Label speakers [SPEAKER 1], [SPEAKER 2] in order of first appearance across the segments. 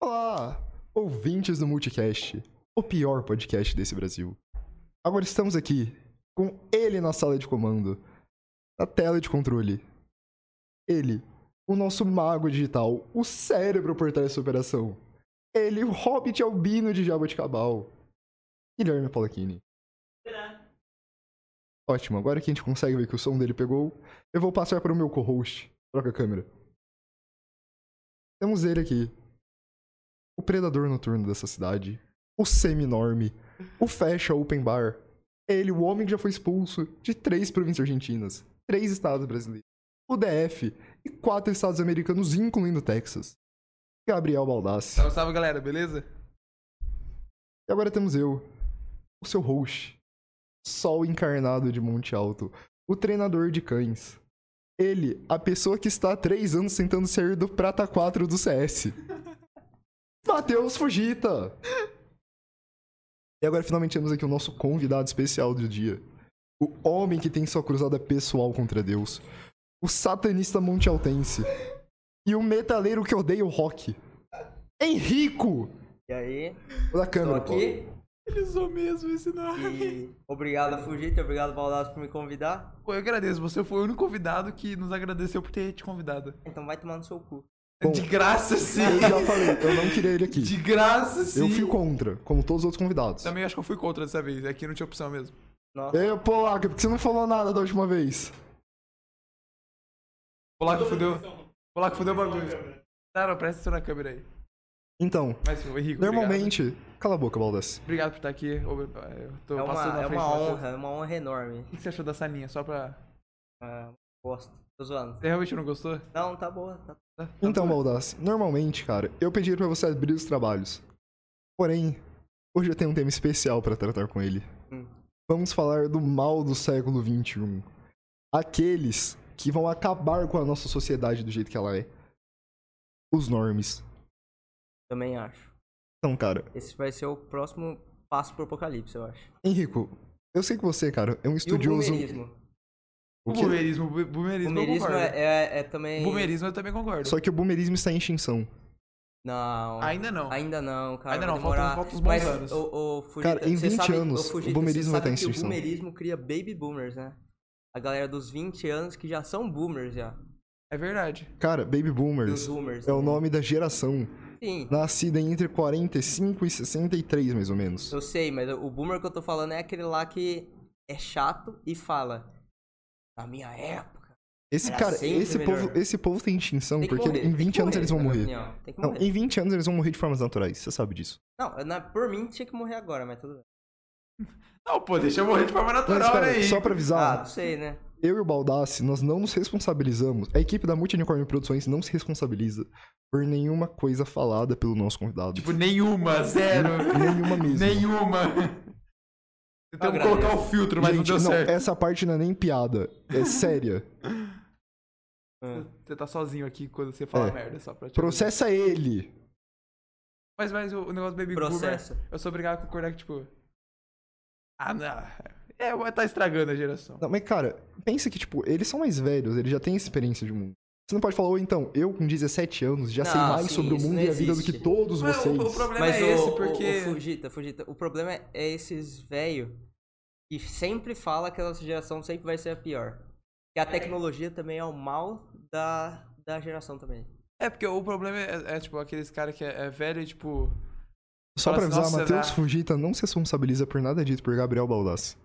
[SPEAKER 1] Olá, ouvintes do Multicast, o pior podcast desse Brasil. Agora estamos aqui, com ele na sala de comando, na tela de controle. Ele, o nosso mago digital, o cérebro por trás dessa operação. Ele, o hobbit albino de Jaboticabal. Guilherme Palachini. Ótimo, agora que a gente consegue ver que o som dele pegou, eu vou passar para o meu co-host. Troca a câmera. Temos ele aqui. O predador noturno dessa cidade. O semi-norme. O fecha open bar. Ele, o homem que já foi expulso de três províncias argentinas, três estados brasileiros, o DF e quatro estados americanos, incluindo Texas. Gabriel Baldassi.
[SPEAKER 2] Salve, salve galera, beleza?
[SPEAKER 1] E agora temos eu, o seu host, Sol encarnado de Monte Alto, o treinador de cães. Ele, a pessoa que está há três anos tentando sair do Prata 4 do CS. Matheus Fugita! E agora finalmente temos aqui o nosso convidado especial do dia. O homem que tem sua cruzada pessoal contra Deus. O satanista montealtense. E o metaleiro que odeia o rock. Henrico!
[SPEAKER 3] E aí,
[SPEAKER 1] Da
[SPEAKER 3] tô
[SPEAKER 1] câmera, Paulo.
[SPEAKER 3] aqui
[SPEAKER 2] Ele usou mesmo esse
[SPEAKER 3] é.
[SPEAKER 2] nome.
[SPEAKER 3] e obrigado a Fugita, obrigado Baldasso por me convidar.
[SPEAKER 2] Pô, eu agradeço, você foi o único convidado que nos agradeceu por ter te convidado.
[SPEAKER 3] Então vai tomar no seu cu.
[SPEAKER 1] Bom.
[SPEAKER 2] De graça,
[SPEAKER 1] Eu
[SPEAKER 2] sim.
[SPEAKER 1] já falei, eu não queria ele aqui.
[SPEAKER 2] De graça, sim.
[SPEAKER 1] Eu fui contra, como todos os outros convidados.
[SPEAKER 2] Também acho que eu fui contra dessa vez, aqui não tinha opção mesmo.
[SPEAKER 3] Nossa,
[SPEAKER 1] Ei, Polaca, por que você não falou nada da última vez?
[SPEAKER 2] Polaco fudeu. Polaco fudeu o bagulho. Tá, não, presta atenção na câmera aí.
[SPEAKER 1] Então,
[SPEAKER 2] Mas sim, o Henrique,
[SPEAKER 1] normalmente. Cala a boca, Baldas.
[SPEAKER 2] Obrigado, obrigado por estar aqui. Eu eu tô
[SPEAKER 3] é
[SPEAKER 2] passando
[SPEAKER 3] uma,
[SPEAKER 2] na
[SPEAKER 3] é
[SPEAKER 2] frente
[SPEAKER 3] uma
[SPEAKER 2] do Matheus.
[SPEAKER 3] honra, é uma honra enorme.
[SPEAKER 2] O que você achou da salinha? Só pra.
[SPEAKER 3] Ah, gosto, tô zoando.
[SPEAKER 2] Você realmente não gostou?
[SPEAKER 3] Não, tá boa, tá
[SPEAKER 2] Tá- tá
[SPEAKER 1] Então,
[SPEAKER 2] tudo
[SPEAKER 1] Baldas, normalmente, cara, eu pediria pra você abrir os trabalhos. Porém, hoje eu tenho um tema especial pra tratar com ele.
[SPEAKER 3] Hum.
[SPEAKER 1] Vamos falar do mal do século XXI. Aqueles que vão acabar com a nossa sociedade do jeito que ela é. Os normes.
[SPEAKER 3] também acho.
[SPEAKER 1] Então, cara,
[SPEAKER 3] Esse vai ser o próximo passo pro apocalipse, eu acho.
[SPEAKER 1] Henrico, eu sei que você, cara, é um
[SPEAKER 3] E o né?
[SPEAKER 1] estudioso.
[SPEAKER 3] boomerismo.
[SPEAKER 2] O
[SPEAKER 1] quê?
[SPEAKER 2] boomerismo, bu- boomerismo, eu
[SPEAKER 3] Boomerismo
[SPEAKER 2] concordo.
[SPEAKER 3] é, é, é também...
[SPEAKER 2] Boomerismo eu também concordo.
[SPEAKER 1] Só que o boomerismo está em extinção.
[SPEAKER 3] Não,
[SPEAKER 2] Ainda não.
[SPEAKER 3] ainda não, cara.
[SPEAKER 2] Ainda
[SPEAKER 3] vai
[SPEAKER 2] não, faltam-
[SPEAKER 3] demorar.
[SPEAKER 2] faltam uns bons
[SPEAKER 3] Mas,
[SPEAKER 2] anos.
[SPEAKER 3] O, o Fujita,
[SPEAKER 1] Cara, em
[SPEAKER 3] você
[SPEAKER 1] 20
[SPEAKER 3] sabe,
[SPEAKER 1] anos,
[SPEAKER 3] ô, Fugita,
[SPEAKER 1] o boomerismo
[SPEAKER 3] você
[SPEAKER 2] tá
[SPEAKER 1] vai estar em
[SPEAKER 3] sabe que O
[SPEAKER 1] extinção.
[SPEAKER 3] boomerismo cria baby boomers, né? A galera dos 20 anos que já são boomers já.
[SPEAKER 2] É verdade.
[SPEAKER 1] Cara, Baby
[SPEAKER 3] E os
[SPEAKER 1] Boomers
[SPEAKER 3] boomers. né?
[SPEAKER 1] é o
[SPEAKER 2] um
[SPEAKER 3] também.
[SPEAKER 1] nome da geração
[SPEAKER 3] Sim,
[SPEAKER 1] nascida entre 45 e 63, mais ou menos.
[SPEAKER 3] eu sei, mas o boomer que eu tô falando é aquele lá que é chato e fala. Na minha época.
[SPEAKER 1] Esse
[SPEAKER 3] Era
[SPEAKER 1] cara,
[SPEAKER 3] sempre
[SPEAKER 1] esse
[SPEAKER 3] melhor.
[SPEAKER 1] povo, esse povo tem extinção
[SPEAKER 3] Tem que
[SPEAKER 1] porque
[SPEAKER 3] morrer,
[SPEAKER 1] em
[SPEAKER 3] tem que
[SPEAKER 1] 20 anos eles vão
[SPEAKER 3] na minha
[SPEAKER 1] morrer.
[SPEAKER 3] opinião, Tem que
[SPEAKER 1] Não,
[SPEAKER 3] morrer.
[SPEAKER 1] em 20 anos eles vão morrer de formas naturais, você sabe disso.
[SPEAKER 3] Não, na- por mim tinha que morrer agora, mas tudo bem.
[SPEAKER 2] Não, pô, deixa eu morrer de forma
[SPEAKER 1] Mas
[SPEAKER 2] natural, né?
[SPEAKER 1] espera,
[SPEAKER 2] Henrique?
[SPEAKER 1] só pra
[SPEAKER 3] Ah,
[SPEAKER 1] avisar,
[SPEAKER 3] não sei, né?
[SPEAKER 1] eu e o Baldassi, nós não nos responsabilizamos, a equipe da Multiunicórnio Produções não se responsabiliza por nenhuma coisa falada pelo nosso convidado.
[SPEAKER 2] Tipo, nenhuma, zero.
[SPEAKER 1] nenhuma mesmo.
[SPEAKER 2] nenhuma. Tentamos
[SPEAKER 3] agradeço.
[SPEAKER 2] colocar o filtro, mas
[SPEAKER 1] Gente,
[SPEAKER 2] não deu certo.
[SPEAKER 1] essa parte não é nem piada, é séria.
[SPEAKER 3] Ah.
[SPEAKER 2] Você tá sozinho aqui quando você fala
[SPEAKER 1] É.
[SPEAKER 2] merda, só pra te
[SPEAKER 1] Processa ele.
[SPEAKER 2] avisar. Mas, mas o o negócio do Baby Boomer, é
[SPEAKER 3] Processo.
[SPEAKER 2] eu sou obrigado a concordar que, tipo... Ah, não. É, mas tá estragando a geração.
[SPEAKER 1] Não, mas cara, pensa que, tipo, eles são mais velhos, eles já têm experiência de mundo. Você não pode falar, ou então, eu com 17 anos já sei
[SPEAKER 3] Não,
[SPEAKER 1] mais
[SPEAKER 3] sim,
[SPEAKER 1] sobre o
[SPEAKER 3] isso
[SPEAKER 1] mundo
[SPEAKER 3] não
[SPEAKER 1] e a vida do que
[SPEAKER 3] existe.
[SPEAKER 1] todos
[SPEAKER 2] Mas
[SPEAKER 1] vocês.
[SPEAKER 2] o, o problema
[SPEAKER 3] Mas
[SPEAKER 2] é
[SPEAKER 3] o,
[SPEAKER 2] esse,
[SPEAKER 3] o-
[SPEAKER 2] porque...
[SPEAKER 3] o Fugita, Fugita, o problema é, é esses velho que sempre fala que a nossa geração sempre vai ser a pior. Que a tecnologia também é o mal da, da geração também.
[SPEAKER 2] É, porque o problema é, é, tipo, aqueles caras que é, é velho e, tipo...
[SPEAKER 3] é
[SPEAKER 1] Só pra
[SPEAKER 2] Nossa,
[SPEAKER 1] avisar,
[SPEAKER 2] nossa,
[SPEAKER 1] Matheus
[SPEAKER 2] né?
[SPEAKER 1] Fugita não se responsabiliza por nada dito por Gabriel Baldassi.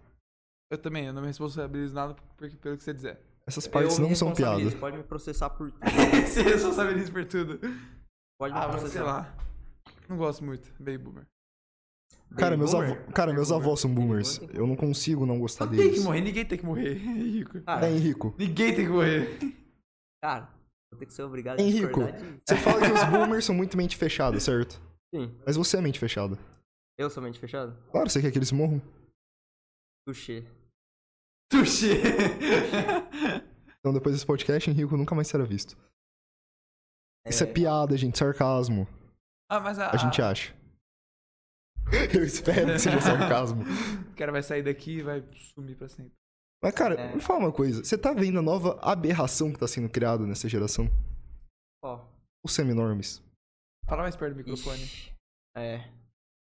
[SPEAKER 2] Eu também, eu não me responsabilizo nada por- pelo que você dizer.
[SPEAKER 1] Essas
[SPEAKER 3] Eu
[SPEAKER 1] partes
[SPEAKER 3] me
[SPEAKER 1] não são
[SPEAKER 3] responsabilizo,
[SPEAKER 1] piada.
[SPEAKER 3] Pode me processar por tudo.
[SPEAKER 2] Você responsabiliza por tudo.
[SPEAKER 3] Pode me
[SPEAKER 2] Ah, mas sei
[SPEAKER 3] processar.
[SPEAKER 2] lá. Não gosto muito, Baby Boomer.
[SPEAKER 1] Cara, meus,
[SPEAKER 3] boomer?
[SPEAKER 1] avô- cara, meus
[SPEAKER 3] Boomer.
[SPEAKER 1] avós são
[SPEAKER 3] Baby
[SPEAKER 1] boomers.
[SPEAKER 3] boomer. Tá
[SPEAKER 1] Eu não consigo não gostar
[SPEAKER 2] Não tem que
[SPEAKER 1] deles.
[SPEAKER 2] morrer, ninguém tem que morrer, Henrico.
[SPEAKER 3] Cara,
[SPEAKER 1] É, Henrico.
[SPEAKER 2] Ninguém tem que morrer.
[SPEAKER 3] cara, vou ter que ser obrigado
[SPEAKER 1] Henrico.
[SPEAKER 3] a discordar de...
[SPEAKER 1] Você fala que os boomers são muito mente fechada, certo?
[SPEAKER 3] Sim,
[SPEAKER 1] Mas você é mente fechada.
[SPEAKER 3] eu sou mente fechada?
[SPEAKER 1] Claro, você quer que eles morram.
[SPEAKER 3] Tuxê.
[SPEAKER 2] Tuxê.
[SPEAKER 1] Então depois desse podcast, Henrico nunca mais será visto. Isso é piada, gente, sarcasmo.
[SPEAKER 2] ah, mas a,
[SPEAKER 1] A gente acha. Eu espero que seja um sarcasmo.
[SPEAKER 2] O cara vai sair daqui e vai sumir pra sempre.
[SPEAKER 1] Mas, cara,
[SPEAKER 3] É.
[SPEAKER 1] me fala uma coisa. Você tá vendo a nova aberração que tá sendo criada nessa geração?
[SPEAKER 3] Ó,
[SPEAKER 1] Os seminormes.
[SPEAKER 2] Fala mais perto do microfone.
[SPEAKER 3] Ixi. É.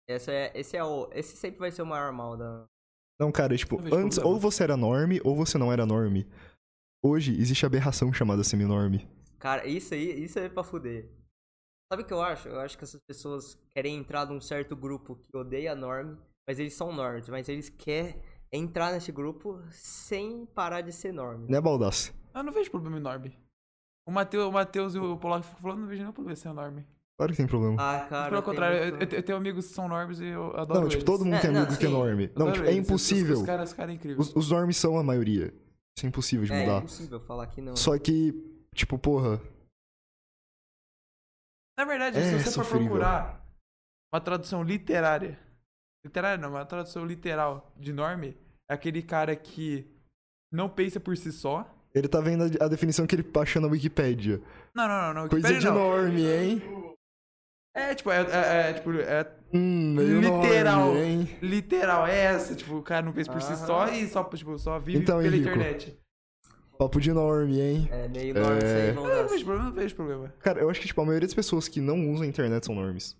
[SPEAKER 3] Essa é, esse é o. Esse sempre vai ser o maior mal da.
[SPEAKER 1] Não, cara, tipo,
[SPEAKER 2] Não vejo
[SPEAKER 1] antes
[SPEAKER 2] problema.
[SPEAKER 1] ou você era norme ou você não era norme. Hoje existe aberração chamada seminorme.
[SPEAKER 3] Cara, isso aí, isso aí é pra fuder. Sabe o que eu acho? Eu acho que essas pessoas querem entrar num certo grupo que odeia a norm, mas eles são norms, mas eles querem entrar nesse grupo sem parar de ser norm.
[SPEAKER 1] Né, Baldassi?
[SPEAKER 2] Ah, não vejo problema enorme. O Matheus, o Mateus e o Polaco ficam falando, não vejo nenhum problema ser enorme.
[SPEAKER 1] Claro que tem problema.
[SPEAKER 3] Ah, cara.
[SPEAKER 2] Pelo
[SPEAKER 3] tem
[SPEAKER 2] contrário, eu,
[SPEAKER 3] muito-
[SPEAKER 2] eu- eu tenho amigos que são normes e eu adoro
[SPEAKER 1] não, tipo,
[SPEAKER 2] eles.
[SPEAKER 1] todo mundo
[SPEAKER 3] É,
[SPEAKER 1] tem
[SPEAKER 3] não,
[SPEAKER 1] amigo que é
[SPEAKER 3] sim.
[SPEAKER 1] norme. Não,
[SPEAKER 2] Adoro
[SPEAKER 1] tipo, é
[SPEAKER 2] eles. Os- os-
[SPEAKER 1] impossível.
[SPEAKER 2] Os caras, os caras incríveis.
[SPEAKER 1] Os, os normes são a maioria. Isso é impossível de
[SPEAKER 3] É
[SPEAKER 1] mudar.
[SPEAKER 3] impossível falar que não.
[SPEAKER 1] Só que, tipo, porra,
[SPEAKER 2] Na verdade,
[SPEAKER 1] É
[SPEAKER 2] se você for
[SPEAKER 1] sofrível.
[SPEAKER 2] procurar uma tradução literária, literária não, uma tradução literal de norme, é aquele cara que não pensa por si só.
[SPEAKER 1] ele tá vendo a, a definição que ele achou na Wikipédia.
[SPEAKER 2] Não, não, não, não.
[SPEAKER 1] Coisa
[SPEAKER 2] Wikipedia
[SPEAKER 1] de
[SPEAKER 2] não.
[SPEAKER 1] norme, hein?
[SPEAKER 2] É, tipo, é, é- é, tipo, é
[SPEAKER 1] Hum, meio
[SPEAKER 2] Literal.
[SPEAKER 1] norme, hein? Ah.
[SPEAKER 2] literal, é essa. Tipo, o cara não pensa por si
[SPEAKER 3] Aham.
[SPEAKER 2] só e só, tipo, só vive
[SPEAKER 1] Então,
[SPEAKER 2] pela
[SPEAKER 1] Henrico.
[SPEAKER 2] internet.
[SPEAKER 1] Papo de norme, hein?
[SPEAKER 3] É meio norm isso aí, vamos
[SPEAKER 2] Eu não vejo
[SPEAKER 3] dar.
[SPEAKER 2] problema, não vejo problema.
[SPEAKER 1] Cara, eu acho que, tipo, a maioria das pessoas que não usam a internet são normes.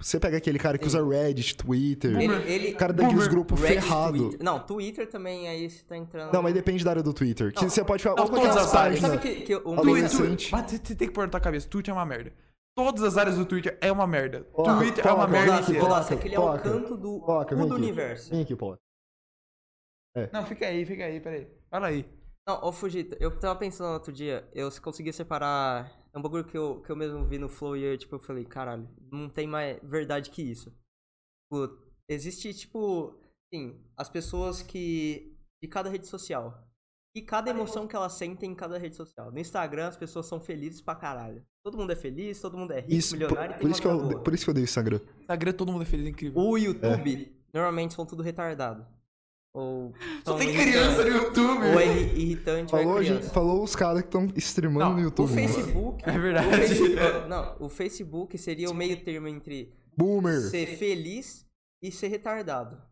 [SPEAKER 1] Você pega aquele cara que
[SPEAKER 3] Sim.
[SPEAKER 1] usa Reddit, Twitter,
[SPEAKER 2] Ele-
[SPEAKER 3] Ele, ele
[SPEAKER 1] o cara daqueles
[SPEAKER 2] Boomer.
[SPEAKER 1] grupos
[SPEAKER 3] Reddit,
[SPEAKER 1] ferrado.
[SPEAKER 3] Twitter- Não, Twitter também aí você tá entrando.
[SPEAKER 1] Não, mas é depende da área do Twitter. Que
[SPEAKER 3] Não.
[SPEAKER 1] você pode falar,
[SPEAKER 2] Não,
[SPEAKER 1] ou né?
[SPEAKER 2] todas
[SPEAKER 1] aquelas
[SPEAKER 2] as áreas.
[SPEAKER 1] páginas.
[SPEAKER 3] Sabe que, um que o
[SPEAKER 1] Adolescente.
[SPEAKER 3] Twitter.
[SPEAKER 2] Mas você você tem que pôr na tua cabeça, Twitter é uma merda. Todas as áreas do Twitter é uma merda.
[SPEAKER 1] Ó,
[SPEAKER 2] Twitter é uma
[SPEAKER 1] coloca,
[SPEAKER 2] merda
[SPEAKER 1] coloca,
[SPEAKER 2] inteira.
[SPEAKER 1] coloca.
[SPEAKER 3] Nossa, aquele é o
[SPEAKER 1] toca,
[SPEAKER 3] canto do,
[SPEAKER 1] toca,
[SPEAKER 3] cu
[SPEAKER 1] vem
[SPEAKER 3] do
[SPEAKER 1] aqui.
[SPEAKER 3] universo.
[SPEAKER 1] Vem aqui, Paula.
[SPEAKER 2] Não, fica aí, fica aí, peraí. Fala aí.
[SPEAKER 3] Não, ô Fujita, eu tava pensando outro dia, eu se conseguia separar. É um bagulho que eu, que eu mesmo vi no Flow e eu, tipo, eu falei, caralho, não tem mais verdade que isso. Tipo, existe, tipo, assim, as pessoas que. de cada rede social. E cada emoção que elas sentem em cada rede social. No Instagram, as pessoas são felizes pra caralho. Todo mundo é feliz, todo mundo é rico,
[SPEAKER 1] Isso, por,
[SPEAKER 3] milionário e tem
[SPEAKER 1] por
[SPEAKER 3] uma
[SPEAKER 1] isso que eu,
[SPEAKER 3] vida boa.
[SPEAKER 1] por isso que eu dei o Instagram.
[SPEAKER 2] Instagram todo mundo é feliz, é incrível.
[SPEAKER 3] O YouTube,
[SPEAKER 1] É.
[SPEAKER 3] normalmente são tudo retardado. Ou.
[SPEAKER 2] Então,
[SPEAKER 3] são irritantes.
[SPEAKER 2] no YouTube.
[SPEAKER 3] Ou é irri- irritante ou
[SPEAKER 1] Falou,
[SPEAKER 3] é
[SPEAKER 1] a
[SPEAKER 3] criança.
[SPEAKER 1] gente, falou os caras que estão streamando
[SPEAKER 2] Não,
[SPEAKER 1] no
[SPEAKER 3] O
[SPEAKER 1] YouTube. né? mano.
[SPEAKER 3] Facebook.
[SPEAKER 2] É
[SPEAKER 3] o
[SPEAKER 2] verdade.
[SPEAKER 3] Facebook- não, o Facebook seria o meio termo entre
[SPEAKER 1] Boomer.
[SPEAKER 3] ser feliz e ser retardado.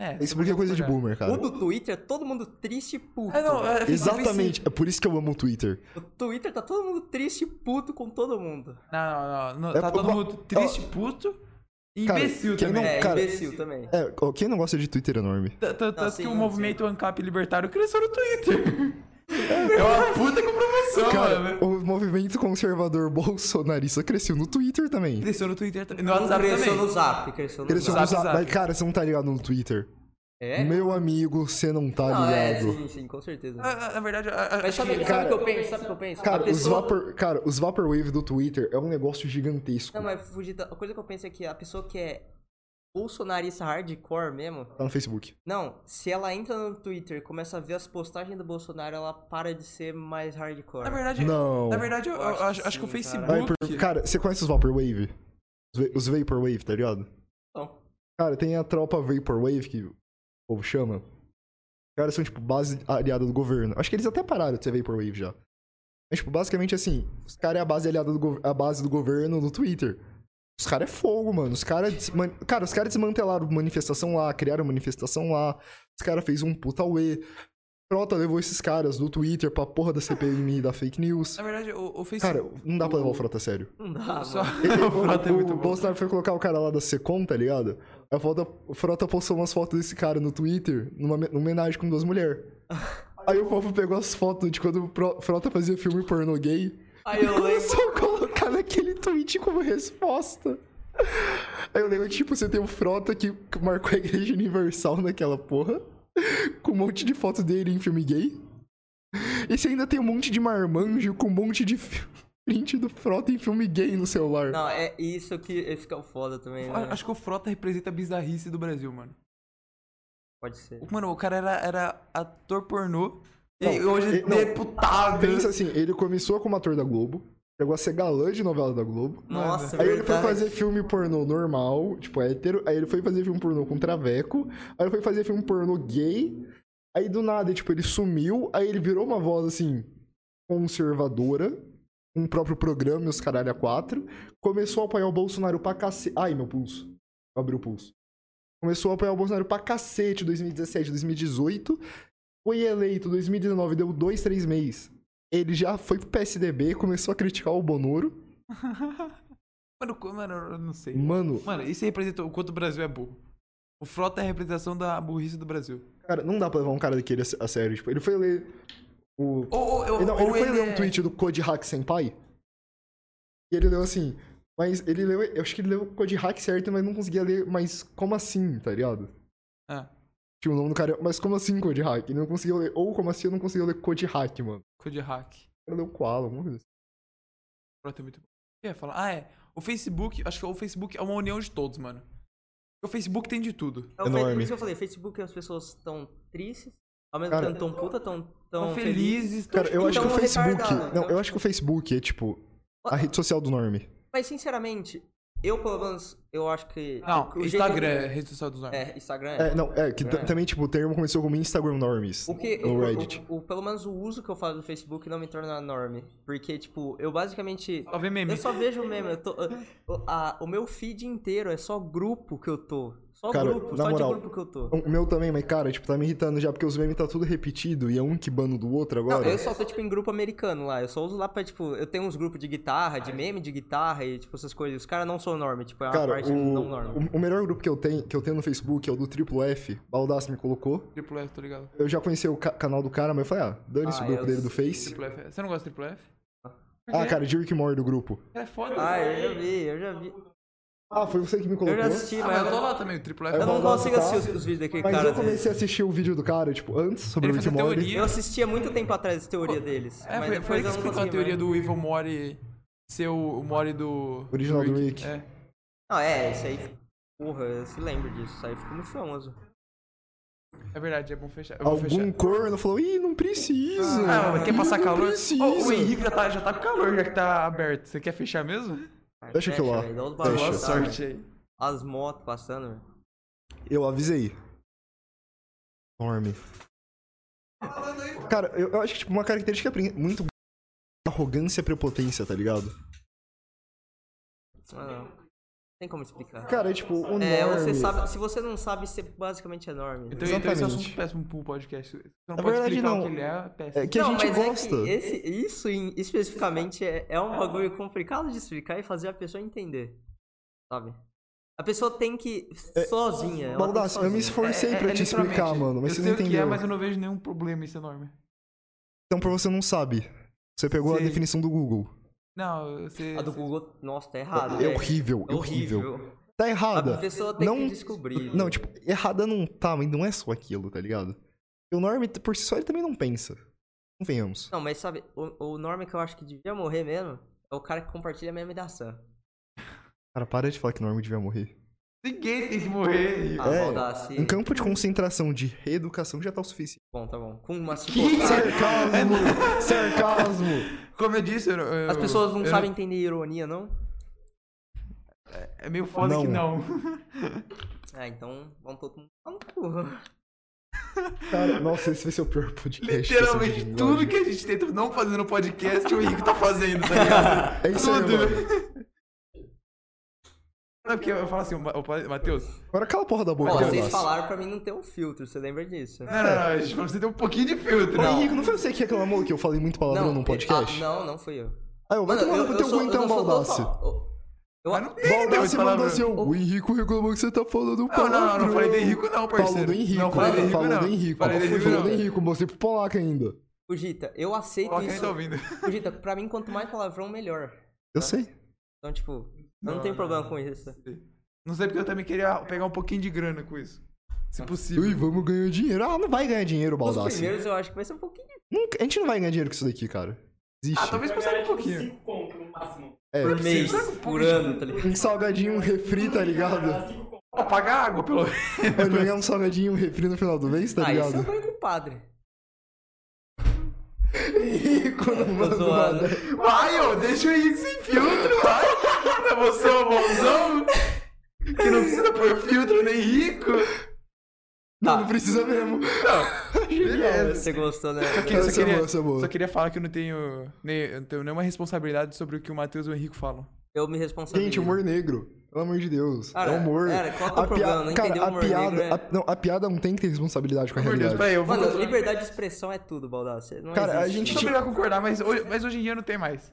[SPEAKER 2] É,
[SPEAKER 1] Isso porque é coisa de boomer, cara.
[SPEAKER 3] O do Twitter é todo mundo triste e puto.
[SPEAKER 2] É, não, é, Facebook-
[SPEAKER 1] Exatamente. É por isso que eu amo o Twitter.
[SPEAKER 3] O Twitter tá todo mundo triste e puto com todo mundo.
[SPEAKER 2] Não, não, não.
[SPEAKER 1] É
[SPEAKER 2] Tá
[SPEAKER 1] por-
[SPEAKER 2] todo mundo triste, puto e
[SPEAKER 1] Cara,
[SPEAKER 2] imbecil
[SPEAKER 1] quem
[SPEAKER 2] também.
[SPEAKER 1] não-
[SPEAKER 3] é,
[SPEAKER 1] cara,
[SPEAKER 3] imbecil também.
[SPEAKER 1] É, ó, quem não gosta de Twitter é enorme.
[SPEAKER 2] T- t- Tanto
[SPEAKER 3] Não, sim,
[SPEAKER 2] que o
[SPEAKER 3] sim.
[SPEAKER 2] movimento ANCAP libertário cresceu no Twitter. É uma puta comprovação,
[SPEAKER 1] Cara,
[SPEAKER 3] né?
[SPEAKER 2] mano.
[SPEAKER 1] o movimento conservador bolsonarista cresceu no Twitter também.
[SPEAKER 2] Cresceu no Twitter, t- no
[SPEAKER 3] Não
[SPEAKER 2] WhatsApp
[SPEAKER 3] cresceu
[SPEAKER 2] também.
[SPEAKER 3] no Zap, cresceu no
[SPEAKER 1] Cresceu
[SPEAKER 3] Zap.
[SPEAKER 1] no
[SPEAKER 2] Zap,
[SPEAKER 1] Zap.
[SPEAKER 2] Zap.
[SPEAKER 1] Mas, cara, você não tá ligado no Twitter.
[SPEAKER 3] É?
[SPEAKER 1] Meu amigo, você não tá
[SPEAKER 3] Não, é,
[SPEAKER 1] ligado.
[SPEAKER 3] sim, sim, com certeza.
[SPEAKER 2] Ah, ah, Na verdade, a- a-
[SPEAKER 3] Mas
[SPEAKER 2] acho
[SPEAKER 3] sabe,
[SPEAKER 2] que-
[SPEAKER 3] sabe o
[SPEAKER 1] cara-
[SPEAKER 3] que eu penso? Sabe o que eu penso?
[SPEAKER 1] Cara,
[SPEAKER 3] A pessoa-
[SPEAKER 1] os vapor, cara, os Vaporwave do Twitter é um negócio gigantesco.
[SPEAKER 3] Não, mas Fujita, a coisa que eu penso é que a pessoa que é bolsonarista hardcore mesmo,
[SPEAKER 1] Tá no Facebook.
[SPEAKER 3] Não, se ela entra no Twitter e começa a ver as postagens do Bolsonaro, ela para de ser mais hardcore.
[SPEAKER 2] Na É verdade,
[SPEAKER 1] Não.
[SPEAKER 2] na verdade eu, eu
[SPEAKER 3] acho que
[SPEAKER 2] acho, acho que o
[SPEAKER 3] sim, cara.
[SPEAKER 1] Aí,
[SPEAKER 2] Facebook.
[SPEAKER 1] por- Cara, você conhece os Vaporwave? Os va- Os Vaporwave, tá ligado?
[SPEAKER 3] Então,
[SPEAKER 1] Cara, tem a tropa Vaporwave, que o povo chama. Os caras são, tipo, base aliada do governo. Acho que eles até pararam de ser Vaporwave já. Mas, tipo, basicamente assim, os caras é a base aliada do, gov- a base do governo no Twitter. Os caras é fogo, mano. Os caras. desman- Cara, os caras desmantelaram manifestação lá, criaram manifestação lá. Os caras fez um puta uê. Frota levou esses caras do Twitter pra porra da CPMI da fake news.
[SPEAKER 2] Na verdade, o, É, o Facebook.
[SPEAKER 1] Cara, não dá pra levar o Frota a sério.
[SPEAKER 3] não dá,
[SPEAKER 2] Só...
[SPEAKER 3] mano.
[SPEAKER 1] Ele-
[SPEAKER 2] o Frota é muito
[SPEAKER 1] o
[SPEAKER 2] bom.
[SPEAKER 1] Bolsonaro foi colocar o cara lá da Secom, tá ligado? Aí o Frota, o Frota postou umas fotos desse cara no Twitter, numa, me- numa homenagem com duas mulheres. Aí o povo pegou as fotos de quando o Pro- Frota fazia filme pornô gay
[SPEAKER 3] Aí eu lembro.
[SPEAKER 1] começou a colocar naquele tweet como resposta. Aí o negócio, tipo, você tem o Frota que que marcou a Igreja Universal naquela porra, com um monte de foto dele em filme gay. E você ainda tem um monte de marmanjo com um monte de fi- print do Frota em filme gay no celular.
[SPEAKER 3] Não, é isso que esse que é o foda também, né?
[SPEAKER 2] A- Acho que o Frota representa a bizarrice do Brasil, mano.
[SPEAKER 3] Pode ser.
[SPEAKER 2] O- Mano, o cara era, era ator pornô e
[SPEAKER 1] Não,
[SPEAKER 2] hoje é
[SPEAKER 1] ele- não.
[SPEAKER 2] deputado.
[SPEAKER 1] Pensa assim, ele começou como ator da Globo, chegou a ser galã de novela da Globo.
[SPEAKER 3] Nossa,
[SPEAKER 1] Aí ele foi
[SPEAKER 3] É verdade.
[SPEAKER 1] fazer filme pornô normal, tipo, hétero. Aí ele foi fazer filme pornô com traveco. Aí ele foi fazer filme pornô gay. Aí do nada, tipo, ele sumiu. Aí ele virou uma voz, assim, conservadora. Um próprio programa e os caralho a quatro. Começou a apoiar o Bolsonaro pra cacete. Ai, meu pulso. Abriu o pulso. Começou a apoiar o Bolsonaro pra cacete 2017, 2018. Foi eleito 2019, deu dois, três meses. Ele já foi pro PSDB, começou a criticar o Bonoro.
[SPEAKER 2] Mano, co- mano, eu não sei.
[SPEAKER 1] Mano,
[SPEAKER 2] Mano, isso representa o quanto o Brasil é burro. O Frota é a representação da burrice do Brasil.
[SPEAKER 1] cara, não dá pra levar um cara daquele a sé- a sério. Tipo, ele foi ler o
[SPEAKER 2] Ou, ou, ou,
[SPEAKER 1] Ele, não, ele
[SPEAKER 2] ou
[SPEAKER 1] foi ler
[SPEAKER 2] é-
[SPEAKER 1] um tweet do Code Hack Senpai. E ele leu assim. Mas ele leu. Eu acho que ele leu o Code Hack certo, mas não conseguia ler. Mas como assim, tá ligado?
[SPEAKER 2] Ah,
[SPEAKER 1] Tipo, o nome do cara. Mas como assim Code Hack? Ele não conseguiu ler. Ou como assim eu não conseguiu ler Code Hack, mano.
[SPEAKER 2] code hack.
[SPEAKER 1] O cara leu Koala, alguma coisa assim.
[SPEAKER 2] Frota é muito bom. Eu ia falar, ah, é. O Facebook, acho que o Facebook é uma união de todos, mano. O Facebook tem de tudo.
[SPEAKER 3] É o Fe-
[SPEAKER 1] Enorme.
[SPEAKER 3] Por isso que eu falei, Facebook é as pessoas tão tristes, ao mesmo
[SPEAKER 1] Cara-
[SPEAKER 3] tempo tão puta, tão, tão
[SPEAKER 2] Tão felizes, tão
[SPEAKER 1] Cara, eu acho que o
[SPEAKER 3] Então,
[SPEAKER 1] Facebook.
[SPEAKER 3] retardado,
[SPEAKER 1] Não,
[SPEAKER 3] então,
[SPEAKER 1] eu acho que o Facebook é, tipo,
[SPEAKER 3] Ah.
[SPEAKER 1] a rede social do Norme.
[SPEAKER 3] Mas sinceramente, eu pelo menos, eu acho que...
[SPEAKER 2] Não,
[SPEAKER 3] o jeito-
[SPEAKER 2] Instagram é rede social dos homens.
[SPEAKER 3] É, Instagram é.
[SPEAKER 1] É, não, é, que t-
[SPEAKER 3] É.
[SPEAKER 1] também, tipo, o termo começou como Instagram Normes.
[SPEAKER 3] O que,
[SPEAKER 1] No
[SPEAKER 3] o-
[SPEAKER 1] Reddit.
[SPEAKER 3] o- o- pelo menos o uso que eu faço do Facebook não me torna norme. Porque, tipo, eu basicamente.
[SPEAKER 2] Só vê meme.
[SPEAKER 3] Eu só vejo meme. Eu tô, o- a- o meu feed inteiro é só grupo que eu tô. Só
[SPEAKER 1] Cara,
[SPEAKER 3] grupo,
[SPEAKER 1] na
[SPEAKER 3] só
[SPEAKER 1] moral,
[SPEAKER 3] de grupo que eu tô.
[SPEAKER 1] O meu também, mas, cara, tipo, tá me irritando já porque os memes tá tudo repetido e é um que bando do outro
[SPEAKER 3] Não,
[SPEAKER 1] agora.
[SPEAKER 3] eu só tô, tipo, em grupo americano lá. Eu só uso lá pra, tipo, eu tenho uns grupos de guitarra, de meme de guitarra e, tipo, essas coisas. Os caras não são norme, tipo, é uma
[SPEAKER 1] Cara,
[SPEAKER 3] parte não norme.
[SPEAKER 1] o, o melhor grupo que eu, tenho, que eu tenho no Facebook é o do Triplo F. Baldassi me colocou.
[SPEAKER 2] Triple F, tô ligado.
[SPEAKER 1] Eu já conheci o ca- canal do cara, mas eu falei, ah, dane-se
[SPEAKER 3] Ah,
[SPEAKER 1] o grupo
[SPEAKER 3] eu
[SPEAKER 1] dele do
[SPEAKER 3] sei.
[SPEAKER 1] Face.
[SPEAKER 2] Triple F. é. Você não gosta de Triple F?
[SPEAKER 1] Ah, cara, de Rick Mori do grupo.
[SPEAKER 2] Cara, é foda.
[SPEAKER 3] Ah, eu já vi, eu já vi.
[SPEAKER 1] Ah, foi você que me colocou.
[SPEAKER 3] Eu já assisti,
[SPEAKER 2] Ah,
[SPEAKER 3] mas
[SPEAKER 2] mas eu tô
[SPEAKER 3] eu,
[SPEAKER 2] lá também, o Triple F. é
[SPEAKER 1] Eu
[SPEAKER 3] eu não
[SPEAKER 1] vou
[SPEAKER 3] consigo
[SPEAKER 1] voltar.
[SPEAKER 3] assistir os, os vídeos daquele
[SPEAKER 1] mas
[SPEAKER 3] cara.
[SPEAKER 1] eu comecei a assistir o vídeo do cara, tipo, antes, sobre
[SPEAKER 2] Ele
[SPEAKER 1] o Rick
[SPEAKER 2] fazia
[SPEAKER 1] Mori.
[SPEAKER 2] teoria.
[SPEAKER 3] Eu assistia muito tempo atrás a teoria deles.
[SPEAKER 2] É, foi,
[SPEAKER 3] mas
[SPEAKER 2] foi
[SPEAKER 3] depois
[SPEAKER 2] ele que
[SPEAKER 3] eu não
[SPEAKER 2] explicou a
[SPEAKER 3] consegui
[SPEAKER 2] teoria
[SPEAKER 3] mais.
[SPEAKER 2] do Evil Mori ser o, o Mori do.
[SPEAKER 1] Original do Rick.
[SPEAKER 2] É.
[SPEAKER 3] Não, é, isso aí. Porra, eu se lembro disso. Isso aí ficou muito famoso.
[SPEAKER 2] É verdade, é bom fechar. Eu vou
[SPEAKER 1] Algum
[SPEAKER 2] fechar.
[SPEAKER 1] corno falou, ih, não precisa.
[SPEAKER 2] Ah, mas quer
[SPEAKER 1] Ih,
[SPEAKER 2] passar
[SPEAKER 1] não
[SPEAKER 2] calor?
[SPEAKER 1] Precisa.
[SPEAKER 2] Ô, o Henrique já tá, já tá com calor, já que tá aberto. Você quer fechar mesmo?
[SPEAKER 3] Cara,
[SPEAKER 1] Deixa aquilo lá.
[SPEAKER 3] velho, dá uns
[SPEAKER 1] Deixa.
[SPEAKER 2] Boa
[SPEAKER 3] bagulho, tá?
[SPEAKER 2] sorte aí.
[SPEAKER 3] As motos passando, velho.
[SPEAKER 1] Eu avisei. Norme. Cara, eu, eu acho que tipo, uma característica prin- muito arrogância e prepotência, tá ligado?
[SPEAKER 3] Ah, não. Não Tem como explicar.
[SPEAKER 1] Cara, é tipo, o
[SPEAKER 3] É,
[SPEAKER 1] norme...
[SPEAKER 3] você sabe. Se você não sabe, você basicamente é enorme.
[SPEAKER 2] Então, então esse é um
[SPEAKER 1] Exatamente.
[SPEAKER 2] assunto péssimo pro podcast. Você não
[SPEAKER 1] Na
[SPEAKER 2] pode
[SPEAKER 1] verdade,
[SPEAKER 2] explicar
[SPEAKER 1] não.
[SPEAKER 2] o que ele é, é péssimo.
[SPEAKER 1] É que a
[SPEAKER 3] Não,
[SPEAKER 1] gente
[SPEAKER 3] mas é que
[SPEAKER 1] gosta.
[SPEAKER 3] esse, isso em- especificamente é, é um bagulho complicado de explicar e fazer a pessoa entender. Sabe? A pessoa tem que. sozinha. ela tem que
[SPEAKER 1] Baldassi, É, eu me
[SPEAKER 3] sozinha.
[SPEAKER 1] esforcei
[SPEAKER 2] É-
[SPEAKER 1] pra
[SPEAKER 2] é
[SPEAKER 1] te explicar,
[SPEAKER 2] literalmente,
[SPEAKER 1] mano, mas
[SPEAKER 2] eu
[SPEAKER 1] você
[SPEAKER 2] sei
[SPEAKER 1] não
[SPEAKER 2] o que é,
[SPEAKER 1] entendeu.
[SPEAKER 2] mas eu não vejo nenhum problema isso enorme.
[SPEAKER 1] Então, pra você não sabe. Você pegou a
[SPEAKER 2] Sim.
[SPEAKER 1] definição do Google.
[SPEAKER 2] Não, você...
[SPEAKER 3] A do Google, nossa, tá errado.
[SPEAKER 1] é
[SPEAKER 3] velho.
[SPEAKER 1] horrível, é
[SPEAKER 3] É
[SPEAKER 1] horrível. Tá errada.
[SPEAKER 3] A pessoa tem
[SPEAKER 1] Não-
[SPEAKER 3] que descobrir.
[SPEAKER 1] Não, tipo, errada não tá, mas não é só aquilo, tá ligado? E o norme, por si só, ele também não pensa. Convenhamos.
[SPEAKER 3] Não, mas sabe, o, o Norma que eu acho que devia morrer mesmo é o cara que compartilha meme da Sam.
[SPEAKER 1] Cara, para de falar que o norme devia morrer.
[SPEAKER 2] Ninguém tem que morrer.
[SPEAKER 3] Ah,
[SPEAKER 1] É,
[SPEAKER 3] Baldassi.
[SPEAKER 1] Um campo de concentração de reeducação já tá o suficiente. É
[SPEAKER 3] Bom, tá bom. Com uma
[SPEAKER 1] Sarcasmo! Sarcasmo!
[SPEAKER 2] Como eu disse, eu- eu-
[SPEAKER 3] As pessoas não
[SPEAKER 2] eu-
[SPEAKER 3] sabem entender ironia, não?
[SPEAKER 2] É meio foda que
[SPEAKER 1] Não.
[SPEAKER 2] não.
[SPEAKER 3] Ah, então vamos todo mundo tomar no cu.
[SPEAKER 1] Cara, nossa, esse vai ser o pior podcast. que eu sei
[SPEAKER 2] Literalmente
[SPEAKER 1] de
[SPEAKER 2] tudo
[SPEAKER 1] verdade.
[SPEAKER 2] que a gente tenta não fazer no podcast, o Henrique tá fazendo, tá ligado?
[SPEAKER 1] É isso aí, mano.
[SPEAKER 2] tudo. Não, porque eu falo assim, Matheus.
[SPEAKER 1] Agora cala a porra da boca,
[SPEAKER 3] Ó,
[SPEAKER 1] Baldassi.
[SPEAKER 3] vocês falaram pra mim não ter um filtro, você lembra disso?
[SPEAKER 1] É,
[SPEAKER 2] Não, não, não, a gente falou que você tem um pouquinho de filtro.
[SPEAKER 1] Ô, Henrique, não foi você que reclamou que eu falei muito palavrão num podcast?
[SPEAKER 3] ah, não, não fui eu.
[SPEAKER 1] Ah, eu vou tomar no teu cu então, Baldassi.
[SPEAKER 3] total- eu-
[SPEAKER 2] Mas não tem que ter
[SPEAKER 1] Baldassi
[SPEAKER 2] muito
[SPEAKER 1] mandou
[SPEAKER 2] palavrão.
[SPEAKER 1] assim, ó, o Henrico reclamou que você tá falando
[SPEAKER 2] Não, não, não,
[SPEAKER 1] palavrão.
[SPEAKER 2] não falei do Henrico não, parceiro.
[SPEAKER 1] Falou do Henrico,
[SPEAKER 2] não, falei do Henrico
[SPEAKER 1] falou
[SPEAKER 2] não.
[SPEAKER 1] do Henrico.
[SPEAKER 2] Falei do Henrico
[SPEAKER 1] Falou
[SPEAKER 2] não.
[SPEAKER 1] do Henrico, mostrei pro Polaca ainda.
[SPEAKER 3] Fugita, eu aceito
[SPEAKER 2] Ó, quem
[SPEAKER 3] isso.
[SPEAKER 2] tá ouvindo?
[SPEAKER 3] Fugita, pra mim, quanto mais palavrão, melhor.
[SPEAKER 1] Eu sei.
[SPEAKER 3] Então, tipo, eu não, tenho problema com isso.
[SPEAKER 2] Não sei porque eu também queria pegar um pouquinho de grana com isso. Se possível.
[SPEAKER 1] Ui, vamos ganhar dinheiro. Ah, não vai ganhar dinheiro,
[SPEAKER 3] Os
[SPEAKER 1] Baldassi.
[SPEAKER 3] primeiros eu acho que vai ser um pouquinho
[SPEAKER 1] Nunca- a gente não vai ganhar dinheiro com isso daqui, cara. Existe.
[SPEAKER 2] Ah, talvez passar um pouquinho.
[SPEAKER 1] É,
[SPEAKER 3] por mês,
[SPEAKER 2] será que
[SPEAKER 3] por
[SPEAKER 2] pode?
[SPEAKER 3] ano, tá ligado?
[SPEAKER 1] Um salgadinho, um refri, tá ligado?
[SPEAKER 2] Ó, pagar água, pelo menos.
[SPEAKER 1] Vai ganhar um salgadinho, um refri no final do mês, tá
[SPEAKER 3] Ah, isso eu
[SPEAKER 1] ligado?
[SPEAKER 3] ganho com o padre.
[SPEAKER 1] Henrico não
[SPEAKER 3] é Tô
[SPEAKER 1] manda
[SPEAKER 3] zoando.
[SPEAKER 1] nada.
[SPEAKER 2] Vai, ô, deixa o Henrique sem filtro, vai. Não, você é um bonzão que não precisa pôr filtro nem rico.
[SPEAKER 1] Não,
[SPEAKER 3] Tá.
[SPEAKER 1] não precisa mesmo. É
[SPEAKER 2] Não, beleza.
[SPEAKER 3] Você gostou, né?
[SPEAKER 2] Só que- só
[SPEAKER 1] Essa é
[SPEAKER 2] queria,
[SPEAKER 1] boa, essa é boa.
[SPEAKER 2] só queria falar que eu não tenho, nem, eu não tenho nenhuma responsabilidade sobre o que o Matheus e o Henrico falam.
[SPEAKER 3] Eu me responsabilizo.
[SPEAKER 1] Gente, humor negro. Pelo amor de Deus.
[SPEAKER 3] Cara,
[SPEAKER 1] é humor.
[SPEAKER 3] cara, qual que é o
[SPEAKER 1] A
[SPEAKER 3] problema? Não
[SPEAKER 1] Cara,
[SPEAKER 3] entender o
[SPEAKER 1] a
[SPEAKER 3] humor
[SPEAKER 1] piada,
[SPEAKER 3] negro é-
[SPEAKER 1] a- não, a piada não tem que ter responsabilidade com a
[SPEAKER 2] Meu
[SPEAKER 1] realidade.
[SPEAKER 2] Deus, peraí, eu vou...
[SPEAKER 3] Mano,
[SPEAKER 2] Mano,
[SPEAKER 3] liberdade de expressão é tudo, Baldassi. Não
[SPEAKER 1] Cara, a
[SPEAKER 3] existe. Então,
[SPEAKER 1] gente-
[SPEAKER 2] não vai concordar, mas hoje, mas hoje em dia não tem mais. Se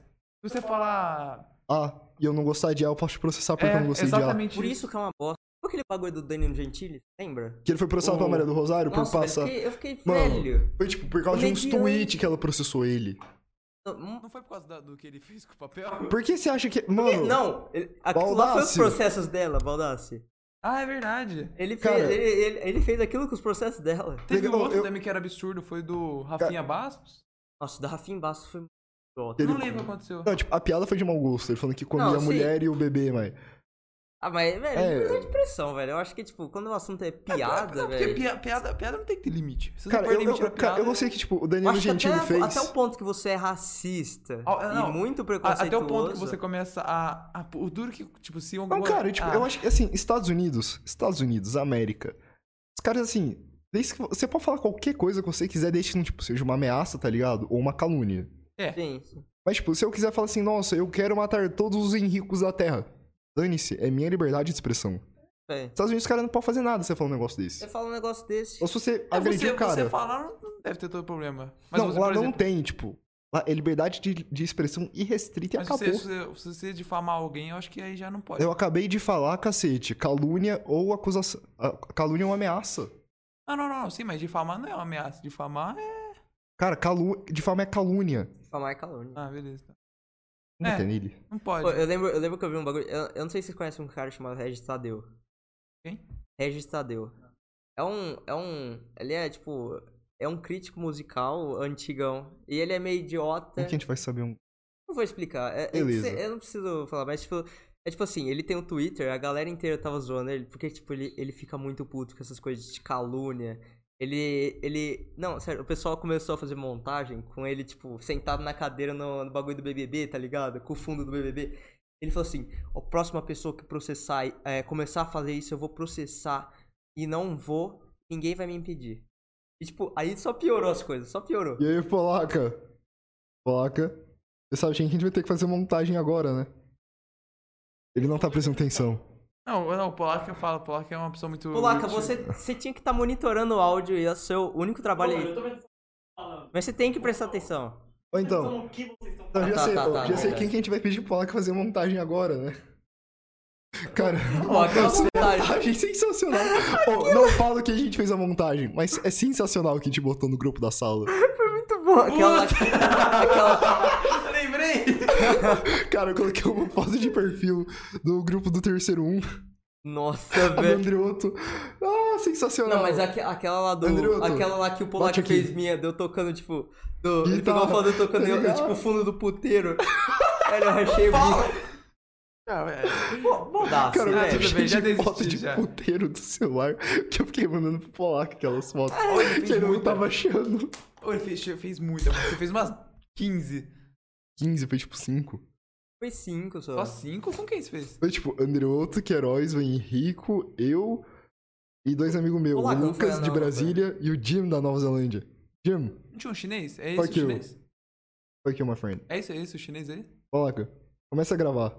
[SPEAKER 2] você falar... é,
[SPEAKER 1] Ah, e eu não gostar de A, eu posso te processar porque eu não gostei de
[SPEAKER 2] exatamente
[SPEAKER 3] Por isso que é uma bosta. Por aquele bagulho do Danilo Gentili, lembra?
[SPEAKER 1] A. Que ele foi processado pela
[SPEAKER 3] O-
[SPEAKER 1] Maria do Rosário
[SPEAKER 3] Nossa,
[SPEAKER 1] por
[SPEAKER 3] velho,
[SPEAKER 1] passar.
[SPEAKER 3] eu fiquei, eu fiquei
[SPEAKER 1] Mano.
[SPEAKER 3] velho.
[SPEAKER 1] Foi tipo, por causa de uns
[SPEAKER 3] Comediante.
[SPEAKER 1] tweets que ela processou ele.
[SPEAKER 3] Não, hum,
[SPEAKER 2] Não foi por causa da- do que ele fez com o papel?
[SPEAKER 1] Por que você acha que. Mano,
[SPEAKER 3] Não, ele- aquilo lá foi os
[SPEAKER 1] Baldassi.
[SPEAKER 3] processos dela, Baldassi.
[SPEAKER 2] Ah, é verdade.
[SPEAKER 3] Ele fez,
[SPEAKER 1] Cara.
[SPEAKER 3] ele, ele- ele fez aquilo com os processos dela.
[SPEAKER 2] Teve
[SPEAKER 1] Legal,
[SPEAKER 2] um outro
[SPEAKER 1] eu-
[SPEAKER 2] também que era absurdo, foi do Rafinha Bastos?
[SPEAKER 3] Nossa, da Rafinha Bastos foi muito idiota.
[SPEAKER 2] Eu
[SPEAKER 1] Ele-
[SPEAKER 2] Não lembro o que aconteceu.
[SPEAKER 1] não, tipo, a piada foi de mau gosto. Ele falando que comia
[SPEAKER 3] Não,
[SPEAKER 1] a
[SPEAKER 3] sim.
[SPEAKER 1] mulher e o bebê, mas.
[SPEAKER 3] Ah, mas, velho,
[SPEAKER 1] É.
[SPEAKER 3] é coisa de pressão, velho. Eu acho que, tipo, quando o assunto é piada,
[SPEAKER 2] Não, porque
[SPEAKER 3] velho.
[SPEAKER 2] pia- piada, piada não tem que ter limite.
[SPEAKER 3] é
[SPEAKER 2] Se você
[SPEAKER 1] Cara,
[SPEAKER 2] pôr
[SPEAKER 1] eu, eu,
[SPEAKER 2] limite na
[SPEAKER 1] cara, eu
[SPEAKER 2] piada-
[SPEAKER 1] não sei que, tipo, o
[SPEAKER 3] Eu
[SPEAKER 1] Danilo
[SPEAKER 3] acho que
[SPEAKER 1] Gentili
[SPEAKER 3] até,
[SPEAKER 1] fez.
[SPEAKER 3] até o ponto que você é racista
[SPEAKER 2] Ah, ah, não.
[SPEAKER 3] e muito
[SPEAKER 2] A-
[SPEAKER 3] preconceituoso.
[SPEAKER 2] Até o ponto que você começa a. a- o duro que, tipo, se alguma.
[SPEAKER 1] Não, cara, tipo,
[SPEAKER 2] ah,
[SPEAKER 1] eu acho que, assim, Estados Unidos, Estados Unidos, América. Os caras, assim, desde que você pode falar qualquer coisa que você quiser, desde que não, tipo, seja uma ameaça, tá ligado? Ou uma calúnia.
[SPEAKER 3] Sim, sim.
[SPEAKER 1] Mas, tipo, se eu quiser falar assim, nossa, eu quero matar todos os henricos da Terra. Dane-se, é minha liberdade de expressão. Nos
[SPEAKER 3] velho.
[SPEAKER 1] Estados Unidos, os caras não podem fazer nada se você falar um negócio desse.
[SPEAKER 3] Você fala um negócio desse.
[SPEAKER 1] Ou se você
[SPEAKER 2] é,
[SPEAKER 1] agredir
[SPEAKER 2] você,
[SPEAKER 1] o cara.
[SPEAKER 2] Você falar não- não deve ter todo problema. Mas
[SPEAKER 1] não,
[SPEAKER 2] você,
[SPEAKER 1] lá
[SPEAKER 2] por
[SPEAKER 1] não
[SPEAKER 2] exemplo,
[SPEAKER 1] tem, tipo. Lá é liberdade de, de expressão irrestrita e
[SPEAKER 2] mas se
[SPEAKER 1] acabou.
[SPEAKER 2] você, se você- se você difamar alguém, eu acho que aí já não pode.
[SPEAKER 1] Eu acabei de falar, cacete, calúnia ou acusação. a- Calúnia é uma ameaça.
[SPEAKER 2] Ah, não, não, sim, mas difamar não é uma ameaça. Difamar é.
[SPEAKER 1] Cara, calu... de forma é calúnia.
[SPEAKER 3] Falar é calúnia.
[SPEAKER 2] Ah, beleza.
[SPEAKER 1] Não
[SPEAKER 2] É.
[SPEAKER 1] tem nele.
[SPEAKER 2] Não pode.
[SPEAKER 3] Pô, eu, lembro, eu lembro que eu vi um bagulho. Eu, eu não sei se vocês conhecem um cara chamado Regis Tadeu.
[SPEAKER 2] Quem?
[SPEAKER 3] Regis Tadeu. É um. É um. Ele é tipo. É um crítico musical antigão. E ele é meio idiota.
[SPEAKER 1] Como que a gente vai saber um.
[SPEAKER 3] Não vou explicar. É- é que
[SPEAKER 1] Beleza.
[SPEAKER 3] cê- eu não preciso falar, mas tipo. É tipo assim, ele tem um Twitter, a galera inteira tava zoando ele, porque, tipo, ele, ele fica muito puto com essas coisas de calúnia. Ele. ele. Não, sério, o pessoal começou a fazer montagem com ele, tipo, sentado na cadeira no, no bagulho do BBB, tá ligado? Com o fundo do BBB. Ele falou assim: a próxima pessoa que processar, e- é, começar a fazer isso, eu vou processar e não vou, ninguém vai me impedir. E, tipo, aí só piorou as coisas, só piorou.
[SPEAKER 1] E aí, Polaca? Polaca? Você sabe, gente, que a gente vai ter que fazer montagem agora, né? Ele não tá prestando atenção.
[SPEAKER 2] Não, não, o Polaca fala, o Polaca é uma pessoa muito.
[SPEAKER 3] Polaca,
[SPEAKER 2] muito-
[SPEAKER 3] você, você tinha que estar monitorando o áudio e é o seu único trabalho. aí. Mas você tem que prestar atenção.
[SPEAKER 1] Ou então. Então, já
[SPEAKER 3] Tá,
[SPEAKER 1] sei,
[SPEAKER 3] tá,
[SPEAKER 1] ó,
[SPEAKER 3] tá,
[SPEAKER 1] já
[SPEAKER 3] tá,
[SPEAKER 1] sei
[SPEAKER 3] tá.
[SPEAKER 1] quem que a gente vai pedir pro Polaca fazer montagem agora, né? Cara,
[SPEAKER 3] Ó, aquela
[SPEAKER 1] nossa,
[SPEAKER 3] montagem.
[SPEAKER 1] montagem sensacional. Ó, não falo que a gente fez a montagem, mas é sensacional o que a gente botou no grupo da sala.
[SPEAKER 3] Muito boa. Aquela. aquela
[SPEAKER 2] Lembrei!
[SPEAKER 1] Cara, eu coloquei uma foto de perfil do grupo do terceiro um,
[SPEAKER 3] nossa,
[SPEAKER 1] do
[SPEAKER 3] velho.
[SPEAKER 1] Andrioto. Ah, sensacional.
[SPEAKER 3] Não, mas é aque- aquela lá do.
[SPEAKER 1] Andrioto,
[SPEAKER 3] aquela lá que o
[SPEAKER 1] bate
[SPEAKER 3] Polaca
[SPEAKER 1] aqui.
[SPEAKER 3] fez minha, deu tocando, tipo. Do, ele
[SPEAKER 1] Guitarra,
[SPEAKER 3] pegou a foto eu tocando,
[SPEAKER 1] tá
[SPEAKER 3] eu- eu,
[SPEAKER 1] ligado?
[SPEAKER 3] tipo, fundo do puteiro. velho, eu achei muito.
[SPEAKER 2] Ah, velho.
[SPEAKER 3] Baldaço,
[SPEAKER 1] Cara, eu
[SPEAKER 2] Ah,
[SPEAKER 3] velho.
[SPEAKER 2] tudo
[SPEAKER 1] achei
[SPEAKER 2] bem, já
[SPEAKER 1] de
[SPEAKER 2] desisti,
[SPEAKER 1] foto de
[SPEAKER 2] já.
[SPEAKER 1] puteiro do celular que eu fiquei mandando pro Polaco aquelas fotos
[SPEAKER 2] ele
[SPEAKER 1] que
[SPEAKER 2] fez
[SPEAKER 1] ele não
[SPEAKER 2] Ah, muita.
[SPEAKER 1] tava achando.
[SPEAKER 2] Ô, Ele fez, fez muita, você fez umas 15.
[SPEAKER 1] 15, foi tipo 5.
[SPEAKER 3] Foi cinco só.
[SPEAKER 2] Só 5? Com quem você fez?
[SPEAKER 1] Foi tipo Andrioto, Queiroz, o Henrico, eu e dois amigos meus,
[SPEAKER 3] Polaco
[SPEAKER 1] o
[SPEAKER 3] não
[SPEAKER 1] Lucas
[SPEAKER 3] foi, né?
[SPEAKER 1] de
[SPEAKER 3] não, não
[SPEAKER 1] Brasília e o Jim da Nova Zelândia. Jim,
[SPEAKER 2] Não tinha um chinês? É esse o
[SPEAKER 1] Fuck you.
[SPEAKER 2] chinês?
[SPEAKER 1] fuck you, my friend.
[SPEAKER 2] É isso, é isso, o chinês aí?
[SPEAKER 1] Polaco, começa a gravar.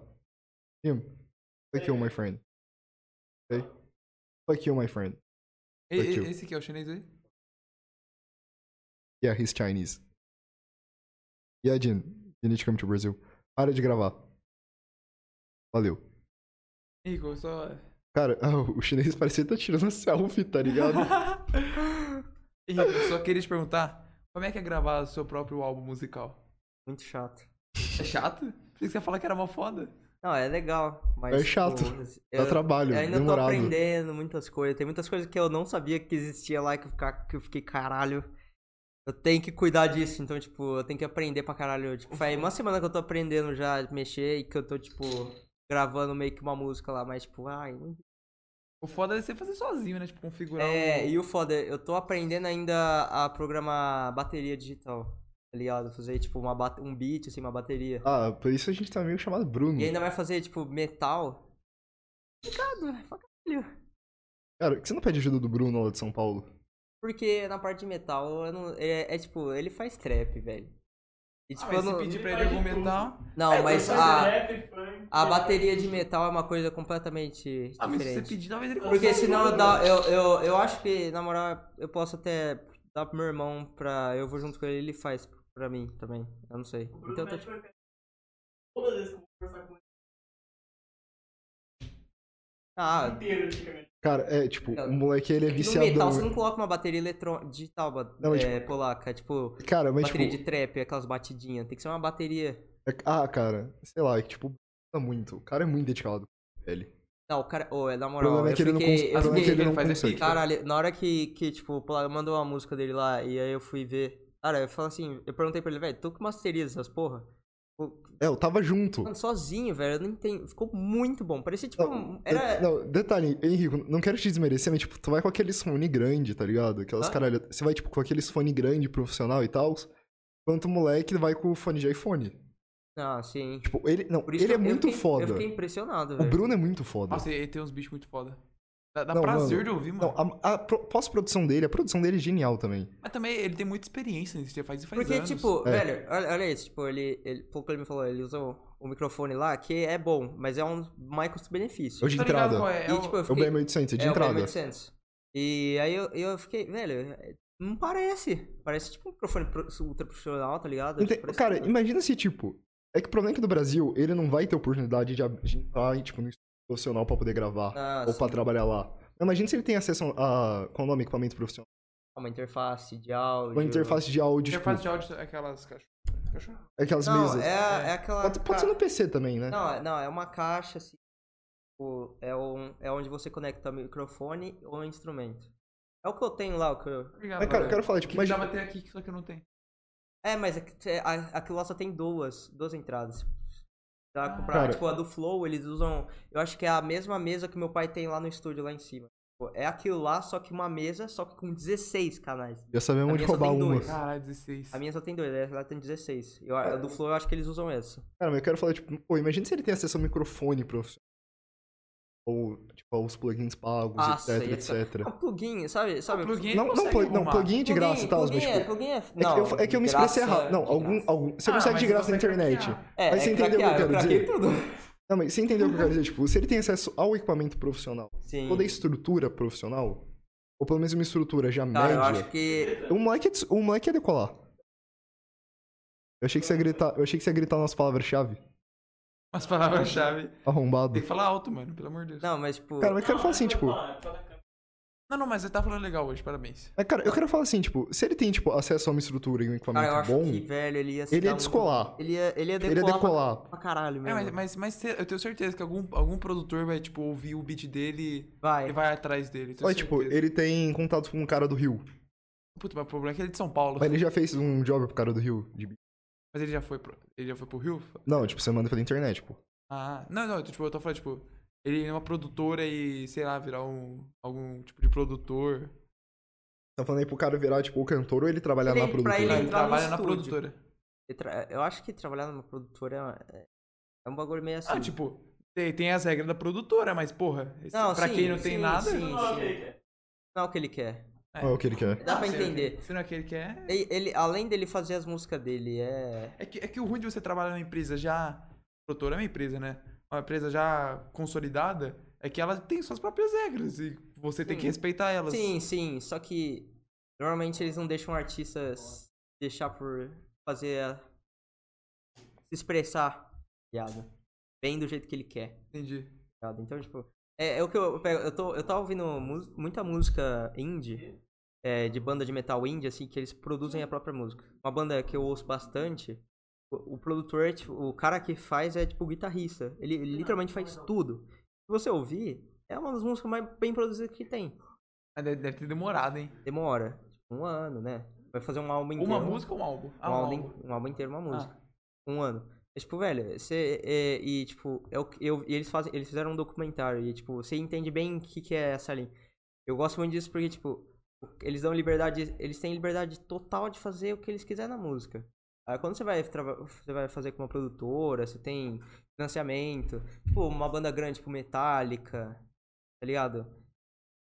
[SPEAKER 1] Jim, fuck you, my friend. Ok? Fuck you, my friend.
[SPEAKER 2] E-
[SPEAKER 1] Fuck
[SPEAKER 2] e-
[SPEAKER 1] you.
[SPEAKER 2] esse aqui é o chinês aí?
[SPEAKER 1] Yeah, he's Chinese. Yeah, Jin, you need to come to Brazil. Para de gravar. Valeu.
[SPEAKER 2] Igor, só.
[SPEAKER 1] Cara, ah, o chinês parecia que tá tirando a selfie, tá ligado?
[SPEAKER 2] Igor, só queria te perguntar: como é que é gravar o seu próprio álbum musical?
[SPEAKER 3] Muito chato.
[SPEAKER 2] É chato? Por que você ia falar que era mó foda?
[SPEAKER 3] Não, é legal, mas.
[SPEAKER 1] É chato.
[SPEAKER 3] tipo,
[SPEAKER 1] Dá
[SPEAKER 3] eu-
[SPEAKER 1] trabalho,
[SPEAKER 3] Eu ainda tô
[SPEAKER 1] demorado.
[SPEAKER 3] aprendendo muitas coisas. Tem muitas coisas que eu não sabia que existia lá e que eu, fica- que eu fiquei, caralho. Eu tenho que cuidar disso, então, tipo, eu tenho que aprender pra caralho. Tipo, faz uma semana que eu tô aprendendo já a mexer e que eu tô, tipo, gravando meio que uma música lá, mas, tipo, ai. não-
[SPEAKER 2] O foda é você fazer sozinho, né? Tipo, configurar.
[SPEAKER 3] É,
[SPEAKER 2] um...
[SPEAKER 3] e o foda, eu tô aprendendo ainda a programar bateria digital, tá ligado? Fazer, tipo, uma bate- um beat, assim, uma bateria.
[SPEAKER 1] ah, por isso a gente tá meio chamado Bruno.
[SPEAKER 3] E ainda vai fazer, tipo, metal. Complicado, é pra caralho.
[SPEAKER 1] Cara, por que você não pede ajuda do Bruno lá de São Paulo?
[SPEAKER 3] Porque na parte de metal, eu não- é, é tipo, ele faz trap, velho. E
[SPEAKER 2] Ah,
[SPEAKER 3] tipo,
[SPEAKER 2] mas
[SPEAKER 3] eu
[SPEAKER 2] se
[SPEAKER 3] não.
[SPEAKER 2] pedir pra ele É, argumentar.
[SPEAKER 3] Não, mas a, a bateria de metal é uma coisa completamente
[SPEAKER 2] Ah, mas se você
[SPEAKER 3] diferente.
[SPEAKER 2] pedir, talvez ele
[SPEAKER 3] Porque senão eu, dá, eu, eu, eu acho que, na moral, eu posso até dar pro meu irmão pra. Eu vou junto com ele ele faz pra mim também. Eu não sei. Então eu tô tipo.
[SPEAKER 4] Toda vez que eu vou conversar com ele,
[SPEAKER 2] é
[SPEAKER 3] Ah,
[SPEAKER 4] inteiro, antigamente.
[SPEAKER 1] Cara, é, tipo,
[SPEAKER 3] Cara,
[SPEAKER 1] o moleque, ele é
[SPEAKER 3] no metal você
[SPEAKER 1] viciadão.
[SPEAKER 3] não coloca uma bateria eletrônica digital ba-
[SPEAKER 1] Não, mas,
[SPEAKER 3] é,
[SPEAKER 1] tipo,
[SPEAKER 3] polaca, tipo,
[SPEAKER 1] Cara, mas,
[SPEAKER 3] bateria
[SPEAKER 1] tipo,
[SPEAKER 3] de trap, aquelas batidinhas. Tem que ser uma bateria.
[SPEAKER 1] é- ah, cara, sei lá, é que, tipo, muda muito. O cara é muito dedicado. Ele.
[SPEAKER 3] Não, o cara. Ô, é na
[SPEAKER 1] O
[SPEAKER 3] moral.
[SPEAKER 1] problema é
[SPEAKER 3] eu
[SPEAKER 1] que ele não
[SPEAKER 3] fiquei-
[SPEAKER 1] consegue.
[SPEAKER 3] eu
[SPEAKER 1] O problema é que
[SPEAKER 3] fiquei-
[SPEAKER 1] ele não
[SPEAKER 2] Ele faz
[SPEAKER 1] consegue.
[SPEAKER 2] aqui,
[SPEAKER 3] Caralho, na hora que, que tipo, o Polaco mandou uma música dele lá, e aí eu fui ver. Cara, eu falo assim, eu perguntei pra ele, velho, tu que masteriza essas porra? Pô,
[SPEAKER 1] É, eu tava junto.
[SPEAKER 3] Mano, sozinho, velho, eu não entendo. Ficou muito bom. Parecia tipo.
[SPEAKER 1] Não,
[SPEAKER 3] um- era.
[SPEAKER 1] Não, detalhe, Henrico, não quero te desmerecer, mas, tipo, tu vai com aquele fone grande, tá ligado? Aquelas
[SPEAKER 3] Hã?
[SPEAKER 1] caralho. Você vai, tipo, com aqueles fone grande, profissional e tal. Enquanto o moleque vai com o fone de iPhone.
[SPEAKER 3] Não, Ah, sim.
[SPEAKER 1] Tipo, ele. Não,
[SPEAKER 3] Por isso
[SPEAKER 1] ele
[SPEAKER 3] que
[SPEAKER 1] é
[SPEAKER 3] eu- eu
[SPEAKER 1] muito
[SPEAKER 3] fiquei-
[SPEAKER 1] foda.
[SPEAKER 3] Eu fiquei impressionado,
[SPEAKER 1] O
[SPEAKER 3] velho.
[SPEAKER 1] Bruno é muito foda.
[SPEAKER 2] Nossa, ele tem uns bichos muito foda. Dá, dá
[SPEAKER 1] Não,
[SPEAKER 2] prazer
[SPEAKER 1] mano.
[SPEAKER 2] de ouvir, mano.
[SPEAKER 1] Não, a, a pro- pós-produção dele, a produção dele é genial também.
[SPEAKER 2] Mas também ele tem muita experiência nisso, já faz, faz
[SPEAKER 3] Porque,
[SPEAKER 2] anos.
[SPEAKER 3] tipo,
[SPEAKER 1] É.
[SPEAKER 3] velho, olha, olha isso, tipo, ele, ele, pelo que ele me falou, ele usou o microfone lá, que é bom, mas é um mais custo-benefício.
[SPEAKER 1] Eu de
[SPEAKER 2] Tá ligado
[SPEAKER 1] entrada.
[SPEAKER 2] qual é? É
[SPEAKER 3] E,
[SPEAKER 2] o-
[SPEAKER 3] tipo, eu
[SPEAKER 1] É o
[SPEAKER 3] fiquei,
[SPEAKER 1] BM800, é de
[SPEAKER 3] é, o
[SPEAKER 1] entrada.
[SPEAKER 3] BM800. E aí eu, eu fiquei, velho, não parece. Parece tipo um microfone pro- ultra profissional, tá ligado?
[SPEAKER 1] Ente-
[SPEAKER 3] Tipo, parece
[SPEAKER 1] Cara,
[SPEAKER 3] que-
[SPEAKER 1] imagina se, tipo. É que o problema é que no Brasil, ele não vai ter oportunidade de ab- de entrar, em, tipo, no estúdio profissional pra poder gravar.
[SPEAKER 3] Ah,
[SPEAKER 1] ou
[SPEAKER 3] sim,
[SPEAKER 1] pra trabalhar lá. Mas Imagina se ele tem acesso a. Qual é o nome? Equipamento profissional.
[SPEAKER 3] uma interface de áudio.
[SPEAKER 1] Uma interface de áudio, tipo,
[SPEAKER 2] Interface de áudio, aquelas cachorro. Cachorro?
[SPEAKER 1] aquelas
[SPEAKER 3] Não,
[SPEAKER 1] mesas.
[SPEAKER 3] é, é aquela.
[SPEAKER 1] Pode, pode ser no PC também, né?
[SPEAKER 3] Não, é- não, é uma caixa assim. tipo, é, um, é onde você conecta o microfone ou o instrumento. É o que eu tenho lá, o que eu.
[SPEAKER 2] Obrigado.
[SPEAKER 1] Mas, cara, eu
[SPEAKER 2] valeu.
[SPEAKER 1] quero falar, tipo,
[SPEAKER 2] que
[SPEAKER 1] imagina-
[SPEAKER 2] precisava ter aqui, só que eu não tenho.
[SPEAKER 3] É, mas é que- é, a- aquilo lá só tem duas, duas entradas. Pra comprar,
[SPEAKER 1] Cara.
[SPEAKER 3] tipo, a do Flow, eles usam. Eu acho que é a mesma mesa que meu pai tem lá no estúdio, lá em cima. Tipo, É aquilo lá, só que uma mesa, só que com 16 canais.
[SPEAKER 1] já sabemos
[SPEAKER 3] a
[SPEAKER 1] onde
[SPEAKER 3] minha só
[SPEAKER 1] roubar
[SPEAKER 3] tem
[SPEAKER 1] uma.
[SPEAKER 3] dois.
[SPEAKER 2] Caralho, 16.
[SPEAKER 3] A minha só tem dois, essa lá tem 16. Eu, a do Flow eu acho que eles usam essa.
[SPEAKER 1] Cara, mas eu quero falar, tipo, pô, imagina se ele tem acesso ao microfone profissional. Ou, tipo, aos plugins pagos,
[SPEAKER 3] Nossa,
[SPEAKER 1] etc,
[SPEAKER 3] ia ficar-
[SPEAKER 1] etc.
[SPEAKER 3] É um plugin, sabe? sabe?
[SPEAKER 2] plugin
[SPEAKER 1] Não, não, plug, não, plugin é de graça e tal, mas,
[SPEAKER 3] plugin é,
[SPEAKER 1] tipo.
[SPEAKER 3] plugin é.
[SPEAKER 1] É que,
[SPEAKER 3] Não,
[SPEAKER 1] eu, é que eu me
[SPEAKER 3] de graça,
[SPEAKER 1] expressei errado. Não,
[SPEAKER 3] de
[SPEAKER 1] algum,
[SPEAKER 3] graça.
[SPEAKER 1] algum. Você consegue de graça na internet.
[SPEAKER 3] É,
[SPEAKER 1] Mas
[SPEAKER 3] é
[SPEAKER 1] você entendeu o que eu
[SPEAKER 3] craquear,
[SPEAKER 1] quero
[SPEAKER 3] craquei
[SPEAKER 1] dizer?
[SPEAKER 3] tudo.
[SPEAKER 1] Não, mas você entendeu o que eu quero dizer? Tipo, se ele tem acesso ao equipamento profissional,
[SPEAKER 3] Sim.
[SPEAKER 1] toda a estrutura profissional, ou pelo menos uma estrutura já
[SPEAKER 3] Cara, eu
[SPEAKER 1] média.
[SPEAKER 3] acho que
[SPEAKER 1] O moleque, é de- o moleque ia decolar. Eu achei que você ia gritar, eu achei que você ia gritar umas palavras-chave.
[SPEAKER 2] As palavras-chave.
[SPEAKER 1] Arrombado.
[SPEAKER 2] Tem que falar alto, mano, pelo amor de Deus.
[SPEAKER 3] Não, mas tipo.
[SPEAKER 1] Cara, mas eu quero falar assim, tipo.
[SPEAKER 2] Não, não, mas você tá falando legal hoje, parabéns.
[SPEAKER 1] é, Cara, eu quero falar assim, tipo, se ele tem, tipo, acesso a uma estrutura e um
[SPEAKER 3] cara, eu
[SPEAKER 1] equipamento
[SPEAKER 3] acho
[SPEAKER 1] bom,
[SPEAKER 3] que, velho, ele ia se
[SPEAKER 1] ele
[SPEAKER 3] dar
[SPEAKER 1] ia
[SPEAKER 3] muito-
[SPEAKER 1] descolar.
[SPEAKER 3] Ele ia, ele é ia decolar.
[SPEAKER 1] Ele é ia
[SPEAKER 3] pra-
[SPEAKER 1] decolar.
[SPEAKER 3] Pra caralho,
[SPEAKER 2] É,
[SPEAKER 3] mesmo.
[SPEAKER 2] mas, mas, mas cê- eu tenho certeza que algum, algum produtor vai, tipo, ouvir o beat dele
[SPEAKER 3] Vai.
[SPEAKER 2] e vai atrás dele. tenho
[SPEAKER 1] Olha, tipo,
[SPEAKER 2] certeza.
[SPEAKER 1] ele tem contato com um cara do Rio.
[SPEAKER 2] Puta, mas o problema é que ele é de São Paulo.
[SPEAKER 1] Mas ele já fez um job pro cara do Rio. de-
[SPEAKER 2] Mas ele já foi pro, ele já foi pro Rio?
[SPEAKER 1] Não, tipo, você manda pela internet, pô.
[SPEAKER 2] Ah, não, não, eu tô, tipo, eu tô falando, tipo, ele é uma produtora e, sei lá, virar um, algum tipo de produtor.
[SPEAKER 1] Tá falando aí pro cara virar, tipo, o cantor ou ele trabalhar
[SPEAKER 3] Ele- né?
[SPEAKER 1] na
[SPEAKER 3] pra
[SPEAKER 1] produtora.
[SPEAKER 2] Não, ele
[SPEAKER 3] entrar no
[SPEAKER 2] trabalha na
[SPEAKER 3] estúdio.
[SPEAKER 2] produtora.
[SPEAKER 3] Eu tra- Eu acho que trabalhar numa produtora é uma- é, é um bagulho meio assim.
[SPEAKER 2] Ah, tipo, tem, tem as regras da produtora, mas, porra, esse-
[SPEAKER 3] Não,
[SPEAKER 2] pra
[SPEAKER 3] sim,
[SPEAKER 2] quem não tem
[SPEAKER 3] sim,
[SPEAKER 2] nada. né?
[SPEAKER 3] sim.
[SPEAKER 4] Não, ok.
[SPEAKER 3] Não é o que ele quer.
[SPEAKER 1] Não é o que ele quer.
[SPEAKER 3] Dá pra
[SPEAKER 2] se-
[SPEAKER 3] entender.
[SPEAKER 2] Se não é aquele que é.
[SPEAKER 3] Ele, ele- além dele fazer as músicas dele, é.
[SPEAKER 2] É que, é que o ruim de você trabalhar numa empresa já. Produtora é uma empresa, né? Uma empresa já consolidada é que ela tem suas próprias regras e você tem
[SPEAKER 3] Sim.
[SPEAKER 2] que respeitar elas.
[SPEAKER 3] Hum. Sim, sim. Só que normalmente eles não deixam artistas deixar por fazer a... se expressar, ligado? Bem do jeito que ele quer.
[SPEAKER 2] Entendi.
[SPEAKER 3] ligado? Então, tipo, é, é o que eu pego. Eu, tô, eu tava ouvindo mus- muita música indie, é, de banda de metal indie, assim, que eles produzem a própria música. Uma banda que eu ouço bastante, o, o produtor, é, tipo, o cara que faz é, tipo, guitarrista. Ele, ele literalmente faz tudo. Se você ouvir, é uma das músicas mais bem produzidas que tem.
[SPEAKER 2] Mas deve, deve ter demorado, hein?
[SPEAKER 3] Demora, tipo, um ano, né? Vai fazer um álbum inteiro.
[SPEAKER 2] Uma música ou um álbum?
[SPEAKER 3] Um, álbum, um álbum inteiro, uma música um ano. Mas, tipo, velho, você. é, e, tipo, é o que- eu, e eles, fazem, eles fizeram um documentário. E, tipo, você entende bem o que, que é essa linha. Eu gosto muito disso porque, tipo, eles dão liberdade. Eles têm liberdade total de fazer o que eles quiserem na música. Aí quando você vai, trava- você vai fazer com uma produtora, você tem financiamento, tipo, uma banda grande, tipo Metallica, tá ligado?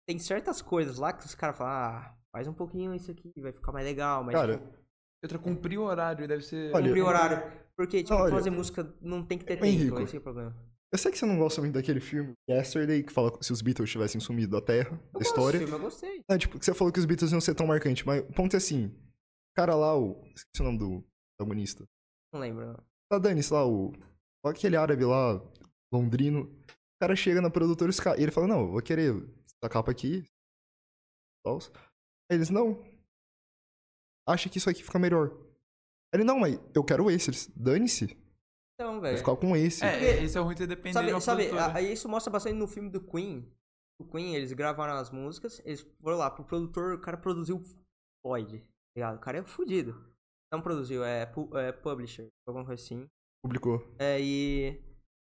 [SPEAKER 3] Tem certas coisas lá que os caras falam, ah, faz um pouquinho isso aqui, vai ficar mais legal, mas
[SPEAKER 1] Cara,
[SPEAKER 3] tipo,
[SPEAKER 2] Outra, cumprir o horário, deve ser.
[SPEAKER 1] Olha-
[SPEAKER 3] cumprir horário. Porque, tipo,
[SPEAKER 1] Olha.
[SPEAKER 3] fazer música não tem que ter
[SPEAKER 1] Henrico.
[SPEAKER 3] tempo, esse é o problema.
[SPEAKER 1] eu sei que você não gosta muito daquele filme Yesterday, que fala se os Beatles tivessem sumido da Terra, da história.
[SPEAKER 3] Eu gostei.
[SPEAKER 1] Não, tipo, que você falou que os Beatles iam ser tão marcantes, mas o ponto é assim, o cara lá, o. Esqueci o nome do protagonista.
[SPEAKER 3] Não lembro, não.
[SPEAKER 1] Tá dane lá, o. Aquele árabe lá, londrino. cara chega na produtora e os ca- e ele fala, não, eu vou querer essa capa aqui. tal. Aí eles, não. Acha que isso aqui fica melhor. Ele, não, mas eu quero esse. Eles, Dane-se.
[SPEAKER 3] Então,
[SPEAKER 1] Vai
[SPEAKER 3] velho.
[SPEAKER 1] ficar com esse.
[SPEAKER 2] É, isso é ruim ter dependendo de
[SPEAKER 3] Sabe,
[SPEAKER 2] uma
[SPEAKER 3] sabe
[SPEAKER 2] produtora.
[SPEAKER 3] a- aí isso mostra bastante no filme do Queen. O Queen, eles gravaram as músicas, eles foram lá pro produtor, o cara produziu Floyd, tá ligado? O cara é fudido. Não produziu, é, pu- é publisher, alguma coisa assim.
[SPEAKER 1] Publicou.
[SPEAKER 3] É, e